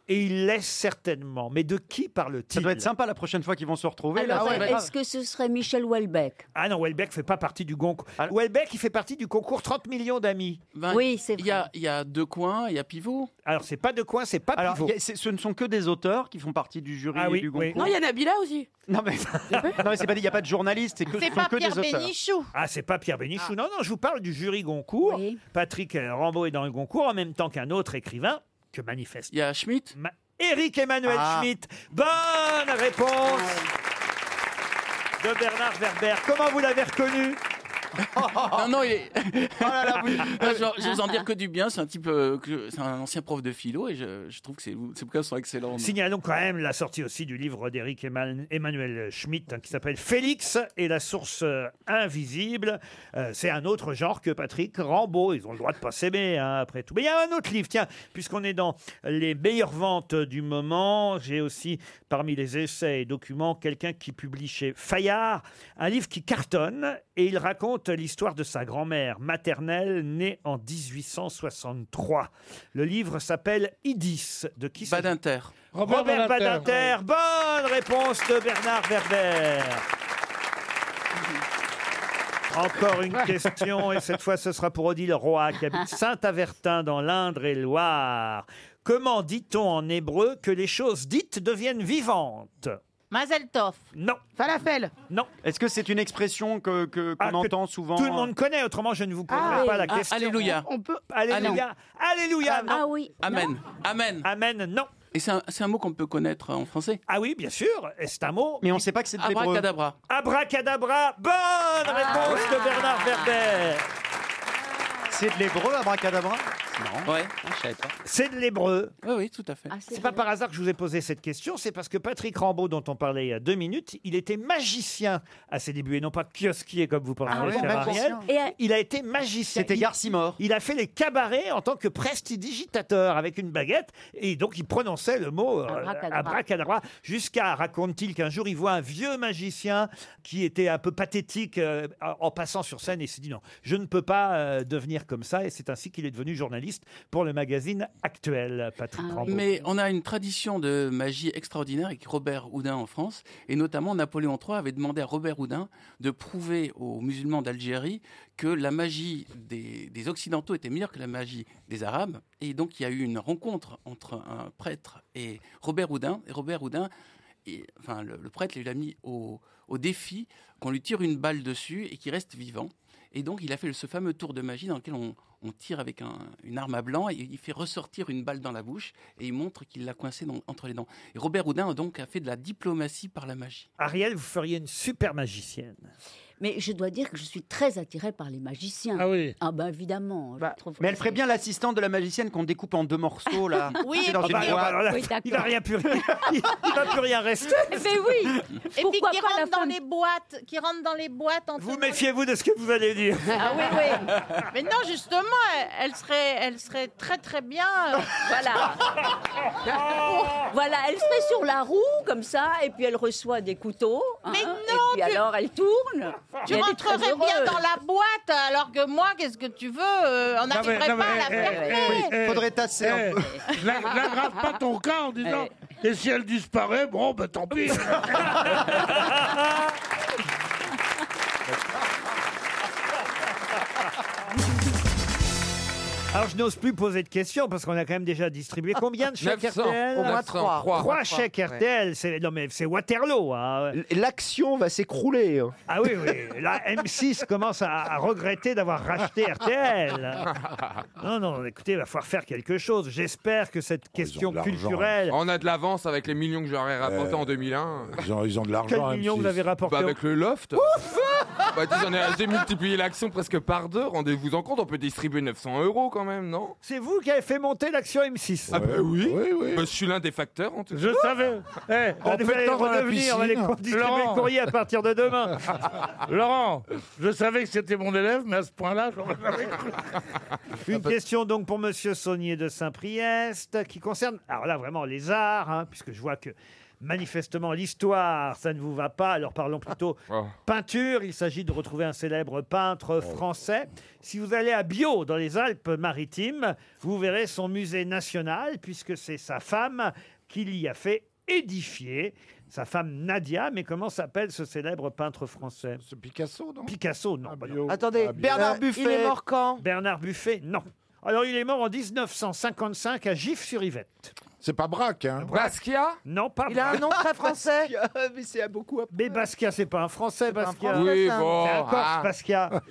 Et il laisse certainement. Mais de qui parle-t-il Ça doit être
sympa la prochaine fois qu'ils vont se
Ah
Ah
retrouver. Ah
là,
Alors,
ça va être
est-ce que ce serait Michel Houellebecq
Ah non, Welbeck fait pas partie du concours. Welbeck, il fait partie du concours 30 millions d'amis.
Ben,
Oui, c'est vrai.
Il y a deux coins, il y a pivot. Alors, c'est pas deux coins, c'est pas
Alors,
pivot.
y a- c'est- ce ne sont que des auteurs qui font partie du jury
Ah
et
oui,
du
oui.
concours.
Non, il y a Nabila aussi.
Non, mais, non, mais c'est pas dit, il n'y a pas de journaliste, c'est que, ce sont que des auteurs.
Ah, c'est pas Pierre Bénichou. Non, non, je vous parle du jury Goncourt. Patrick euh, Rambaud est dans le Goncourt en même temps qu'un autre écrivain que manifeste. Il y a Schmitt Éric Emmanuel
Ah.
Schmitt. Bonne réponse de Bernard Werber. Comment vous l'avez reconnu Oh
non, non, il est. Non, je- je vous en dire que du bien. C'est un type, euh, que- c'est un ancien prof de philo et je, je trouve que ses ses bouquins sont excellents.
Signalons quand même la sortie aussi du livre d'Éric Eman- Emmanuel Schmitt hein, qui s'appelle Félix et la source euh, invisible. Euh, c'est un autre genre que Patrick Rambaud. Ils ont le droit de pas s'aimer hein, après tout. Mais il y a un autre livre, tiens, puisqu'on est dans les meilleures ventes du moment, j'ai aussi parmi les essais et documents quelqu'un qui publie chez Fayard un livre qui cartonne et il raconte l'histoire de sa grand-mère maternelle née en 1863. Le livre s'appelle Idis. De qui Badinter. Robert,
Robert
Badinter.
Badinter.
Bonne réponse de Bernard Werber. Encore une question, et cette fois ce sera pour Odile Roy, qui habite Saint-Avertin dans l'Indre-et-Loire. Comment dit-on en hébreu que les choses dites deviennent vivantes
Mazel Tov.
Non.
Falafel.
Non. Ah,
Est-ce que c'est une expression que, que- qu'on entend souvent hein?
Tout le monde connaît, autrement je ne vous poserai
Ah,
pas la
ah,
question.
Alléluia.
On peut... Alléluia.
Ah,
Alléluia. non.
Amen. Amen.
Amen, non.
Et c'est un, c'est un mot qu'on peut connaître euh, en français
Ah oui, bien sûr. Et c'est un mot.
Mais on ne sait pas que c'est
de l'hébreu.
Abracadabra.
Abracadabra. Bonne
Ah.
réponse de Bernard Werber.
C'est de l'hébreu, abracadabra Non.
Ouais.
je savais pas.
C'est de l'hébreu.
Oui, oui, tout à fait.
Ah,
C'est pas par hasard que je vous ai posé cette question, c'est parce que Patrick Rambaud, dont on parlait il y a deux minutes, il était magicien à ses débuts, et non pas kiosquier comme vous pensez,
Ah ouais,
cher
magicien.
Ariel. Il a été magicien.
C'était
Il-
Garcimore.
Il a fait les cabarets en tant que prestidigitateur avec une baguette, et donc il prononçait le mot euh,
Abracadabra.
abracadabra, jusqu'à, raconte-t-il, qu'un jour il voit un vieux magicien qui était un peu pathétique euh, en passant sur scène et il s'est dit non, je ne peux pas euh, devenir comme ça, et c'est ainsi qu'il est devenu journaliste pour le magazine actuel, Patrick Rambaud.
Mais on a une tradition de magie extraordinaire avec Robert Houdin en France, et notamment Napoléon III avait demandé à Robert Houdin de prouver aux musulmans d'Algérie que la magie des, des Occidentaux était meilleure que la magie des Arabes, et donc il y a eu une rencontre entre un prêtre et Robert Houdin, et Robert Houdin, et- enfin le, le prêtre lui a mis au, au défi qu'on lui tire une balle dessus et qu'il reste vivant. Et donc, il a fait ce fameux tour de magie dans lequel on, on tire avec un- une arme à blanc et il fait ressortir une balle dans la bouche et il montre qu'il l'a coincée dans- entre les dents. Et Robert Houdin, donc, a fait de la diplomatie par la magie.
Ariel, vous feriez une super magicienne.
Mais je dois dire que je suis très attirée par les magiciens.
Ah oui.
Ah bah évidemment. je trouve
Mais
que
elle ferait
c'est-
bien l'assistante de la magicienne qu'on découpe en deux morceaux, là.
Oui,
C'est dans
Ah
une
bah,
boîte.
alors là, Oui, d'accord.
il va rien plus il, va plus rien rester.
Mais oui.
Et puis qui rentre dans les boîtes, qui rentre dans les boîtes en
Vous méfiez-vous de ce que vous allez dire.
Ah oui, oui. Mais non, justement, elle- elle serait, elle serait très très bien. euh,
Voilà.
Oh.
voilà, elle serait sur la roue comme ça, et puis elle reçoit des couteaux. Mais
non,
Et puis
tu-
alors elle tourne.
Tu
Et elle est
rentrerais
très
bien
heureuse.
dans la boîte, alors que moi, qu'est-ce que tu veux euh,
Non,
On
mais-
n'arriverait
non,
pas
mais,
à la
eh,
faire.
Faudrait tasser.
Eh.
un peu.
N'aggrave pas ton cas en disant Et si elle disparaît, bon, ben tant pis.
Alors je n'ose plus poser de questions parce qu'on a quand même déjà distribué combien de chèques
900,
RTL
Ah, au moins 900, trois. trois.
Trois
Trois,
chèques
ouais.
RTL. C'est non mais c'est Waterloo. hein.
L'action va s'écrouler.
hein.
Ah oui oui. La M6 commence à, à regretter d'avoir racheté RTL. Non non. Écoutez, il va falloir faire quelque chose. J'espère que
Oh,
cette question culturelle.
On a de l'avance avec les millions que j'aurais rapportés en 2001.
Euh, Ils ont, ils ont de
Quel
l'argent. hein,
million
M6.
vous avez rapporté
Bah, avec le loft. Ouf bah, dis, j'en ai- j'ai multiplié l'action presque par deux. Rendez-vous en compte, on peut distribuer 900 euros quand même, non
C'est vous qui avez fait monter l'action M6.
Ah bah oui, Bah, je suis l'un des facteurs en tout cas.
Je savais.
Eh,
On devait les redevenir, on va les distribuer le courrier à partir de demain.
Laurent, je savais que c'était mon élève, mais à ce point-là, j'aurais jamais cru.
Une question donc pour Monsieur Saunier de Saint-Priest qui concerne, alors là vraiment les arts, hein, puisque je vois que Manifestement, l'histoire, ça ne vous va pas. Alors parlons plutôt peinture. Il s'agit de retrouver un célèbre peintre français. Si vous allez à Bio, dans les Alpes-Maritimes, vous verrez son musée national, puisque c'est sa femme qui l'y a fait édifier. Sa femme Nadia, mais comment s'appelle ce célèbre peintre français C'est Picasso, non Picasso, non. bah non.
Attendez, Bernard Buffet. Ah, Euh, Il est mort quand
Bernard Buffet, non. Alors, il est mort en 1955 à Gif-sur-Yvette.
C'est pas Braque, hein
Basquiat Non, pas
Il a un
Braque.
nom très français.
mais c'est beaucoup Mais Basquiat, c'est pas un français,
pas un
Basquiat.
Français, Oui, ça. bon,
C'est un Corse,
ah.
Basquiat.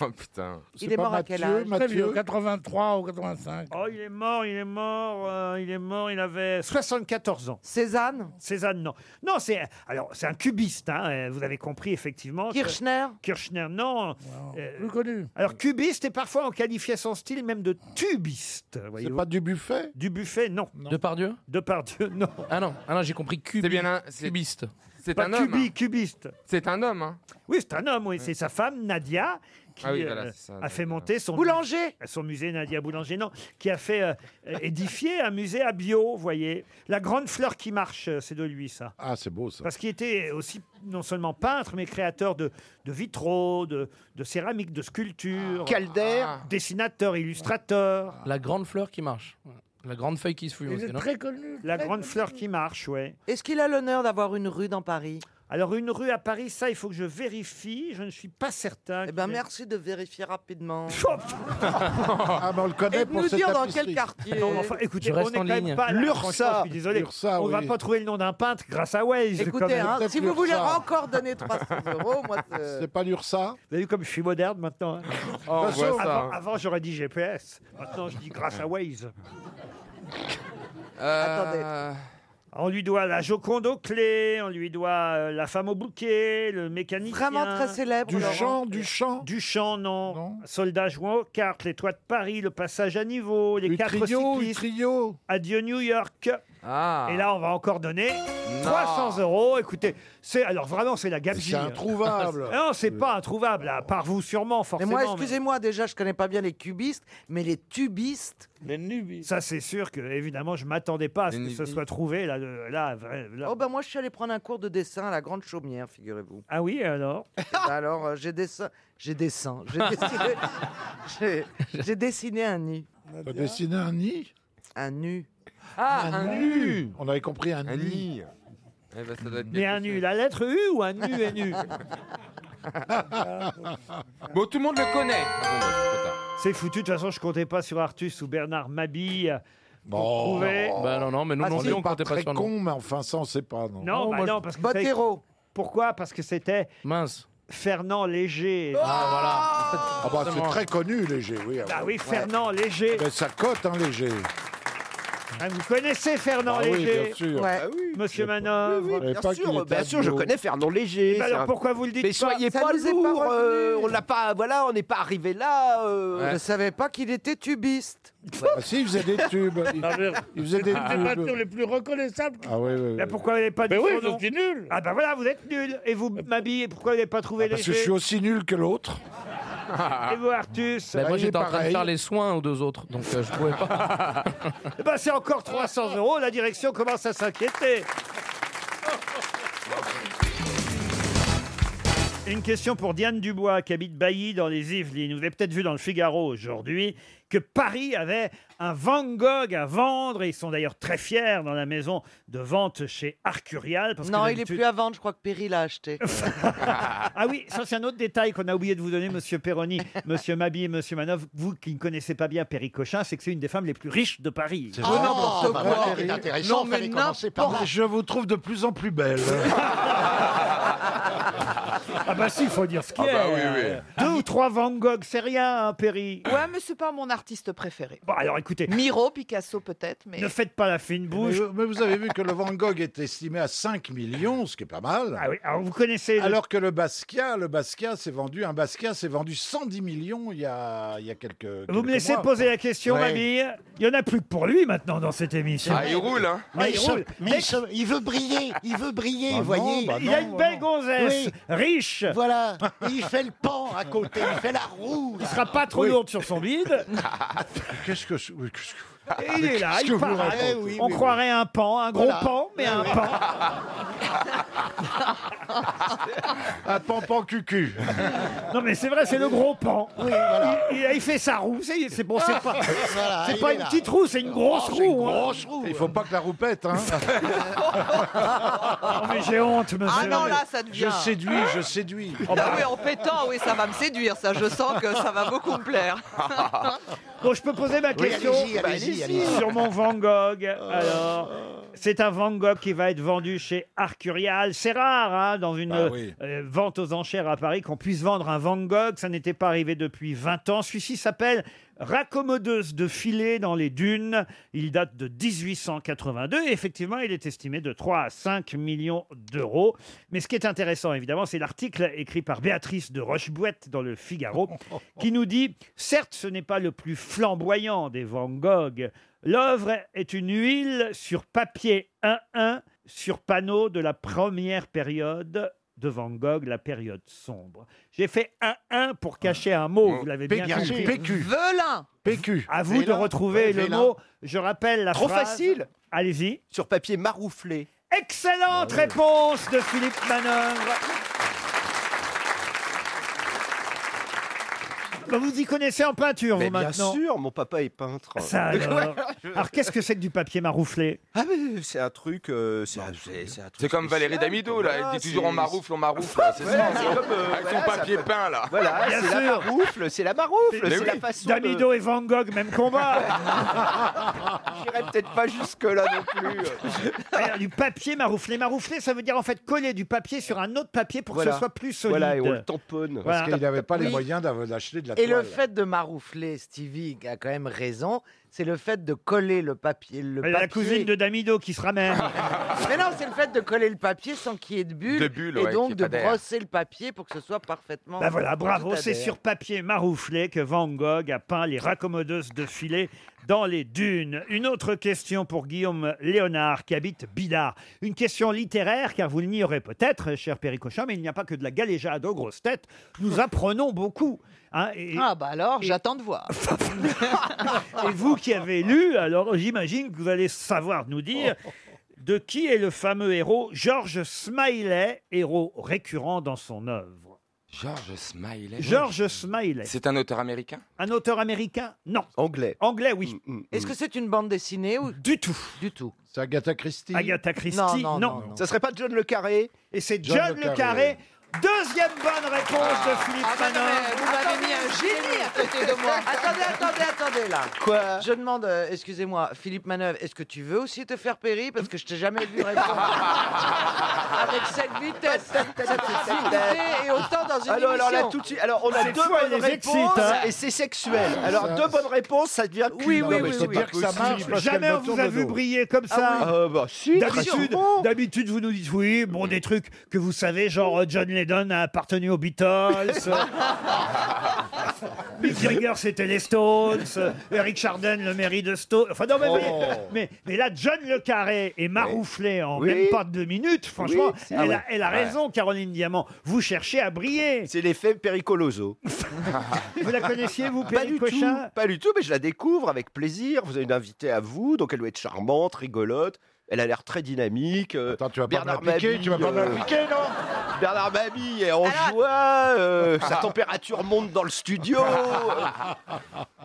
Oh putain.
Il est mort à quel âge
Très vieux,
83 ou 85. Oh, il est mort, il est mort, euh, il est mort, il avait 74 ans. Cézanne Cézanne, non. Non, c'est alors c'est un cubiste, hein, euh, vous avez compris, effectivement. que-
Kirchner
Kirchner, non. plus
Mm.
connu. Alors, cubiste, et parfois on qualifiait son style même de tubiste. C'est pas du buffet Du buffet, non. De Pardieu De Pardieu, non. Ah non, ah non j'ai compris cubiste. C'est bien un cubiste.
c'est
pas
un homme,
cubi-
hein.
cubiste.
C'est un homme, hein
Oui, c'est un homme, oui. C'est sa femme, Nadia, qui
Ah oui, voilà,
euh,
c'est ça,
a
Nadia.
fait monter son... Boulanger Son musée, Nadia Boulanger, non, qui a fait euh, euh, édifier un musée à bio, vous voyez. La grande fleur qui marche, euh, c'est de lui, ça.
Ah, c'est beau ça.
Parce qu'il était aussi non seulement peintre, mais créateur de, de vitraux, de, de céramique, de
Ah.
sculptures.
Calder.
Dessinateur, illustrateur.
La grande fleur qui marche. La grande feuille qui se fouille. aussi, non
connu. La grande fleur qui marche, ouais.
Est-ce qu'il a l'honneur d'avoir une rue dans Paris
Alors, une rue à Paris, ça, il faut que je vérifie. Je ne suis pas certain.
Eh ben merci de vérifier rapidement.
Oh, ah,
ben on le
connaît Et pour nous ses dire dans tapisseries. quel quartier.
Non, mais enfin, écoutez,
Je
on
reste
n'est
en
quand même
ligne.
pas à la-
L'Ursa.
franchement, Je suis désolé.
L'Ursa,
on va
oui.
pas trouver le nom d'un peintre grâce à Waze. quand
Écoutez,
même.
hein, si vous voulez encore donner 300 euros, moi... euh,
C'est pas l'URSA
Vous avez vu comme je suis moderne maintenant hein
on voit
avant,
ça, hein.
avant, j'aurais dit GPS. Maintenant, je dis grâce à Waze.
Euh,
On lui doit la Joconde aux clés, on lui doit euh, la femme au bouquet, le mécanicien.
Vraiment très célèbre, Du Laurent. chant,
du chant. Du chant, non. Soldats jouant aux cartes, Oh, les toits de Paris, le passage à niveau, les quatre
trio,
cyclistes. trio. Adieu New York.
Ah.
Et là, on va encore donner 300 euros. Écoutez, c'est alors vraiment, c'est la gabegie.
C'est introuvable.
non, c'est pas introuvable, à part vous sûrement,
Mais
forcément.
moi,
mais-
excusez-moi, déjà, je connais pas bien les cubistes, mais les tubistes...
Les nubis. Ça, c'est sûr que, évidemment, je m'attendais pas à ce que ce soit trouvé. Là, le- là, vrai- là.
Oh ben moi je suis allé prendre un cours de dessin à la Grande Chaumière, figurez-vous.
Ah oui, alors
Alors euh, j'ai dessin, j'ai dessin, j'ai dessiné, j'ai- j'ai dessiné un nid.
T'as dessiné un nid
Un nu.
Ah,
un,
un
nu. On avait compris un,
Un
nid.
nid. Eh ben, ça doit être
Mais un nu, la lettre U ou un nu et nu
Bon, tout le monde le connaît. Ah bon, bah, c'est trop tard.
C'est foutu. De toute façon, je comptais pas sur Artus ou Bernard Mabille. Bon,
Bah non, non, mais nous,
Ah,
non,
c'est
nous, on
pas
comptait pas
très
sur nous.
con, mais enfin, ça, on sait pas. Non,
Non, bah non, parce que. c'est- Pourquoi Parce que c'était.
Mince.
Fernand Léger.
Ah, bah, c'est très connu, Léger, oui.
ah
Bah oui, Fernand Léger.
Eh ben,
Mais ça cote, hein, Léger.
Ah, vous connaissez Fernand
Ah oui,
Léger
bien sûr.
Ouais.
Monsieur Manov.
Oui, oui, bien
sûr,
bien sûr, je connais
Fernand Léger.
c'est
Eh ben alors
un-
pourquoi vous le dites
Mais soyez Ça pas nous est pas lourd, revenu. euh, on
n'a pas. Voilà, on n'est pas arrivé là.
Je savais pas qu'il était tubiste.
Ah, si, il faisait des tubes. Il,
Ah,
Ah,
il faisait des tubes.
plus reconnaissable.
Ah oui, oui, oui.
pourquoi vous n'avez pas dit
Mais oui,
son
je
nom
suis
nul. Ah ben voilà, vous êtes nul. Et vous, Mabille, pourquoi vous n'avez pas trouvé
Parce
Léger
que je suis aussi nul que l'autre.
Et vous, Artus
Bah, moi,
Il est
j'étais en train de
pareil.
faire les soins aux deux autres, donc euh, je pouvais pas.
Eh ben, c'est encore 300 euros. La direction commence à s'inquiéter. Une question pour Diane Dubois, qui habite Bailly dans les Yvelines. Vous avez peut-être vu dans le Figaro aujourd'hui que Paris avait un Van Gogh à vendre. Et ils sont d'ailleurs très fiers dans la maison de vente chez Arcurial. Parce que
non, il est
d'habitude-
plus à vendre, je crois que Perry l'a acheté.
ah oui, ça c'est un autre détail qu'on a oublié de vous donner, Monsieur Perroni, Monsieur Mabi et Monsieur Manov. Vous qui ne connaissez pas bien Perry Cochin, c'est que c'est une des femmes les plus riches de Paris.
C'est vrai. Oh,
Ah,
n'importe bah, quoi. Valérie. Intéressant,
Non, mais
fallait commencer par
n'importe-
là.
Je vous trouve de plus en plus belle.
Ah bah si, il faut dire ce qu'il
Ah
y a.
bah oui, oui.
Deux ou trois Van Gogh, c'est rien, hein, Perry.
Ouais, mais c'est pas mon artiste préféré.
Bon, alors écoutez,
Miro, Picasso peut-être, mais.
ne faites pas la fine bouche.
Mais, vous- mais vous avez vu que le Van Gogh est estimé à 5 millions, ce qui est pas mal.
Ah oui, alors vous connaissez.
Alors que le Basquiat, le Basquiat s'est vendu, un Basquiat s'est vendu 110 millions il y a, il y a quelques,
Vous me laissez poser la question, Mabille. Il y en a plus que pour lui maintenant dans cette émission.
Ah, il roule, hein.
Ah, il roule. Dès que-
il veut briller, il veut briller,
Bah non,
voyez.
bah Il a non, une belle non. gonzesse, riche.
Voilà, il fait le pan à côté, il fait la roue.
Il sera pas trop
Oui.
lourd sur son bide.
Qu'est-ce que je- oui, qu'est-ce que-
Et il est là,
Qu'est-ce que
il
vous
part.
racontez Eh oui,
On
mais
croirait un pan, un gros
Voilà.
pan, mais un pan.
Un pampan cucu.
Non mais c'est vrai, c'est le gros pan. il, il- il fait sa roue, c'est c'est bon, c'est pas,
Voilà,
c'est
il
pas
est
une
là.
petite roue, c'est une grosse
Oh, c'est
roue.
une
hein.
grosse roue. Il faut pas que la roue pète, hein.
Oh, mais Oh, bah, j'ai honte, monsieur.
Ah non, là, ça devient.
Je séduis, je séduis.
Ah oui, en pétant, oui, ça va me séduire, ça. Je sens que ça va beaucoup me plaire.
Bon, je peux poser ma
Oui,
question
allez-y,
Bah,
allez-y,
allez-y.
allez-y.
sur mon Van Gogh. Alors, c'est un Van Gogh qui va être vendu chez Arcurial. C'est rare, hein, dans une
Bah oui.
euh, vente aux enchères à Paris, qu'on puisse vendre un Van Gogh. Ça n'était pas arrivé depuis 20 ans. Celui-ci s'appelle Raccommodeuse de filet dans les dunes. Il date de 1882 et effectivement, il est estimé de 3 à 5 millions d'euros. Mais ce qui est intéressant, évidemment, c'est l'article écrit par Béatrice de Rochebouette dans le Figaro qui nous dit Certes, ce n'est pas le plus flamboyant des Van Gogh. L'œuvre est une huile sur papier 1-1 sur panneau de la première période de Van Gogh, la période sombre. J'ai fait 1-1 pour cacher un mot, vous l'avez bien
PQ,
compris.
PQ.
Velin
PQ.
À vous de
Vélin.
retrouver
Ouais,
le
Vélin.
mot. Je rappelle la
Trop
phrase.
facile.
Allez-y.
Sur papier marouflé.
Ah
Excellente réponse de Philippe Manœuvre. Bah, vous y connaissez en peinture,
Mais
vous,
bien
maintenant
sûr, mon papa est peintre.
Ça alors. Alors, qu'est-ce que c'est que du papier marouflé Bah,
Ah mais c'est un truc, euh, c'est un, c'est- c'est un truc
C'est comme
spécial,
Valérie Damido, là.
voilà,
Elle dit toujours
Ah,
on
c'est-
maroufle, on maroufle. là, C'est ça. hein.
Ouais, c'est comme, euh,
Avec son
voilà, ça
papier
peut-
peint, là.
Voilà,
Bien
c'est la
sûr.
maroufle, c'est la maroufle,
Mais
c'est
oui.
la façon. de-
Damido et Van Gogh, même combat.
J'irai peut-être pas jusque là non plus.
Ah, Alors, du papier marouflé. Marouflé, ça veut dire en fait coller du papier sur un autre papier pour
Voilà.
que ce soit plus solide.
Voilà, et on le tamponne.
Voilà.
Parce qu'il n'avait pas les
Oui.
moyens d'av- d'acheter de la
Et
toile.
le fait de maroufler, Stevie a quand même raison, c'est le fait de coller le papier. Le
La
papier-
cousine de Damido qui se ramène.
Mais non, c'est le fait de coller le papier sans qu'il y ait de bulles.
De bulles,
et
ouais, qu'il y
donc
ait
de
pas d'air.
brosser le papier pour que ce soit parfaitement.
Ben voilà, bravo,
tout
c'est
adhère.
sur papier marouflé que Van Gogh a peint les raccommodeuses de filet dans les dunes. Une autre question pour Guillaume Léonard qui habite Bidart. Une question littéraire, car vous l'ignorez peut-être, cher Péricochin, mais il n'y a pas que de la galéjade aux grosses têtes. Nous apprenons beaucoup. ah
bah alors, j'attends de voir.
Et vous qui avez lu, alors j'imagine que vous allez savoir nous dire de qui est le fameux héros George Smiley, héros récurrent dans son œuvre.
George Smiley.
George Smiley.
C'est un auteur américain
Un auteur américain Non.
Anglais.
Anglais, oui.
Est-ce que c'est une bande dessinée ou
Du tout.
Du tout.
Mm, C'est Agatha Christie.
Agatha Christie, non.
Ça serait pas John Le Carré
Et c'est
John
John,
le
le Carré. Deuxième bonne réponse de Philippe
Ah, mais non,
Manon.
mais vous m'avez mis un génie à côté de moi. attendez, attendez, attendez là.
Quoi
Je demande, euh, excusez-moi, Philippe Manœuvre, est-ce que tu veux aussi te faire péri Parce que je t'ai jamais vu répondre. Avec cette vitesse, cette facilité Ah, et autant dans une
alors, alors là
émission.
tout de suite, alors on a
Cette
deux
fois,
bonnes
elle les excite,
réponses
hein. Ah,
et c'est sexuel.
Ah,
Alors
Ça-
deux bonnes réponses, ça devient cul.
Oui,
Non,
oui,
mais
oui,
c'est
oui.
pas
Dire que ça
possible.
marche parce
Jamais on vous a vu briller comme ça.
Ah oui. Euh, bah, si,
d'habitude,
sûrement.
d'habitude, vous nous dites oui, bon, des trucs que vous savez, genre euh, John Lennon a appartenu aux Beatles, Mick Jagger c'était les Stones, euh, Eric Chardin le mairie de Stones. Enfin, non, mais, vous voyez,
Oh.
mais, mais là, John Le Carré est marouflé en
Oui.
même pas deux minutes. Franchement,
Oui, si.
elle,
Ah
a,
ouais.
elle a
Ouais.
raison, Caroline Diamant. Vous cherchez à briller.
C'est l'effet Pericoloso.
Vous la connaissiez, vous,
Pas du tout,
Péricochin
pas du tout, mais je la découvre avec plaisir. Vous avez une invitée à vous, donc elle doit être charmante, rigolote. Elle a l'air très dynamique. euh,
Attends, tu vas pas me
Bernard
la piquer,
Mabille,
tu vas pas me
euh,
la piquer, non
Bernard Mabille est en joie, euh, sa température monte dans le studio.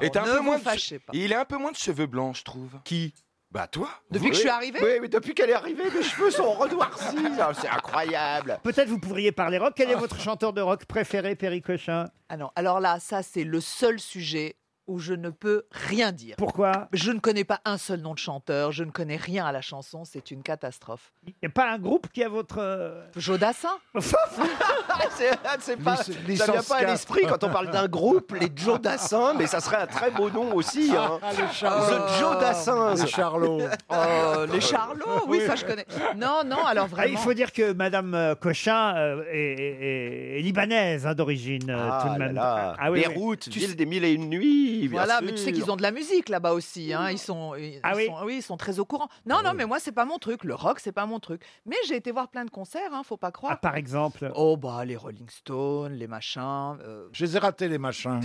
Et t'as un
Ne
peu
vous
moins de...
fâchez pas.
Il a un peu moins de cheveux blancs, je trouve.
Qui
Bah toi.
Oui, Oui, Eh, mais depuis qu'elle est arrivée, mes cheveux sont renoircis. Ah, C'est incroyable.
Peut-être vous pourriez parler rock. Quel est votre chanteur de rock préféré, Péricochin
Ah non, alors là, ça, c'est le seul sujet où je ne peux rien dire.
Pourquoi
Je ne connais pas un seul nom de chanteur, je ne connais rien à la chanson, c'est une catastrophe.
Il n'y a pas un groupe qui a votre. euh,
Jodassin
C'est- c'est pas-
Lic-
ça vient
licence
pas à
4.
l'esprit quand on parle d'un groupe, les Joe Dassin, mais ça serait un très beau nom aussi. hein.
Ah, les Charlots.
The Joe Dassin.
Les Charlots.
Oh, les Charlots, oui, ça je connais. Non, non, alors
Ah, il
vraiment.
faut dire que Madame euh, Cochin euh, est, est- est- est libanaise hein, d'origine euh,
Ah
tout de
là
même.
là.
Ah oui, oui.
Beyrouth, ville des mille et une nuits. oui, bien
voilà,
sûr.
mais tu sais qu'ils ont de la musique là-bas aussi. hein, Ils sont, ils-
Ah
ils
oui
sont- ils sont très au courant. Non, non, mais moi c'est pas mon truc. Le rock, c'est pas mon truc. Mais j'ai été voir plein de concerts. hein, faut pas croire.
par exemple.
Oh bah les Rolling Stones, les machins.
Je les ai ratés, les machins.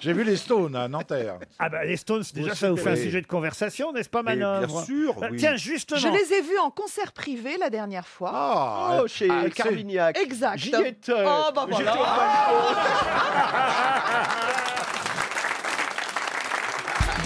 J'ai vu les Stones à Nanterre.
Ah bah les Stones, déjà, ça vous fait un sujet de conversation, n'est-ce pas,
Mais bien
Manœuvre
sûr,
Ah,
oui.
Tiens, justement.
Je les ai vus en concert privé la dernière fois.
Ah, Oh, chez ah, c'est- Carmignac.
Exact.
J'y étais.
Oh, bah
J'étais
voilà.
au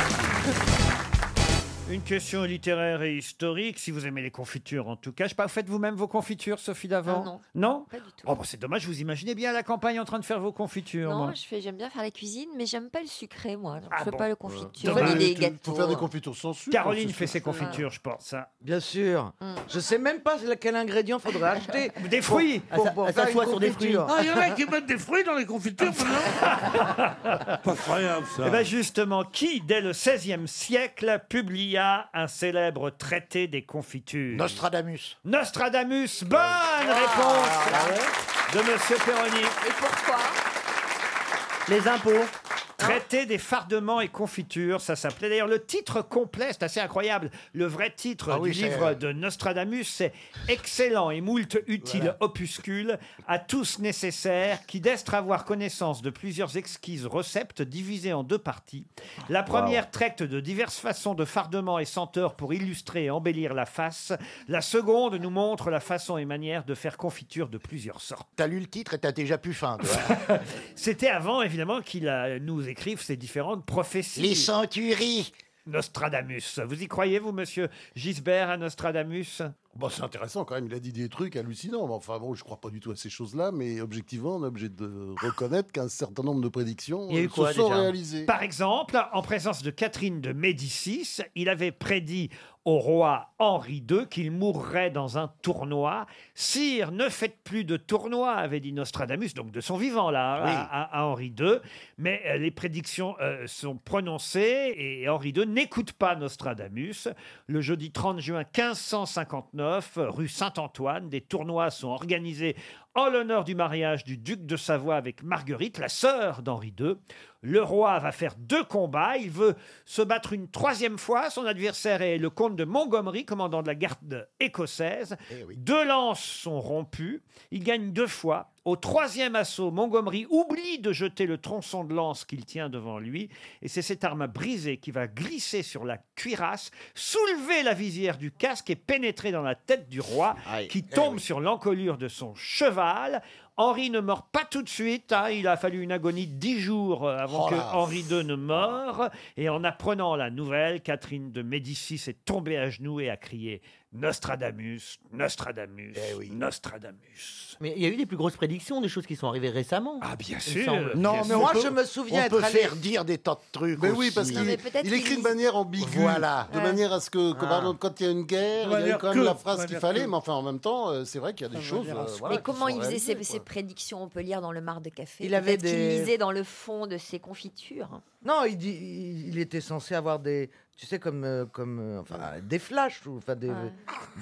Une question littéraire et historique, si vous aimez les confitures en tout cas. Je sais pas, faites vous-même vos confitures, Sophie Davant
Non,
Pas du tout. Oh, bah, c'est dommage, je vous imaginez bien à la campagne en train de faire vos confitures.
Non,
moi. Ah
je fais, j'aime bien faire la cuisine, mais j'aime pas le sucré, moi. Donc,
Ah
je fais
bon.
euh,
pas le confiture, ni des gâteaux. hein.
confitures sans sucre.
Caroline
c'est
fait ses
sûr.
confitures, je pense. hein.
Bien sûr.
Mm.
Je sais même pas quel ingrédient faudrait acheter.
Des fruits.
Pour, pour,
Elle
faire
s'assoit
une
sur des
confiture.
fruits. Ah, il y en a
qui mettent des fruits dans les confitures
Ah,
Pas ça. ben justement, qui, dès le XVIe siècle, publia un célèbre traité des confitures Nostradamus. Nostradamus, bonne réponse
Ah, bah
de Monsieur Perroni.
Et pourquoi
Les impôts. Traité des fardements et confitures, ça s'appelait d'ailleurs le titre complet, c'est assez incroyable. Le vrai titre
Ah oui,
du
c'est-
livre de Nostradamus, c'est Excellent et moult utile opuscule, à tous nécessaire, qui d'estre avoir connaissance de plusieurs exquises recettes divisées en deux parties. La première traite de diverses façons de fardement et senteurs pour illustrer et embellir la face. La seconde nous montre la façon et manière de faire confiture de plusieurs sortes.
T'as lu le titre et t'as déjà plus faim. toi.
C'était avant, évidemment, qu'il euh, nous écrive ces différentes prophéties.
Les centuries.
Nostradamus. Vous y croyez, vous, monsieur Gisbert, à Nostradamus
Bon, c'est intéressant quand même, il a dit des trucs hallucinants. Mais enfin bon, je crois pas du tout à ces choses-là, mais objectivement, on est obligé de reconnaître qu'un certain nombre de prédictions euh, se sont réalisées.
Par exemple, en présence de Catherine de Médicis, il avait prédit au roi Henri II qu'il mourrait dans un tournoi. Sire, ne faites plus de tournoi, avait dit Nostradamus, donc de son vivant là, à-
Oui.
à, à Henri II. Mais euh, les prédictions euh, sont prononcées et Henri II n'écoute pas Nostradamus. Le jeudi 30 juin 1559, euh, rue Saint-Antoine, des tournois sont organisés en l'honneur du mariage du duc de Savoie avec Marguerite, la sœur d'Henri II. Le roi va faire deux combats. Il veut se battre une troisième fois. Son adversaire est le comte de Montgomery, commandant de la garde écossaise. Deux lances sont rompues. Il gagne deux fois. Au troisième assaut, Montgomery oublie de jeter le tronçon de lance qu'il tient devant lui. Et c'est cette arme brisée qui va glisser sur la cuirasse, soulever la visière du casque et pénétrer dans la tête du roi, qui tombe sur l'encolure de son cheval. Henri ne meurt pas tout de suite. hein. Il a fallu une agonie de dix jours euh, avant
Oh
que
la
Henri II ne meure. Et en apprenant la nouvelle, Catherine de Médicis est tombée à genoux et a crié Nostradamus, Nostradamus,
Eh
Nostradamus.
Mais il y a eu des plus grosses prédictions, des choses qui sont arrivées récemment.
Ah, bien
il semble.
Non, mais
Moi,
on peut-
je me souviens
on
être
peut
allé-
faire dire des tas de trucs.
Mais oui,
aussi.
parce qu'il il écrit de manière ambiguë.
Voilà.
De manière à ce que, que,
Ah.
par exemple, quand il y a une guerre,
De
il y a
manière
quand
que-
même la
de
phrase qu'il
manière
fallait.
que.
Mais enfin, en même temps, euh, c'est vrai qu'il y a des choses. euh, voilà,
mais
qui
comment
sont
il faisait
réalisées,
ses,
quoi.
ses prédictions On peut lire dans le marc de café.
Il avait
Peut-être qu'il
des-
lisait dans le fond de ses confitures.
Non, il, dit, il il était censé avoir des, tu sais, comme, euh, comme euh, enfin, des flashs ou enfin des,
Ouais.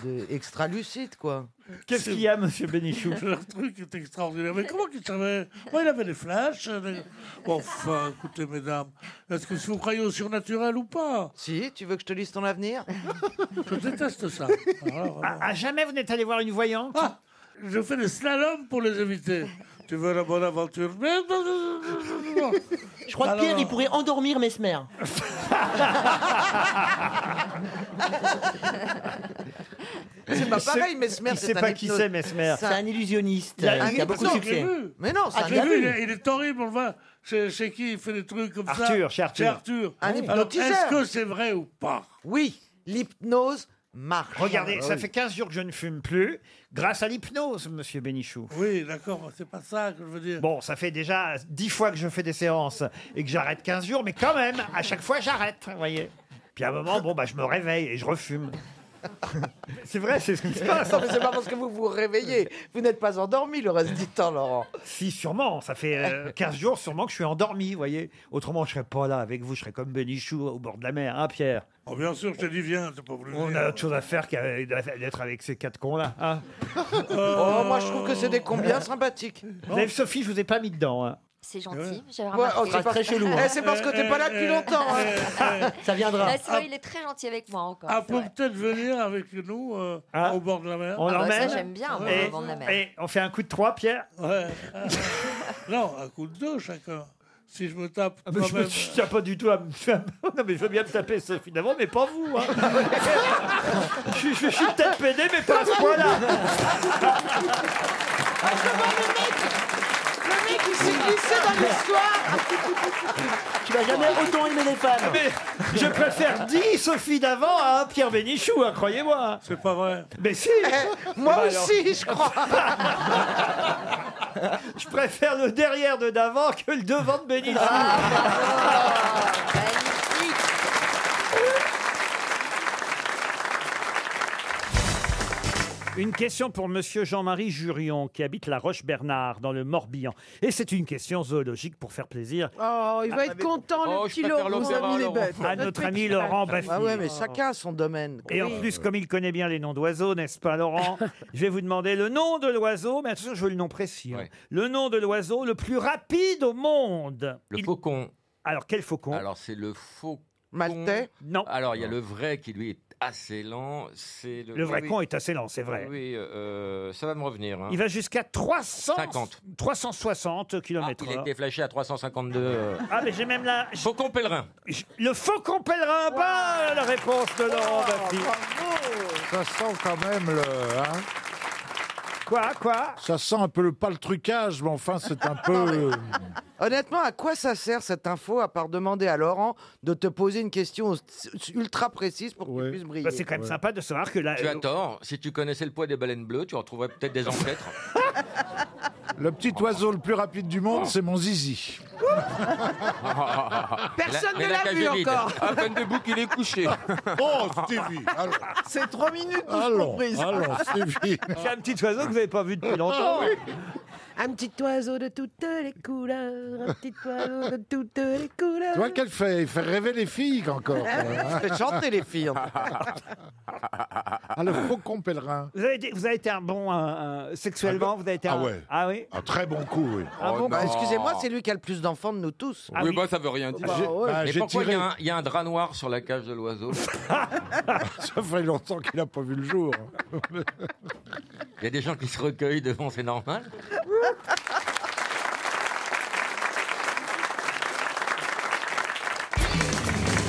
des extra lucides quoi.
Qu'est-ce qu'il y a, Monsieur Bénichou
Le truc est extraordinaire. Mais comment qu'il savait Ouais, Il avait des flashs. euh, des- Bon, enfin, écoutez, mesdames, est-ce que si vous croyez au surnaturel ou pas
Si, tu veux que je te lise ton avenir
Je déteste ça.
à, à Ah, jamais vous n'êtes allé voir une voyante
Ah, Je fais des slaloms pour les éviter. Tu veux la bonne aventure Mais non, non, non, non, non.
Je crois que Pierre, il pourrait endormir Mesmer.
C'est pas pareil, Mesmer.
Il sait
un
pas qui
hypno-
c'est, Mesmer. C'est un illusionniste, Il a- euh, il qui a a- beaucoup de
Non,
succès.
je l'ai vu.
Mais non, c'est
Ah,
un
je l'ai
gars.
vu, il, est- il est horrible. On le voit chez, chez qui il fait des trucs comme ça.
Arthur, chez Arthur.
Un
Un
Alors,
hypnotiseur.
est-ce que c'est vrai ou pas
Oui, l'hypnose marche.
Regardez,
Ah,
ça
oui.
fait 15 jours que je ne fume plus, grâce à l'hypnose, Monsieur Bénichou.
Oui, d'accord, c'est pas ça que je veux dire.
Bon, ça fait déjà 10 fois que je fais des séances et que j'arrête 15 jours, mais quand même, à chaque fois, j'arrête, vous voyez. Puis à un moment, bon, bah, je me réveille et je refume. c'est vrai, c'est ce qui se passe.
Non, mais c'est pas parce que vous vous réveillez. Vous n'êtes pas endormi le reste du temps, Laurent.
Si, sûrement. Ça fait euh, 15 jours, sûrement, que je suis endormi, vous voyez. Autrement, je serais pas là avec vous, je serais comme Bénichou au bord de la mer, hein, Pierre
Oh, bien sûr, je te dis, viens, c'est pas voulu.
On
dire.
a autre chose à faire qu'à- d'être avec ces quatre cons-là. hein.
Oh, moi, je trouve que c'est des combien sympathiques.
Vous avez- Sophie, je vous ai pas mis dedans. hein.
C'est
Ouais.
gentil. J'avais
Ouais,
remarqué.
oh, c'est parce- Eh, c'est parce que t'es pas là
Euh,
depuis longtemps. hein.
Ça viendra.
Ah, c'est vrai, il est très gentil avec moi encore.
Ah,
c'est
pour
vrai. Ah bah
peut-être venir avec nous euh, au bord de la mer.
Ah. On l'emmène
ouais,
et,
au bord de la mer.
et on fait un coup de trois, Pierre
Ouais. non, un coup de deux chacun. Si je me tape.
Ah, mais je ne
moi-même-
tiens pas du tout à me faire. Non, mais je veux bien me taper, ça, finalement, mais pas vous. hein. je, je- je suis peut-être pédé, mais pas à ce point-là.
Le mec, il s'est glissé dans l'histoire.
Tu vas jamais autant aimer les femmes. Mais je préfère 10 Sophie d'avant à un Pierre Bénichou, hein, croyez-moi.
C'est pas vrai.
Mais si.
Moi
Bah alors.
aussi, je crois.
Je préfère le derrière de d'avant que le devant de Bénichou. Une question pour Monsieur Jean-Marie Jurion qui habite la Roche-Bernard dans le Morbihan. Et c'est une question zoologique pour faire plaisir
Oh, il va être content, le petit Laurent, nos amis les bêtes.
À notre
petit
ami
Laurent.
Laurent Baffy.
Ah ouais, mais chacun a son domaine.
Et en plus, comme il connaît bien les noms d'oiseaux, n'est-ce pas, Laurent Je vais vous demander le nom de l'oiseau, mais attention, je veux le nom précis. hein. Le nom de l'oiseau le plus rapide au monde.
Le faucon.
Alors, quel faucon
Alors, c'est le faux.
Maltais Non.
Alors, il y a le vrai qui, lui, est assez lent. C'est le...
Le vrai
oui,
con
oui.
est assez lent, c'est vrai.
Oui, euh, ça va me revenir. hein.
Il va jusqu'à 300...
50.
360
Ah,
km
il a été flashé à 352. euh.
Ah, mais j'ai même la...
Faucon pèlerin.
Le faucon pèlerin, bonne la réponse de Laurent Baffy.
Ça sent quand même le. hein.
Quoi, quoi
Ça sent un peu le, pas le trucage, mais enfin, c'est un peu.
Honnêtement, à quoi ça sert cette info à part demander à Laurent de te poser une question s- ultra précise pour que tu puisses briller
Bah, c'est quand même sympa de savoir que là. euh,
Tu as tort. Si tu connaissais le poids des baleines bleues, tu en trouverais peut-être des ancêtres.
Le petit oiseau le plus rapide du monde, c'est mon zizi.
Ah,
Ah
Personne ne l'a vu encore. À peine debout qu'il est couché.
Oh,
Ah,
Stevie
C'est trois minutes
touche Allons, comprise. allons, Stevie.
C'est un petit oiseau que vous n'avez pas vu depuis longtemps.
Oh,
Un petit oiseau de toutes les couleurs, un petit oiseau de toutes les couleurs.
Tu vois qu'elle fait, il fait rêver les filles encore. hein.
Il fait chanter les filles. en tout cas.
Ah, le faucon pèlerin.
Vous avez, été- vous avez été un bon euh, euh, sexuellement, vous avez été
Ah
un-
ouais.
Ah oui.
Un très bon coup, oui.
Ah bon,
Bah,
non.
Excusez-moi, c'est lui qui a le plus d'enfants de nous tous.
Ah
oui, bah ça veut rien dire.
Bah, J'ai- ouais. bah,
Mais
j'ai
pourquoi il y
tiré.
a un- il y, a un drap noir sur la cage de l'oiseau
Ça fait longtemps qu'il n'a pas vu le jour. hein.
Il y a des gens qui se recueillent devant, c'est normal.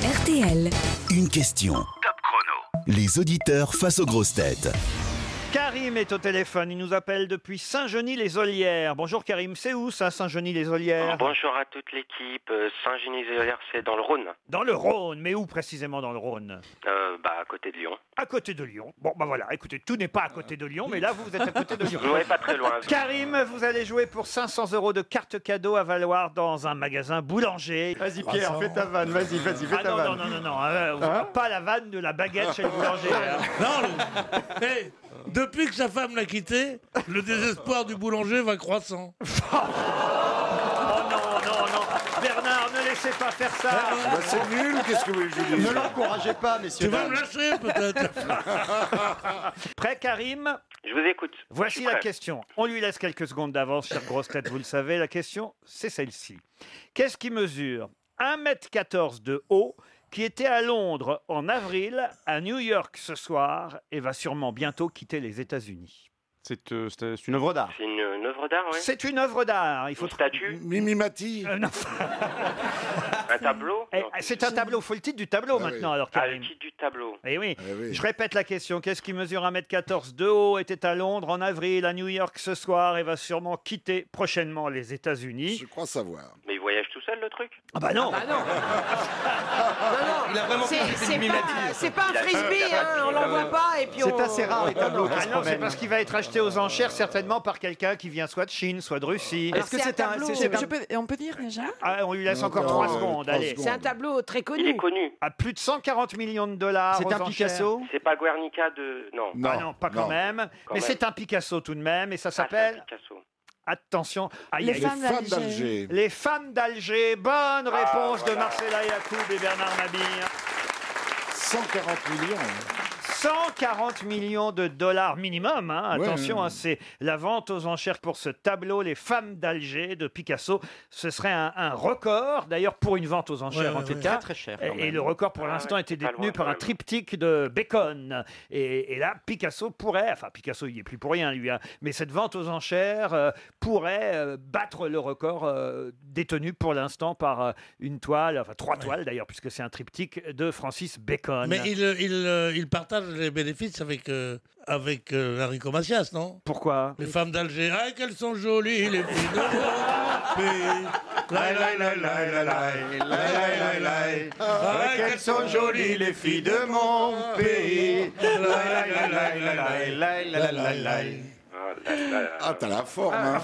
RTL.
Une question. Top chrono. Les auditeurs face aux grosses têtes.
Karim est au téléphone. Il nous appelle depuis Saint-Genis-les-Olières. Bonjour Karim. C'est où ça, Saint-Genis-les-Olières
Bonjour à toute l'équipe. Euh, Saint-Genis-et-Olière, c'est dans le Rhône,
Dans le Rhône. Mais où précisément dans le Rhône
Euh, bah, à côté de Lyon.
À côté de Lyon. Bon, bah voilà. Écoutez, tout n'est pas à côté de Lyon, mais là, vous êtes à côté de Lyon.
Ouais, pas très loin.
Karim, vous allez jouer pour 500 euros de cartes cadeaux à valoir dans un magasin boulanger.
Vas-y, Pierre, fais ta vanne, vas-y, vas-y, fais
Ah
ta
non,
vanne. Hein
Non, non, non, non, euh, on fera pas la vanne de la baguette chez le boulanger. hein.
Non, le- Eh, depuis que sa femme l'a quitté, le désespoir du boulanger va croissant.
Bernard, ne laissez pas faire ça.
Bah, c'est nul, qu'est-ce que vous voulez que je vous dise
Ne l'encouragez
pas,
messieurs, Tu vas dames. me lâcher, peut-être. Prêt, Karim
Je vous écoute. Je
Voici
suis
la
prêt.
question. On lui laisse quelques secondes d'avance, chère grosse tête, vous le savez. La question, c'est celle-ci. Qu'est-ce qui mesure 1m14 de haut qui était à Londres en avril, à New York ce soir et va sûrement bientôt quitter les États-Unis
C'est euh, c'est- c'est une œuvre d'art.
C'est une, une œuvre d'art, oui.
C'est une œuvre d'art. Il faut Euh,
Une statue
Mimimati
Un tableau
Eh, C'est un tableau, faut le titre du tableau maintenant alors
Ah, le
Karim.
titre du tableau.
Eh oui. Je répète la question. Qu'est-ce qui mesure 1m14 de haut, était à Londres en avril, à New York ce soir et va sûrement quitter prochainement les États-Unis Je
crois savoir.
Mais il voyage tout seul, le truc
Ah bah non
Il a
C'est c'est pas, c'est pas un frisbee, hein, on l'en voit pas. et puis on-
Ah non, c'est parce qu'il va être acheté aux enchères certainement par quelqu'un qui vient soit de Chine, soit de Russie.
Alors, tableau-
c'est un-
je peux- On peut dire déjà
Ah, on lui laisse encore
Non,
3
euh,
secondes.
trois
Allez.
secondes. C'est un tableau très connu.
Il est connu.
À plus de 140 millions de dollars. aux enchères.
C'est pas Guernica de. Non.
Ah non, pas quand même.
Quand
Mais
même. Ah,
c'est un Picasso tout de même, et ça s'appelle. Attention. Aïe,
Les
aïe, aïe.
femmes Les femmes d'Alger. d'Alger.
Les femmes d'Alger. Bonne
Ah,
réponse de
voilà.
Marcella Yacoub et Bernard Mabille.
140 millions.
140 millions de dollars minimum. hein.
Ouais,
Attention,
ouais, ouais.
hein, c'est la vente aux enchères pour ce tableau, Les femmes d'Alger de Picasso. Ce serait un, un record, d'ailleurs, pour une vente aux enchères
Ouais,
en
ouais,
tout
ouais.
cas.
Très, très cher, quand
Et, et
même. Ah,
le record pour l'instant était détenu par un triptyque de Bacon. Et, et là, Picasso pourrait, enfin Picasso, il n'y est plus pour rien, lui, hein, mais cette vente aux enchères euh, pourrait euh, battre le record euh, détenu pour l'instant par euh, une toile, enfin trois toiles d'ailleurs, puisque c'est un triptyque de Francis Bacon.
Mais il, euh, il, euh, il partage les bénéfices avec, euh, avec euh, Enrico Macias, non
Pourquoi
Les femmes d'Alger. Ah, qu'elles sont jolies, les filles de mon pays. La, la, la, la, la, la, la, la, la, la. Ah, qu'elles sont jolies, les filles de mon pays. La, la, la, la, la, la, la, la, la, la.
Ah, t'as la forme. hein.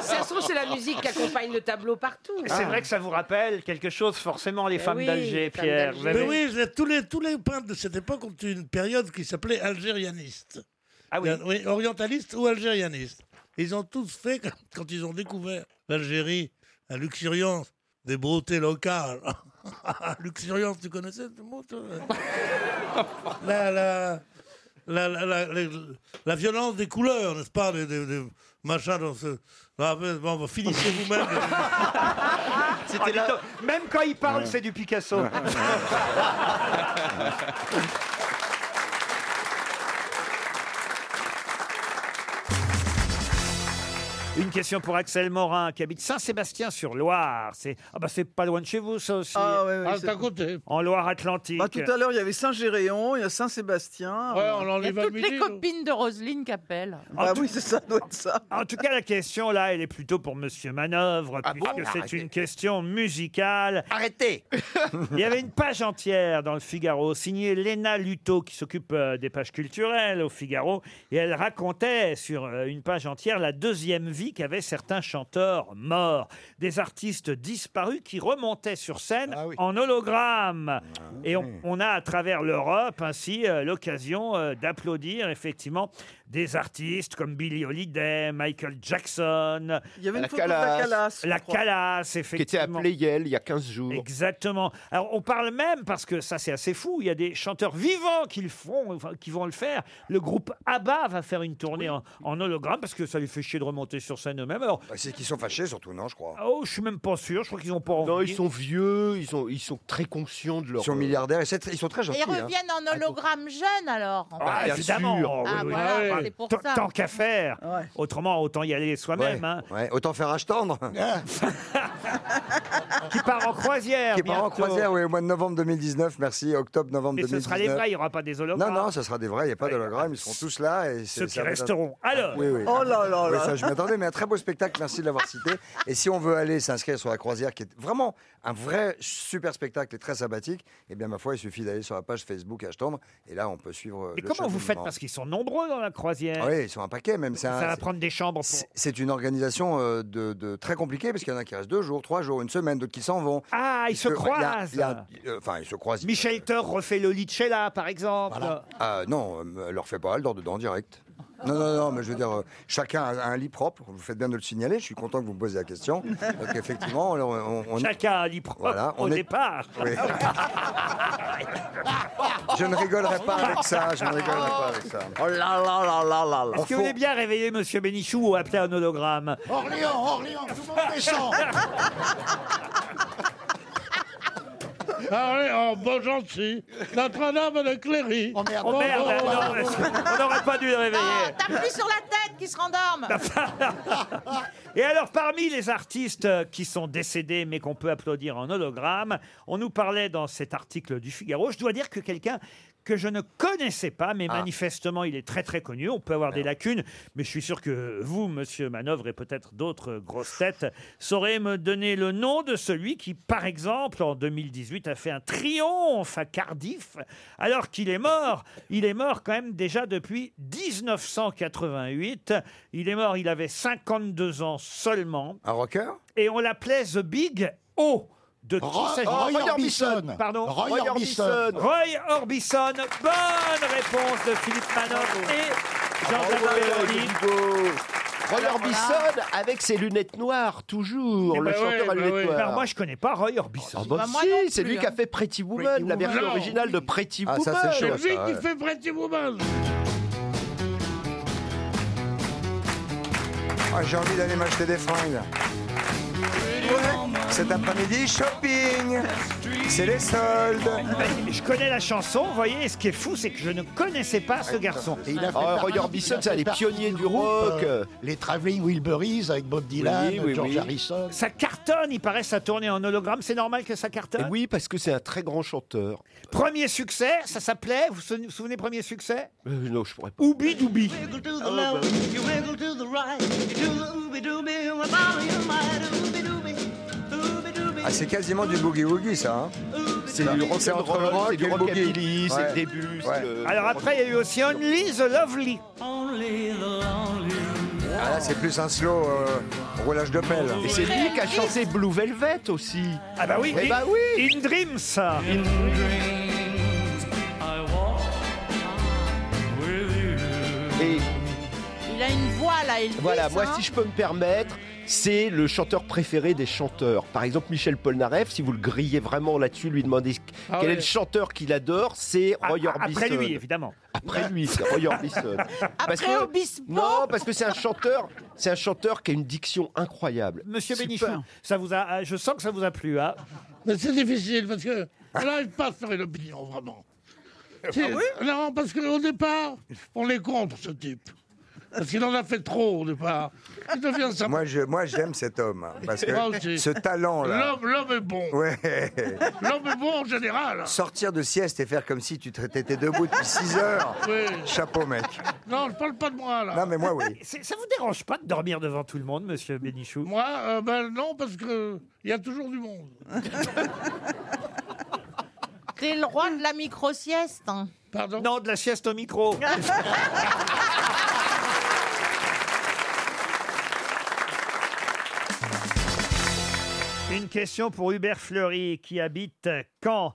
Ça se trouve, c'est la musique qui accompagne le tableau partout.
C'est vrai que ça vous rappelle quelque chose, forcément, les
Eh
femmes
oui, les
d'Alger,
femmes
Pierre.
d'Alger.
vous
Mais
avez-
oui, je- tous les, tous les peintres de cette époque ont eu une période qui s'appelait algérianiste.
Ah oui.
Orientaliste ou algérianiste. Ils ont tous fait, quand, quand ils ont découvert l'Algérie, la luxuriance, des beautés locales. luxuriance, tu connaissais ce mot toi la, la, la, la, la- la- la violence des couleurs, n'est-ce pas des, des- des machins dont se- Ah, mais bon, finissez vous-même.
Ah, dis donc, Même quand il parle,
Ouais.
Ah, c'est du Picasso. Une question pour Axel Morin, qui habite Saint-Sébastien-sur-Loire. C'est ah bah c'est pas loin de chez vous, ça aussi.
Ah, ouais, ouais, Ah, c'est- c'est à
côté.
En Loire-Atlantique.
Bah, tout à l'heure, il y avait Saint-Géréon, il y a Saint-Sébastien.
Ouais, on l'enlève Il y a à toutes midi, les nous.
copines de Roselyne qu'appellent.
En
Ah
tout-
oui, c'est ça, doit être ça.
En tout cas, la question là, elle est plutôt pour Monsieur Manœuvre,
Ah
puisque
bon
c'est
Arrêtez.
une question musicale. Arrêtez Il y avait une page entière dans le Figaro, signée Léna Luto, qui s'occupe euh, des pages culturelles au Figaro, et elle racontait sur euh, une page entière la deuxième vie qu'avaient certains chanteurs morts, des artistes disparus qui remontaient sur scène
Ah
en hologramme. Et on, on a à travers l'Europe ainsi euh, l'occasion euh, d'applaudir effectivement des artistes comme Billy Holiday, Michael Jackson.
Il y avait une La photo de la Calas. Calas, je
La
crois.
Calas, effectivement.
Qui était à Pleyel il y a 15 jours.
Exactement. Alors on parle même parce que ça c'est assez fou. Il y a des chanteurs vivants qui le font, enfin, qui vont le faire. Le groupe ABBA va faire une tournée en, en hologramme parce que ça les fait chier de remonter sur scène eux-mêmes. Alors
Bah, C'est qu'ils sont fâchés surtout, non, je crois.
oh, je suis même pas sûr. Je crois qu'ils ont pas.
Non, ils sont vieux, ils sont, ils sont très conscients de leur.
euh,
Ils sont milliardaires et c'est- ils sont très
Et
gentils.
ils
hein.
reviennent en hologramme jeune alors. en
Ah,
Ah, bien
évidemment.
sûr.
Oh, oui,
Ah,
oui.
voilà,
Ah,
c'est pour
tant-
ça.
Tant qu'à faire. Autrement, autant y aller soi-même. hein.
Ouais, autant faire un tendre.
Ah.
qui part en croisière.
Qui part en
bientôt.
croisière, oui, au mois de novembre 2019, merci, octobre, novembre
Et
2019.
ce sera les vrais, il n'y aura pas des hologrammes.
Non, non, ce sera des vrais, il n'y a pas d'hologramme, ils seront euh, tous là. Et c'est-
Ceux qui
ça va être-
resteront. Alors.
Oui, oui.
Oh là là
Oui,
là.
ça, je m'attendais, mais un très beau spectacle, merci de l'avoir cité. Et si on veut aller s'inscrire sur la croisière, qui est vraiment un vrai super spectacle et très sabbatique, eh bien, ma foi, il suffit d'aller sur la page Facebook à tendre et là, on peut suivre. euh,
Mais
le
comment vous faites
cheminement.
Parce qu'ils sont nombreux dans la croisière.
Ah oui, ils sont un paquet, même. c'est un-
Ça va
c'est-
prendre des chambres. pour-
c'est- C'est une organisation euh, de, de- très compliquée parce qu'il y en a qui restent deux jours, trois jours, une semaine, d'autres qui s'en vont.
Ah, ils se
Parce que, bah, il y a-
croisent.
il y a- euh, Enfin, ils se croisent.
Michel Thor refait le lit de Sheila, par exemple.
Ah non, euh, leur fait pas, elle dort dedans direct. Non, non, non, mais je veux dire, euh, chacun a un lit propre. Vous faites bien de le signaler. Je suis content que vous me posiez la question. Donc, effectivement, alors, on, on-
Chacun a un lit propre
Voilà,
au
on est-
départ.
Oui. je ne rigolerai pas avec ça. Je ne rigolerai pas avec ça.
Oh là là là là là
là.
Est-ce que vous voulez bien réveiller Monsieur Bénichou ou appeler un hologramme
Oh,
Orléans, Orléans, tout le monde descend.
Ah oui, oh, bon gentil. Notre-Dame de Cléry. Oh
merde.
Oh merde,
oh,
non,
oh, oh.
on n'aurait pas dû le réveiller.
T'appuies Ah, sur la tête qui se rendorme.
Bah, Et alors, parmi les artistes euh, qui sont décédés, mais qu'on peut applaudir en hologramme, on nous parlait dans cet article du Figaro. Je dois dire que quelqu'un que je ne connaissais pas,
Ah.
mais manifestement, il est très très connu. On peut avoir des lacunes, mais je suis sûr que vous, Monsieur Manœuvre, et peut-être d'autres grosses têtes, saurez me donner le nom de celui qui, par exemple, en 2018, a fait un triomphe à Cardiff, alors qu'il est mort. Il est mort quand même déjà depuis 1988. Il est mort, il avait 52 ans seulement.
Un rocker
Et on l'appelait The Big O. De qui
Roy-
s'agit-
Roy Orbison.
Pardon
Roy Roy Orbison. Orbison.
Roy Orbison. Bonne réponse de Philippe Manon et
Bravo,
Jean-Jacques
Roy
Perroni.
Roy Orbison avec ses lunettes noires, toujours,
Eh
le
ben
chanteur
ouais,
à
ben
lunettes
ouais.
noires.
Alors moi, je connais pas Roy Orbison.
Ah bah
Bah, moi
si,
non
c'est
plus,
lui qui a
hein.
fait Pretty Woman,
Pretty
la version
Woman.
originale de Pretty
Ah,
Woman.
ça, c'est chaud,
C'est lui qui fait Pretty Woman.
Ah, J'ai envie d'aller m'acheter des fringues. Cet après-midi, shopping. C'est les soldes.
Je connais la chanson, vous voyez, et ce qui est fou, c'est que je ne connaissais pas ce garçon.
Et il a fait
Ah,
partie- il a fait partie groupe, euh, les Traveling Wilburys avec Bob Dylan,
Oui, oui,
George
oui.
Harrison.
Ça cartonne, il paraît, ça tournait en hologramme. C'est normal que ça cartonne
Oui, parce que c'est un très grand chanteur.
Premier succès, ça s'appelait, vous vous souvenez- vous vous souvenez, premier succès
Euh, non, je pourrais pas.
Oubi Doubi. Ah, bah.
Ah, c'est quasiment du boogie-woogie, ça. hein.
C'est du rock
C'est
and
entre
roll,
le rock
c'est
et
du
le
rockabilly,
boogie.
c'est
Ouais.
le début. c'est
Ouais.
le-
Alors après, il y a eu aussi Only the Lovely.
Ah, là, c'est plus un slow euh, roulage de pelle.
Et c'est lui qui a chanté Blue Velvet aussi.
Ah bah oui,
Eh
in,
bah oui.
In Dreams. ça.
Et
Il a une voix là, il hein.
voilà, moi si je peux me permettre, c'est le chanteur préféré des chanteurs. Par exemple, Michel Polnareff, si vous le grillez vraiment là-dessus, lui demandez quel
Ah ouais. Ah,
est le chanteur qu'il adore, c'est Roy Orbison.
Après lui, évidemment.
Après lui, c'est Roy Orbison. Parce
Après
que-
Obispo.
Non, parce que c'est un chanteur, c'est un chanteur qui a une diction incroyable.
Monsieur
Super.
Bénichou, ça vous a, ah, je sens que ça vous a plu, hein
Mais c'est difficile parce que je n'arrive pas à faire une opinion, vraiment.
Ah
C'est- non, parce qu'au départ, on les compte, ce type. Parce qu'il en a fait trop au départ. Il devient ça.
Moi, je, moi, j'aime cet homme. hein, Parce
Moi
que
aussi.
ce talent-là.
L'homme, l'homme est bon.
Ouais.
L'homme est bon en général.
Sortir de sieste et faire comme si tu te- t'étais debout depuis 6 heures.
Oui.
Chapeau, mec.
Non, je parle pas de moi, là.
Non, mais moi, oui.
C'est- Ça vous dérange pas de dormir devant tout le monde, monsieur Bénichou
Moi, euh, ben non, parce que il y a toujours du monde.
T'es le roi de la micro-sieste. hein.
Pardon
Non, de la sieste au micro. Une question pour Hubert Fleury qui habite Caen.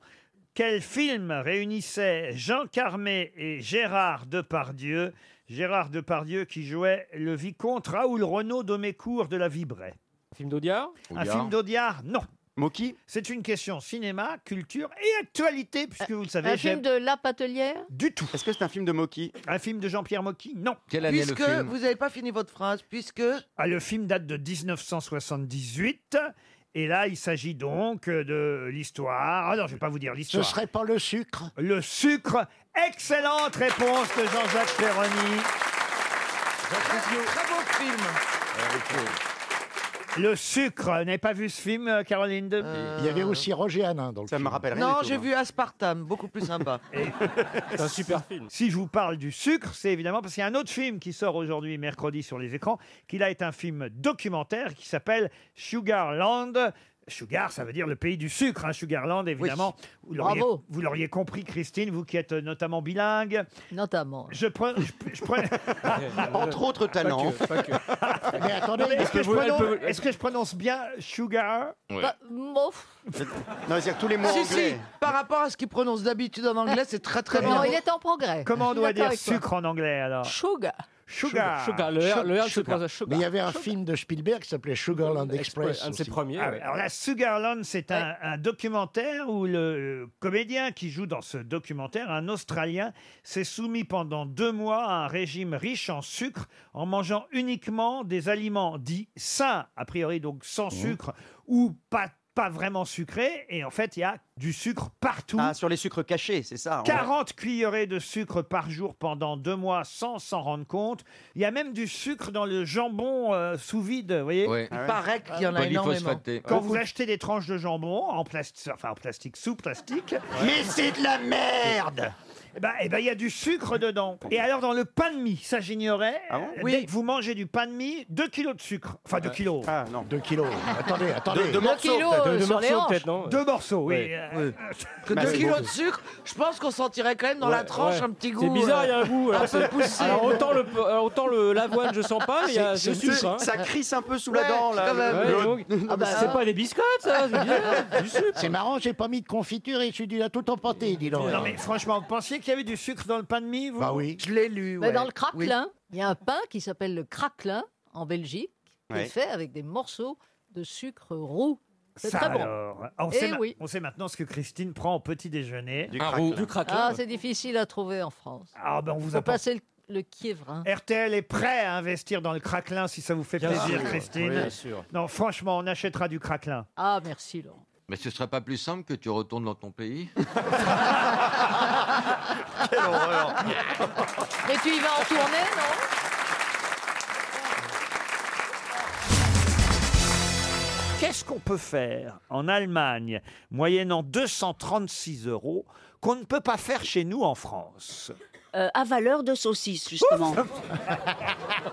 Quel film réunissait Jean Carmé et Gérard Depardieu Gérard Depardieu qui jouait le vicomte Raoul Renaud Domécourt de la Vibraye. Un film d'Audiard Un
Audiard.
film d'Audiard, non. Moki C'est une question cinéma, culture et actualité, puisque vous le savez.
Un
j'aime-
film de La Patelière
du tout. Est-ce que c'est un film de Moki Un film de Jean-Pierre Mocky Non. Quelle
Puisque vous n'avez pas fini votre phrase, puisque
ah, Le film date de 1978. Et là, il s'agit donc euh, de l'histoire. Ah non, je vais pas vous dire
Ce
l'histoire.
serait pas le sucre
Le sucre. Excellente réponse de Jean-Jacques Ferroni.
très beau film.
Le sucre. Vous n'avez pas vu ce film, euh, Caroline de
Il y avait aussi Roger Hanin dans le Ça me rappelle
Non, j'ai vu Aspartame, beaucoup plus sympa.
C'est un super film. Si je vous parle du sucre, c'est évidemment parce qu'il y a un autre film qui sort aujourd'hui, mercredi, sur les écrans, qui là est un film documentaire qui s'appelle Sugarland. Sugar, ça veut dire le pays du sucre, hein, Sugarland, évidemment. Vous l'auriez-
Bravo.
Vous l'auriez compris, Christine, vous qui êtes euh, notamment bilingue.
Notamment.
Je prends. Je, je prenais-
Entre autres talents.
Mais attendez,
Non, mais est-ce que, je
vous-
prononce-
elle peut-
est-ce que je prononce bien Sugar
Bah, mof.
Non, c'est-à-dire que tous les mots
si, si,
anglais.
par rapport à ce qu'il prononce d'habitude en anglais, c'est très très
Non,
bien.
il est en progrès.
Comment on
Je suis
doit
d'accord
dire
avec toi.
sucre en anglais alors
Sugar.
Sugar.
Sugar, le R- le R se prononce à
Mais il y avait un film de Spielberg qui s'appelait Sugarland Express.
un de ses
aussi.
premiers.
Ah ouais, Alors là, Sugarland, c'est un, un documentaire où le euh, comédien qui joue dans ce documentaire, un Australien, s'est soumis pendant deux mois à un régime riche en sucre en mangeant uniquement des aliments dits sains, a priori donc sans
Mmh.
sucre ou pas pas vraiment sucrés. et en fait il y a du sucre partout.
Ah, sur les sucres cachés, c'est ça.
40 cuillerées de sucre par jour pendant deux mois sans s'en rendre compte. Il y a même du sucre dans le jambon euh, sous vide, vous voyez
Il paraît qu'il y en a énormément.
Ah Quand vous achetez des tranches de jambon en plastique, enfin en plastique sous plastique,
Mais c'est de la merde
eh ben, eh ben, il y a du sucre dedans. Et alors dans le pain de mie, ça j'ignorais. euh, Dès que vous mangez du pain de mie, 2 kilos de sucre. Enfin 2 kilos.
Ah non. 2 kilos. Attendez, attendez.
Deux- deux Deux morceaux, kilos, peut-être. Deux- euh, deux sur les morceaux, hanches. peut-être, non
Deux morceaux, oui.
Ouais.
Euh,
Que
Bah,
2
c'est
kilos
beaucoup.
de sucre, je pense qu'on sentirait quand même dans la
Ouais,
tranche
ouais.
un petit goût.
C'est bizarre, il y a
euh,
un goût. euh,
Un peu
c'est-
poussé.
Alors, autant le, euh, autant le l'avoine, je sens pas, mais il y a
C'est-
ce
c'est-
sucre. hein.
ça crisse un peu sous
Ouais,
la dent, là.
quand même. Ouais, donc-
Le-
Ah bah, c'est pas des biscottes, ça, c'est bien, du sucre.
C'est marrant, j'ai pas mis de confiture et je suis déjà tout emporté, dis donc.
Non mais franchement, vous pensiez qu'il y avait du sucre dans le pain de mie vous
Bah oui.
Je l'ai lu.
Mais
ouais.
dans le
Oui.
craquelin, il y a un pain qui s'appelle le craquelin
en Belgique, qui
Ouais.
est fait avec des morceaux de sucre roux. C'est très bon.
alors, on,
Eh
sait ma-
oui.
on sait maintenant ce que Christine prend au petit déjeuner. Du
craquelin. Ah, c'est difficile à trouver en France.
Ah, ben, on vous
Faut
a pas-
passer le, le hein. kievrin.
RTL est prêt à investir dans le craquelin si ça vous fait
Bien
plaisir,
sûr.
Christine.
Oui, bien sûr.
Non, franchement, on achètera du craquelin.
Ah, merci Laurent.
Mais ce serait pas plus simple que tu retournes dans ton pays
Quelle horreur Mais tu y vas en tournée, non
Qu'est-ce qu'on peut faire en Allemagne, moyennant 236 euros, qu'on ne peut pas faire chez nous en France
Euh, à valeur de saucisse, justement.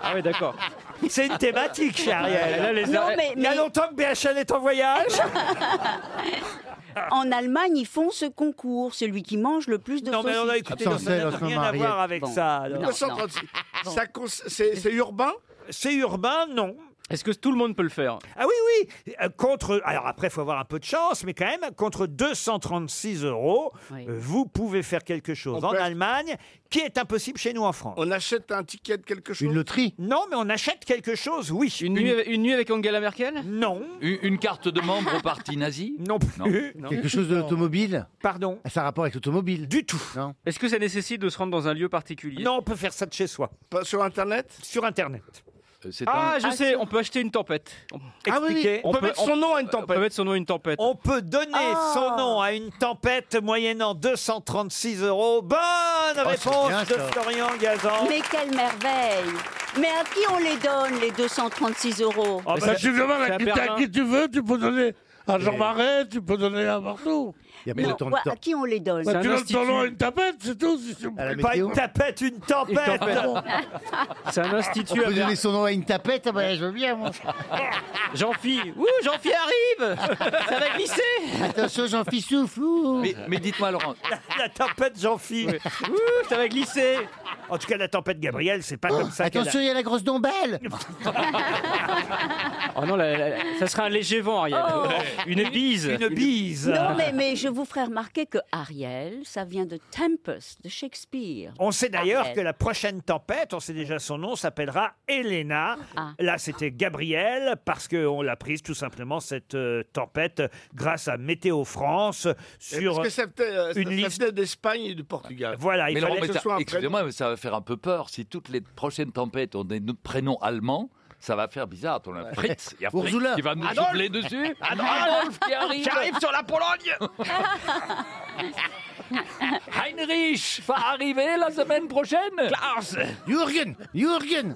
Ah oui, d'accord. Ah, C'est une thématique, chez Ariel.
Là, les- Non, mais-
Il y a
mais-
longtemps que BHL est en voyage.
en Allemagne, ils font ce concours, celui qui mange le plus de
Non,
saucisses.
mais on a écouté, donc ça n'a rien à voir avec ça. alors.
Ça
C'est urbain C'est urbain, non. Est-ce que tout le monde peut le faire Ah oui, oui. Euh, Contre, alors après, il faut avoir un peu de chance, mais quand même, contre 236 euros, euh, vous pouvez faire quelque chose
On
en
peut-
Allemagne qui est impossible chez nous en France.
On achète un ticket de quelque chose.
loterie Non, mais on achète quelque chose, oui. Une,
nuit avec- Angela Merkel
Non.
Une, une carte de membre au parti nazi
Non
plus.
Quelque chose de l'automobile
Pardon
Ça a rapport avec l'automobile
Du tout.
Non.
Est-ce que ça nécessite de se rendre dans un lieu particulier
Non, on peut faire ça de chez soi.
Pas sur Internet
Sur Internet.
Ah,
un-
je
Ah,
sais, on peut acheter une tempête. On-
Ah oui, oui.
Expliquez.
On peut mettre son nom à une
On
tempête. Ah.
peut mettre son nom à une tempête.
On peut donner son nom à une tempête moyennant 236 euros. Bonne Oh, réponse
Oh, bien,
de
ça.
Florian Gazan.
Mais quelle merveille Mais à qui on les donne, les 236 euros
Bah, tu demandes à qui, à qui tu veux, tu peux donner à Jean Marais, tu peux donner à partout.
Non, ouais, à qui on les donne
Bah, tu donnes ton nom à une tapette, c'est tout. si tu-
la Pas météo. une
tapette, une tempête.
C'est un institut.
On peut donner son nom à une tapette, ah bah, je veux bien, moi.
Jean-Phi. Ouh, Jean-Phi arrive Ça va glisser
Attention, jean fils souffle. ouh.
Mais, mais dites-moi, Laurent.
La tempête Jean-Phi.
Ouh, ça va glisser.
En tout cas, la tempête Gabriel, c'est
Oh,
pas Ah, comme ça. qu'elle
Attention, il y a la grosse dombelle.
Oh non, la- la- la- ça sera un léger vent, Ariel.
Oh.
Une bise.
Une bise.
Non, mais, mais je vous ferai remarquer que Ariel, ça vient de Tempest, de Shakespeare.
On sait d'ailleurs
Arrête.
que la prochaine tempête, on sait déjà son nom, s'appellera Elena.
Ah.
Là, c'était Gabrielle, parce qu'on l'a prise tout simplement, cette euh, tempête, grâce à Météo France, sur
Parce que ça, peut- euh, ça-
une
ça
liste.
venait d'Espagne et du Portugal.
Ah,
Voilà,
Mais
il
Laurent,
fallait
mais
que
ça-
ce soit un
excusez-moi, mais ça va faire un peu peur. Si toutes les prochaines tempêtes ont des no- prénoms allemands, ça va faire bizarre. On a Fritz, il y a Fritz
Ursula.
qui va nous
Adolphe.
souffler dessus.
Adolphe.
Adolphe Ah qui arrive.
Qui arrive
sur la Pologne. Heinrich va arriver la semaine prochaine. Klaus.
Jürgen, Jürgen.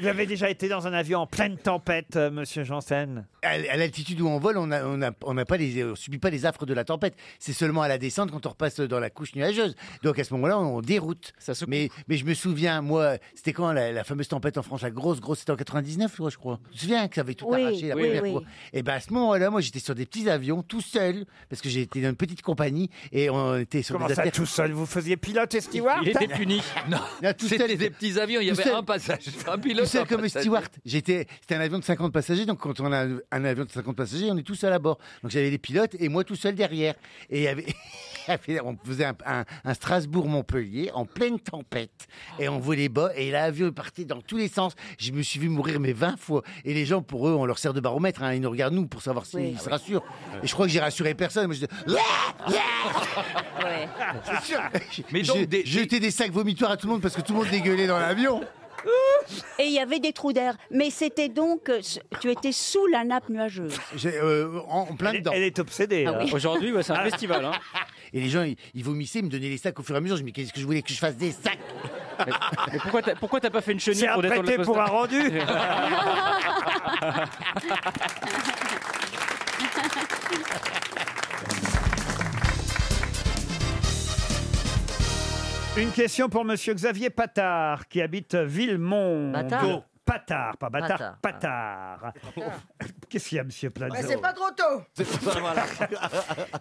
Vous avez déjà été dans un avion en pleine tempête, euh, monsieur Janssen
À, à l'altitude où on vole, on a- on a- on n'a pas les, on subit pas les affres de la tempête. C'est seulement à la descente quand on repasse dans la couche nuageuse. Donc à ce moment-là, on déroute. mais, mais je me souviens, moi, c'était quand la, la fameuse tempête en France, la grosse, grosse, c'était en 99, je crois. Je me souviens que ça avait tout
Oui,
arraché la
oui,
première
oui.
fois. Et ben à ce moment-là, moi, j'étais sur des petits avions, tout seul, parce que j'étais dans une petite compagnie et on était sur
Comment
des
ça,
affaires-
tout seul Vous faisiez pilote et steward
Il était puni. Non,
Non, tout
c'était
seul,
des petits avions. Il y
tout
avait
seul.
un passage, un
Tout
pilote.
hein,
seul
un
comme
passager.
Stewart. J'étais, c'était un avion de 50 passagers, donc quand on a un- un avion de 50 passagers, on est tout seul à bord. Donc j'avais les pilotes et moi tout seul derrière. Et il y avait- il y avait- on faisait un, un- un Strasbourg-Montpellier en pleine tempête. Et on volait bas et l'avion partait dans tous les sens. Je me suis vu mourir mais 20 fois. Et les gens, pour eux, on leur sert de baromètre. hein. Ils nous regardent nous pour savoir s'ils
Oui.
se rassurent. Et je crois que j'ai rassuré personne. Moi, je dis, Ah
Ouais.
Mais
J'ai- j'ai jeté des sacs vomitoires à tout le monde parce que tout le monde dégueulait dans l'avion.
Et il y avait des trous d'air. Mais c'était donc. euh, s- Tu étais sous la nappe nuageuse.
J'ai, euh, en, en plein dedans. Elle
est obsédée.
Ah oui. hein.
Aujourd'hui, ouais, c'est un festival. hein.
Et les gens, ils, ils vomissaient, ils me donnaient les sacs au fur et à mesure. Je me dis, qu'est-ce que je voulais que je fasse des sacs
Mais, mais pourquoi t'as pourquoi t'as pas fait une chenille
C'est un
pour détendre
prêté
le
pour
poster
un rendu.
Une question pour monsieur Xavier Patard, qui habite Villemont.
Patard
Patard, pas Patard,
Patard.
Patard. Qu'est-ce qu'il y a, monsieur Plaza
Mais c'est pas trop tôt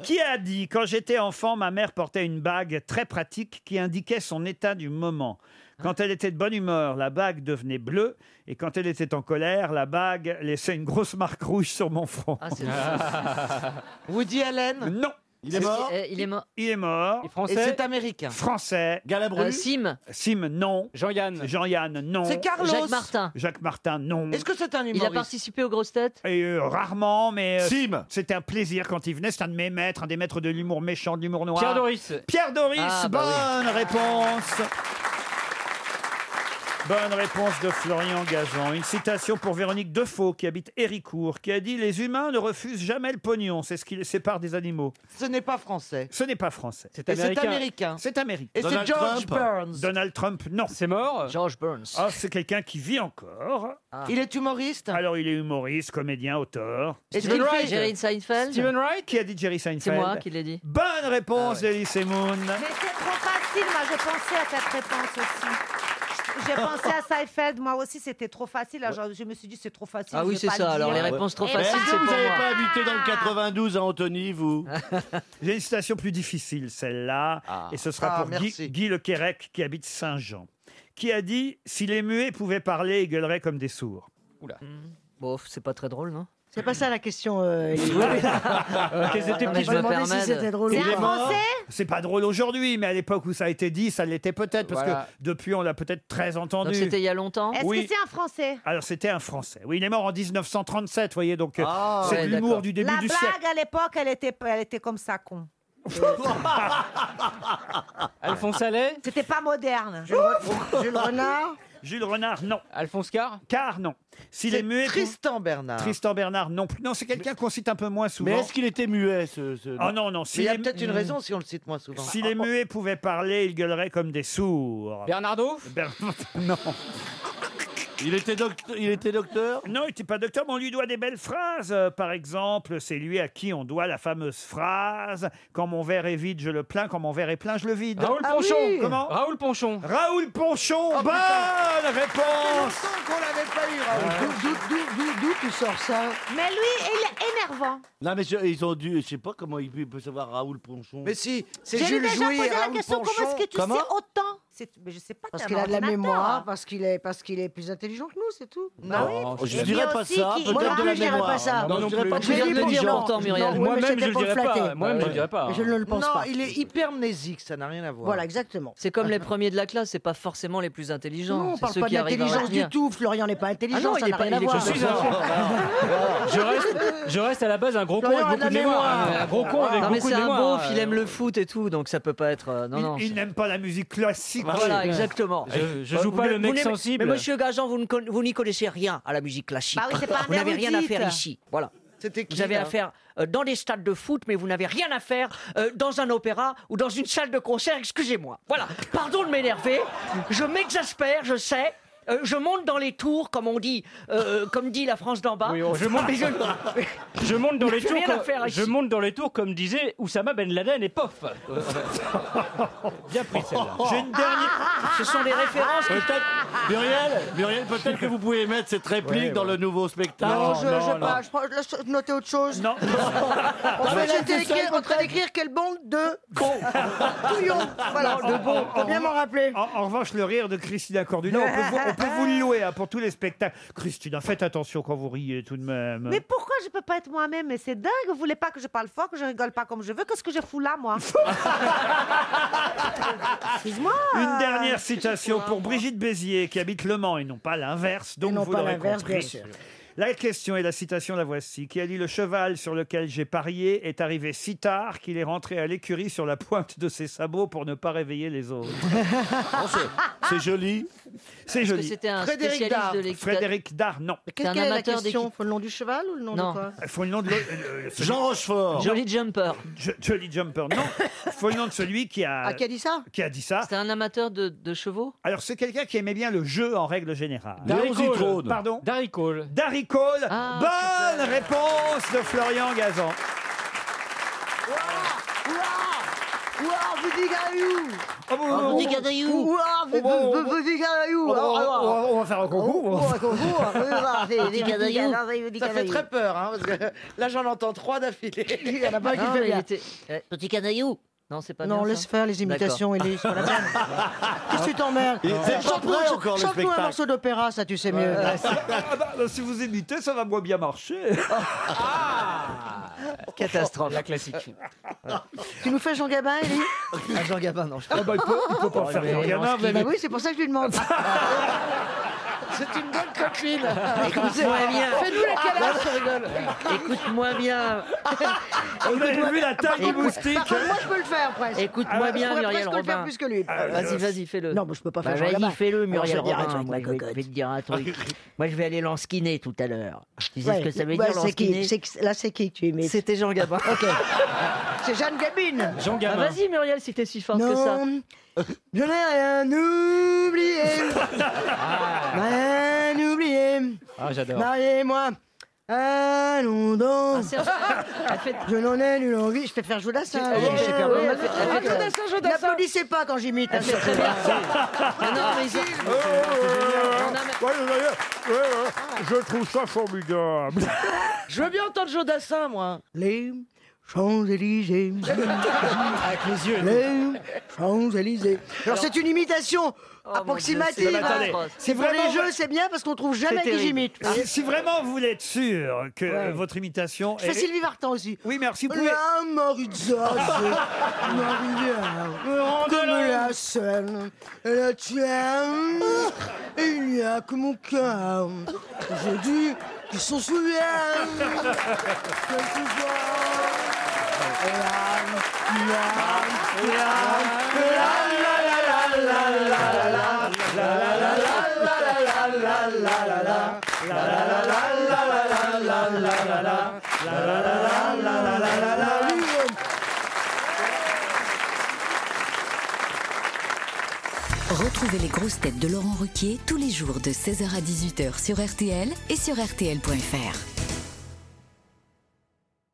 Qui a dit Quand j'étais enfant, ma mère portait une bague très pratique qui indiquait son état du moment. Quand elle était de bonne humeur, la bague devenait bleue. Et quand elle était en colère, la bague laissait une grosse marque rouge sur mon front.
c'est-
Woody Allen
Non.
Il est mort
Euh, il est mort.
Il est mort.
français Et c'est américain.
Français.
Galabru Euh, Sim.
Sim, non. Jean-Yann. Jean-Yann, non.
C'est Carlos. Jacques Martin.
Jacques Martin, non.
Est-ce que c'est un humoriste Il a participé aux grosses têtes
Et, euh, rarement, mais. Sim C'était un plaisir quand il venait. C'est un de mes maîtres, un des maîtres de l'humour méchant, de l'humour noir.
Pierre Doris.
Pierre Doris,
Ah, bah
bonne
oui.
réponse. Bonne réponse de Florian Gazan. Une citation pour Véronique Defoe, qui habite Héricourt, qui a dit Les humains ne refusent jamais le pognon, c'est ce qui les sépare des animaux.
Ce n'est pas français.
Ce n'est pas français. C'est
Et c'est américain.
C'est américain.
Et c'est George Burns.
Donald Trump, non. C'est mort
George Burns.
Ah, c'est quelqu'un qui vit encore.
Ah.
Ah.
Il est humoriste
Alors, il est humoriste, comédien, auteur.
Est-ce Steven qu'il fait Wright. Jerry Seinfeld Steven
Wright Qui a dit Jerry Seinfeld
moi qui l'ai dit.
Bonne réponse
Ah
d'Elise Moon.
C'était trop facile, moi je pensais à cette réponse aussi. J'ai pensé à Seinfeld, moi aussi c'était trop facile. Alors, je, je me suis dit c'est trop facile.
Ah oui,
je vais
c'est
pas
ça.
le
Alors,
dire.
les réponses
Eh
trop
Et
faciles,
ben,
bam
c'est pour
Vous n'avez
moi.
pas habité dans le 92 à Antony, vous
Ah. J'ai une citation plus difficile, celle-là. Et ce sera
Ah,
pour Guy,
merci.
Guy Le Quérec, qui habite Saint-Jean, qui a dit Si les muets pouvaient parler, ils gueuleraient comme des sourds. Mmh. Oula.
Bon, c'est pas très drôle, non
C'est pas ça la question. Euh,
Oui, oui. Euh, qu'elles étaient
On va
petites,
pas
je me
demander
permets
si
de-
c'était drôle
Il
ou
est
pas.
mort. C'est pas drôle aujourd'hui, mais à l'époque où ça a été dit, ça l'était peut-être, parce
Voilà.
que depuis, on l'a peut-être très entendu.
Donc, c'était il y a longtemps
Est-ce
Oui.
que c'est un français
Alors, c'était un Français. Oui, il est mort en 1937, vous voyez, donc euh,
Ah,
c'est
ouais,
de l'humour
d'accord.
du début
La
du
blague
siècle.
à l'époque, elle était, elle était comme ça, con.
Alphonse Allais
C'était pas moderne.
Jules Renard
Jules Renard, non.
Alphonse Carr
Car non. S'il est, muet.
Tristan Bernard.
Tristan Bernard, non plus. Non, c'est quelqu'un qu'on cite un peu moins souvent.
Mais est-ce
qu'il était muet, ce. Oh non, non.
Mais il y a
les-
peut-être une
Hmm.
raison si on le cite moins souvent. Oh,
Si les muets pouvaient parler, ils gueuleraient comme des sourds.
Bernardo
Ber- Non. Il était, docteur, il était docteur Non, il n'était pas docteur, mais on lui doit des belles phrases. Euh, Par exemple, c'est lui à qui on doit la fameuse phrase « Quand mon verre est vide, je le plains. Quand mon verre est plein, je le vide. »
Raoul Ponchon.
Comment
Raoul Ponchon.
Raoul Ponchon
oh,
Oh,
Bonne réponse
qu'on l'avait pas eu,
oh,
hein.
D'où tu sors ça
Mais lui, il est énervant.
Non, mais je- ils ont dû. Je sais pas comment il peut, il peut savoir Raoul Ponchon.
Mais si, c'est J'ai Jules déjà J'ai posé la question comment est-ce que tu sais autant C'est- Mais je sais pas.
Parce
t'as
qu'il
un
a de la
ordinateur.
hein.
mémoire, parce qu'il est, parce qu'il est plus intelligent que nous, c'est tout.
Bah oui. Non, je dirais pas ça, peut-être
Moi non
de
plus,
la
je dirais
mémoire.
Ah, pas ça.
Non, non
Je dirais
plus.
pas-
Tu
je
viens de
dis
le
pour
dire,
Jean.
pourtant, Muriel.
Non, oui, mais
Moi-même,
c'était
je le
pour
dirais pas.
flatter.
Moi-même, je le dirais pas.
Je ne le pense
non,
pas.
il est hypermnésique, ça n'a rien à voir.
Voilà, exactement.
C'est comme les premiers de la classe, c'est pas forcément les plus intelligents.
Non, on
c'est
parle
ceux
pas
qui arrivent à
d'intelligence
retenir.
du tout. Florian n'est pas intelligent,
Ah non,
ça
il est
n'a
pas-
rien à
il est-
voir.
je suis un-
Je reste, je reste à la base un gros con
Florian
avec
a de la
beaucoup de mémoire.
mémoire.
Un gros con avec
non, Ah, mais
beaucoup
c'est
de
un
mémoire.
beauf, il aime le foot et tout, donc ça peut pas être. euh, non, non.
Il, il n'aime pas la musique classique.
Voilà, exactement.
Je- je joue pas le mec
n'aimez-
sensible.
Mais monsieur Gajan, vous, ne conna- vous n'y connaissez rien à la musique classique.
Bah oui, c'est pas un
vous n'avez rien à
érudite.
faire ici. Voilà.
C'était qui,
Vous avez
là
affaire euh, dans des stades de foot, mais vous n'avez rien à faire euh, dans un opéra ou dans une salle de concert. Excusez-moi. Voilà. Pardon de m'énerver. Je m'exaspère, je sais. Euh, je monte dans les tours, comme on dit, euh, comme dit la France d'en bas.
Oui, oh, je monte-
Mais
Je monte dans
Il
les
fait
tours.
rien à
comme-
faire ici.
je monte dans les tours comme disait Oussama Ben Laden et pof. Bien pris celle-là. Euh,
J'ai une dernière.
Ce sont des références. qui-
Peut-être, Muriel, Muriel peut-être que vous pouvez mettre cette réplique
Ouais,
dans
ouais.
le nouveau spectacle.
Non, je, je, pas, je, prends- laisse noter autre chose.
Non.
On
Non, mais
fait la
j'étais
décrire- en train d'écrire quelle bande de cons. Touillon. Voilà.
Non, de bons.
Faut bien m'en rappeler.
En, en revanche, le rire de Christina Cordula, on peut vous, on peut vous le louer hein, pour tous les spectacles. Christina, faites attention quand vous riez tout de même.
Mais pourquoi je peux pas être moi-même Mais c'est dingue, vous voulez pas que je parle fort, que je rigole pas comme je veux, qu'est-ce que je fous là, moi Excuse-moi
Ah,
Une dernière citation pour Brigitte Bézier, qui habite Le Mans, et non pas l'inverse, donc
Et non
vous
pas
l'aurez
l'inverse, bien
compris.
sûr.
La question et la citation, la voici, qui a dit « Le cheval sur lequel j'ai parié est arrivé si tard qu'il est rentré à l'écurie sur la pointe de ses sabots pour ne pas réveiller les autres. Oh, C'est joli.
Est-ce
C'est
que
joli.
c'était un Frédéric spécialiste Dard. de l'équitation
Frédéric Dard, non.
T'es un
Quelle est la
amateur
question
d'équipe.
Faut le nom du cheval ou le nom
Non.
de quoi
Il faut le nom de l'autre, euh, euh, celui-
Jean Rochefort.
Jolly Jumper.
Jo- Jolly Jumper, non. Il faut le nom de celui qui a,
Ah, qui a dit ça
qui a dit ça.
C'est un amateur de, de chevaux
Alors, c'est quelqu'un qui aimait bien le jeu en règle générale.
Darry
Léon
Cole.
Zitrone. Pardon
Darry Cole.
Darry Cole.
Ah,
Bonne réponse de Florian Gazan.
Ouah, vous dites gaillou
Ah, bah,
Oh, bon, bon, bon.
Ouah,
Oh,
vous- vous- vous- vous dites gaillou
On va- on va- on va- on va faire un
Oh,
concours.
un concours, oui, voilà, c'est-
Vous dites
vous dites
gaillou.
gaillou, vous dites
Ça fait
gaillou.
très peur, hein, parce que là j'en entends trois d'affilée.
Il y en a pas un qui
Non,
fait
mais il
bien.
était- euh, Petit canaillou Non, c'est pas
Non,
bien,
laisse
ça.
faire les imitations et
D'accord.
les sur la table. Qu'est-ce que tu t'emmerdes
Il- c'est pas
Chante-nous
prêt encore, le
chante-nous un
spectacle.
morceau d'opéra, ça tu
Euh,
sais mieux.
bah, Ah, bah, si vous imitez, ça va moins bien marcher.
Catastrophe. La classique. Tu nous fais Jean Gabin, Élie ah, Jean Gabin, non. Je...
Ah bah, il peut- il peut
Oh,
pas faire
mais
Jean
on se
Gabin, vous
quitte.
avez-
Bah oui, c'est pour ça que je lui demande.
C'est une bonne coquine.
Écoute-moi bien.
Fais-nous la
Ah, bah,
calage.
je rigole. Écoute-moi bien.
Vous avez vu la taille du
Écoute-
moustique
Par contre, Moi, je peux le faire presque. Écoute-moi Ah, bien, je pourrais Muriel presque le faire Robin. plus que lui. Ah, Vas-y, vas-y, fais-le. Non, moi, je peux pas faire Bah, Jean Gabin. Vas-y, fais-le, Alors, je Muriel vais dire un Robin. truc, Moi, ma je, vais, je vais te dire un truc. Moi, je vais aller l'enskiner tout à l'heure. Tu sais
Ouais,
ce que ça veut
ouais,
dire,
c'est qui-
l'enskiner
c'est qui- Là, c'est qui que tu imites
C'était Jean Gabin.
Ok. C'est Jeanne Gabine.
Jean Gabin. Bah, vas-y, Muriel, si t'es si forte que ça.
Non, Je n'ai rien oublié. rien oublié.
Ah, j'adore.
Mariez-moi. Allons donc.
Ah, c'est- elle fait-
Je n'en ai nulle envie. Je peux faire Jodassin.
Ah oui, Ah, je sais pas. Elle fait- elle fait-
Jodassin, Jodassin. N'applaudissez pas quand j'imite. hein, c'est très bien.
Ah,
Ah.
Euh,
non, mais ils-
Je trouve ça formidable.
Je veux bien entendre Jodassin, moi. Les Champs-Élysées. Avec les yeux. Les Champs-Élysées. Alors, c'est une imitation
Dieu,
approximative.
c'est
hein.
atroce.
C'est pour
Vraiment-
les jeux, c'est bien parce qu'on trouve jamais
C'est
qui
terrible.
j'imite.
Si, si vraiment vous voulez être sûr que
Ouais.
euh,
votre imitation
Je fais
est-
Sylvie Vartan aussi.
Oui, merci. Vous pouvez...
La Maritza, c'est Maria, comme la Seine, et la tienne, et il n'y a que mon cœur. J'ai dû qu'ils s'en souviennent.
Retrouvez les grosses têtes de Laurent Ruquier tous les jours de 16h à 18h sur RTL et sur RTL.fr.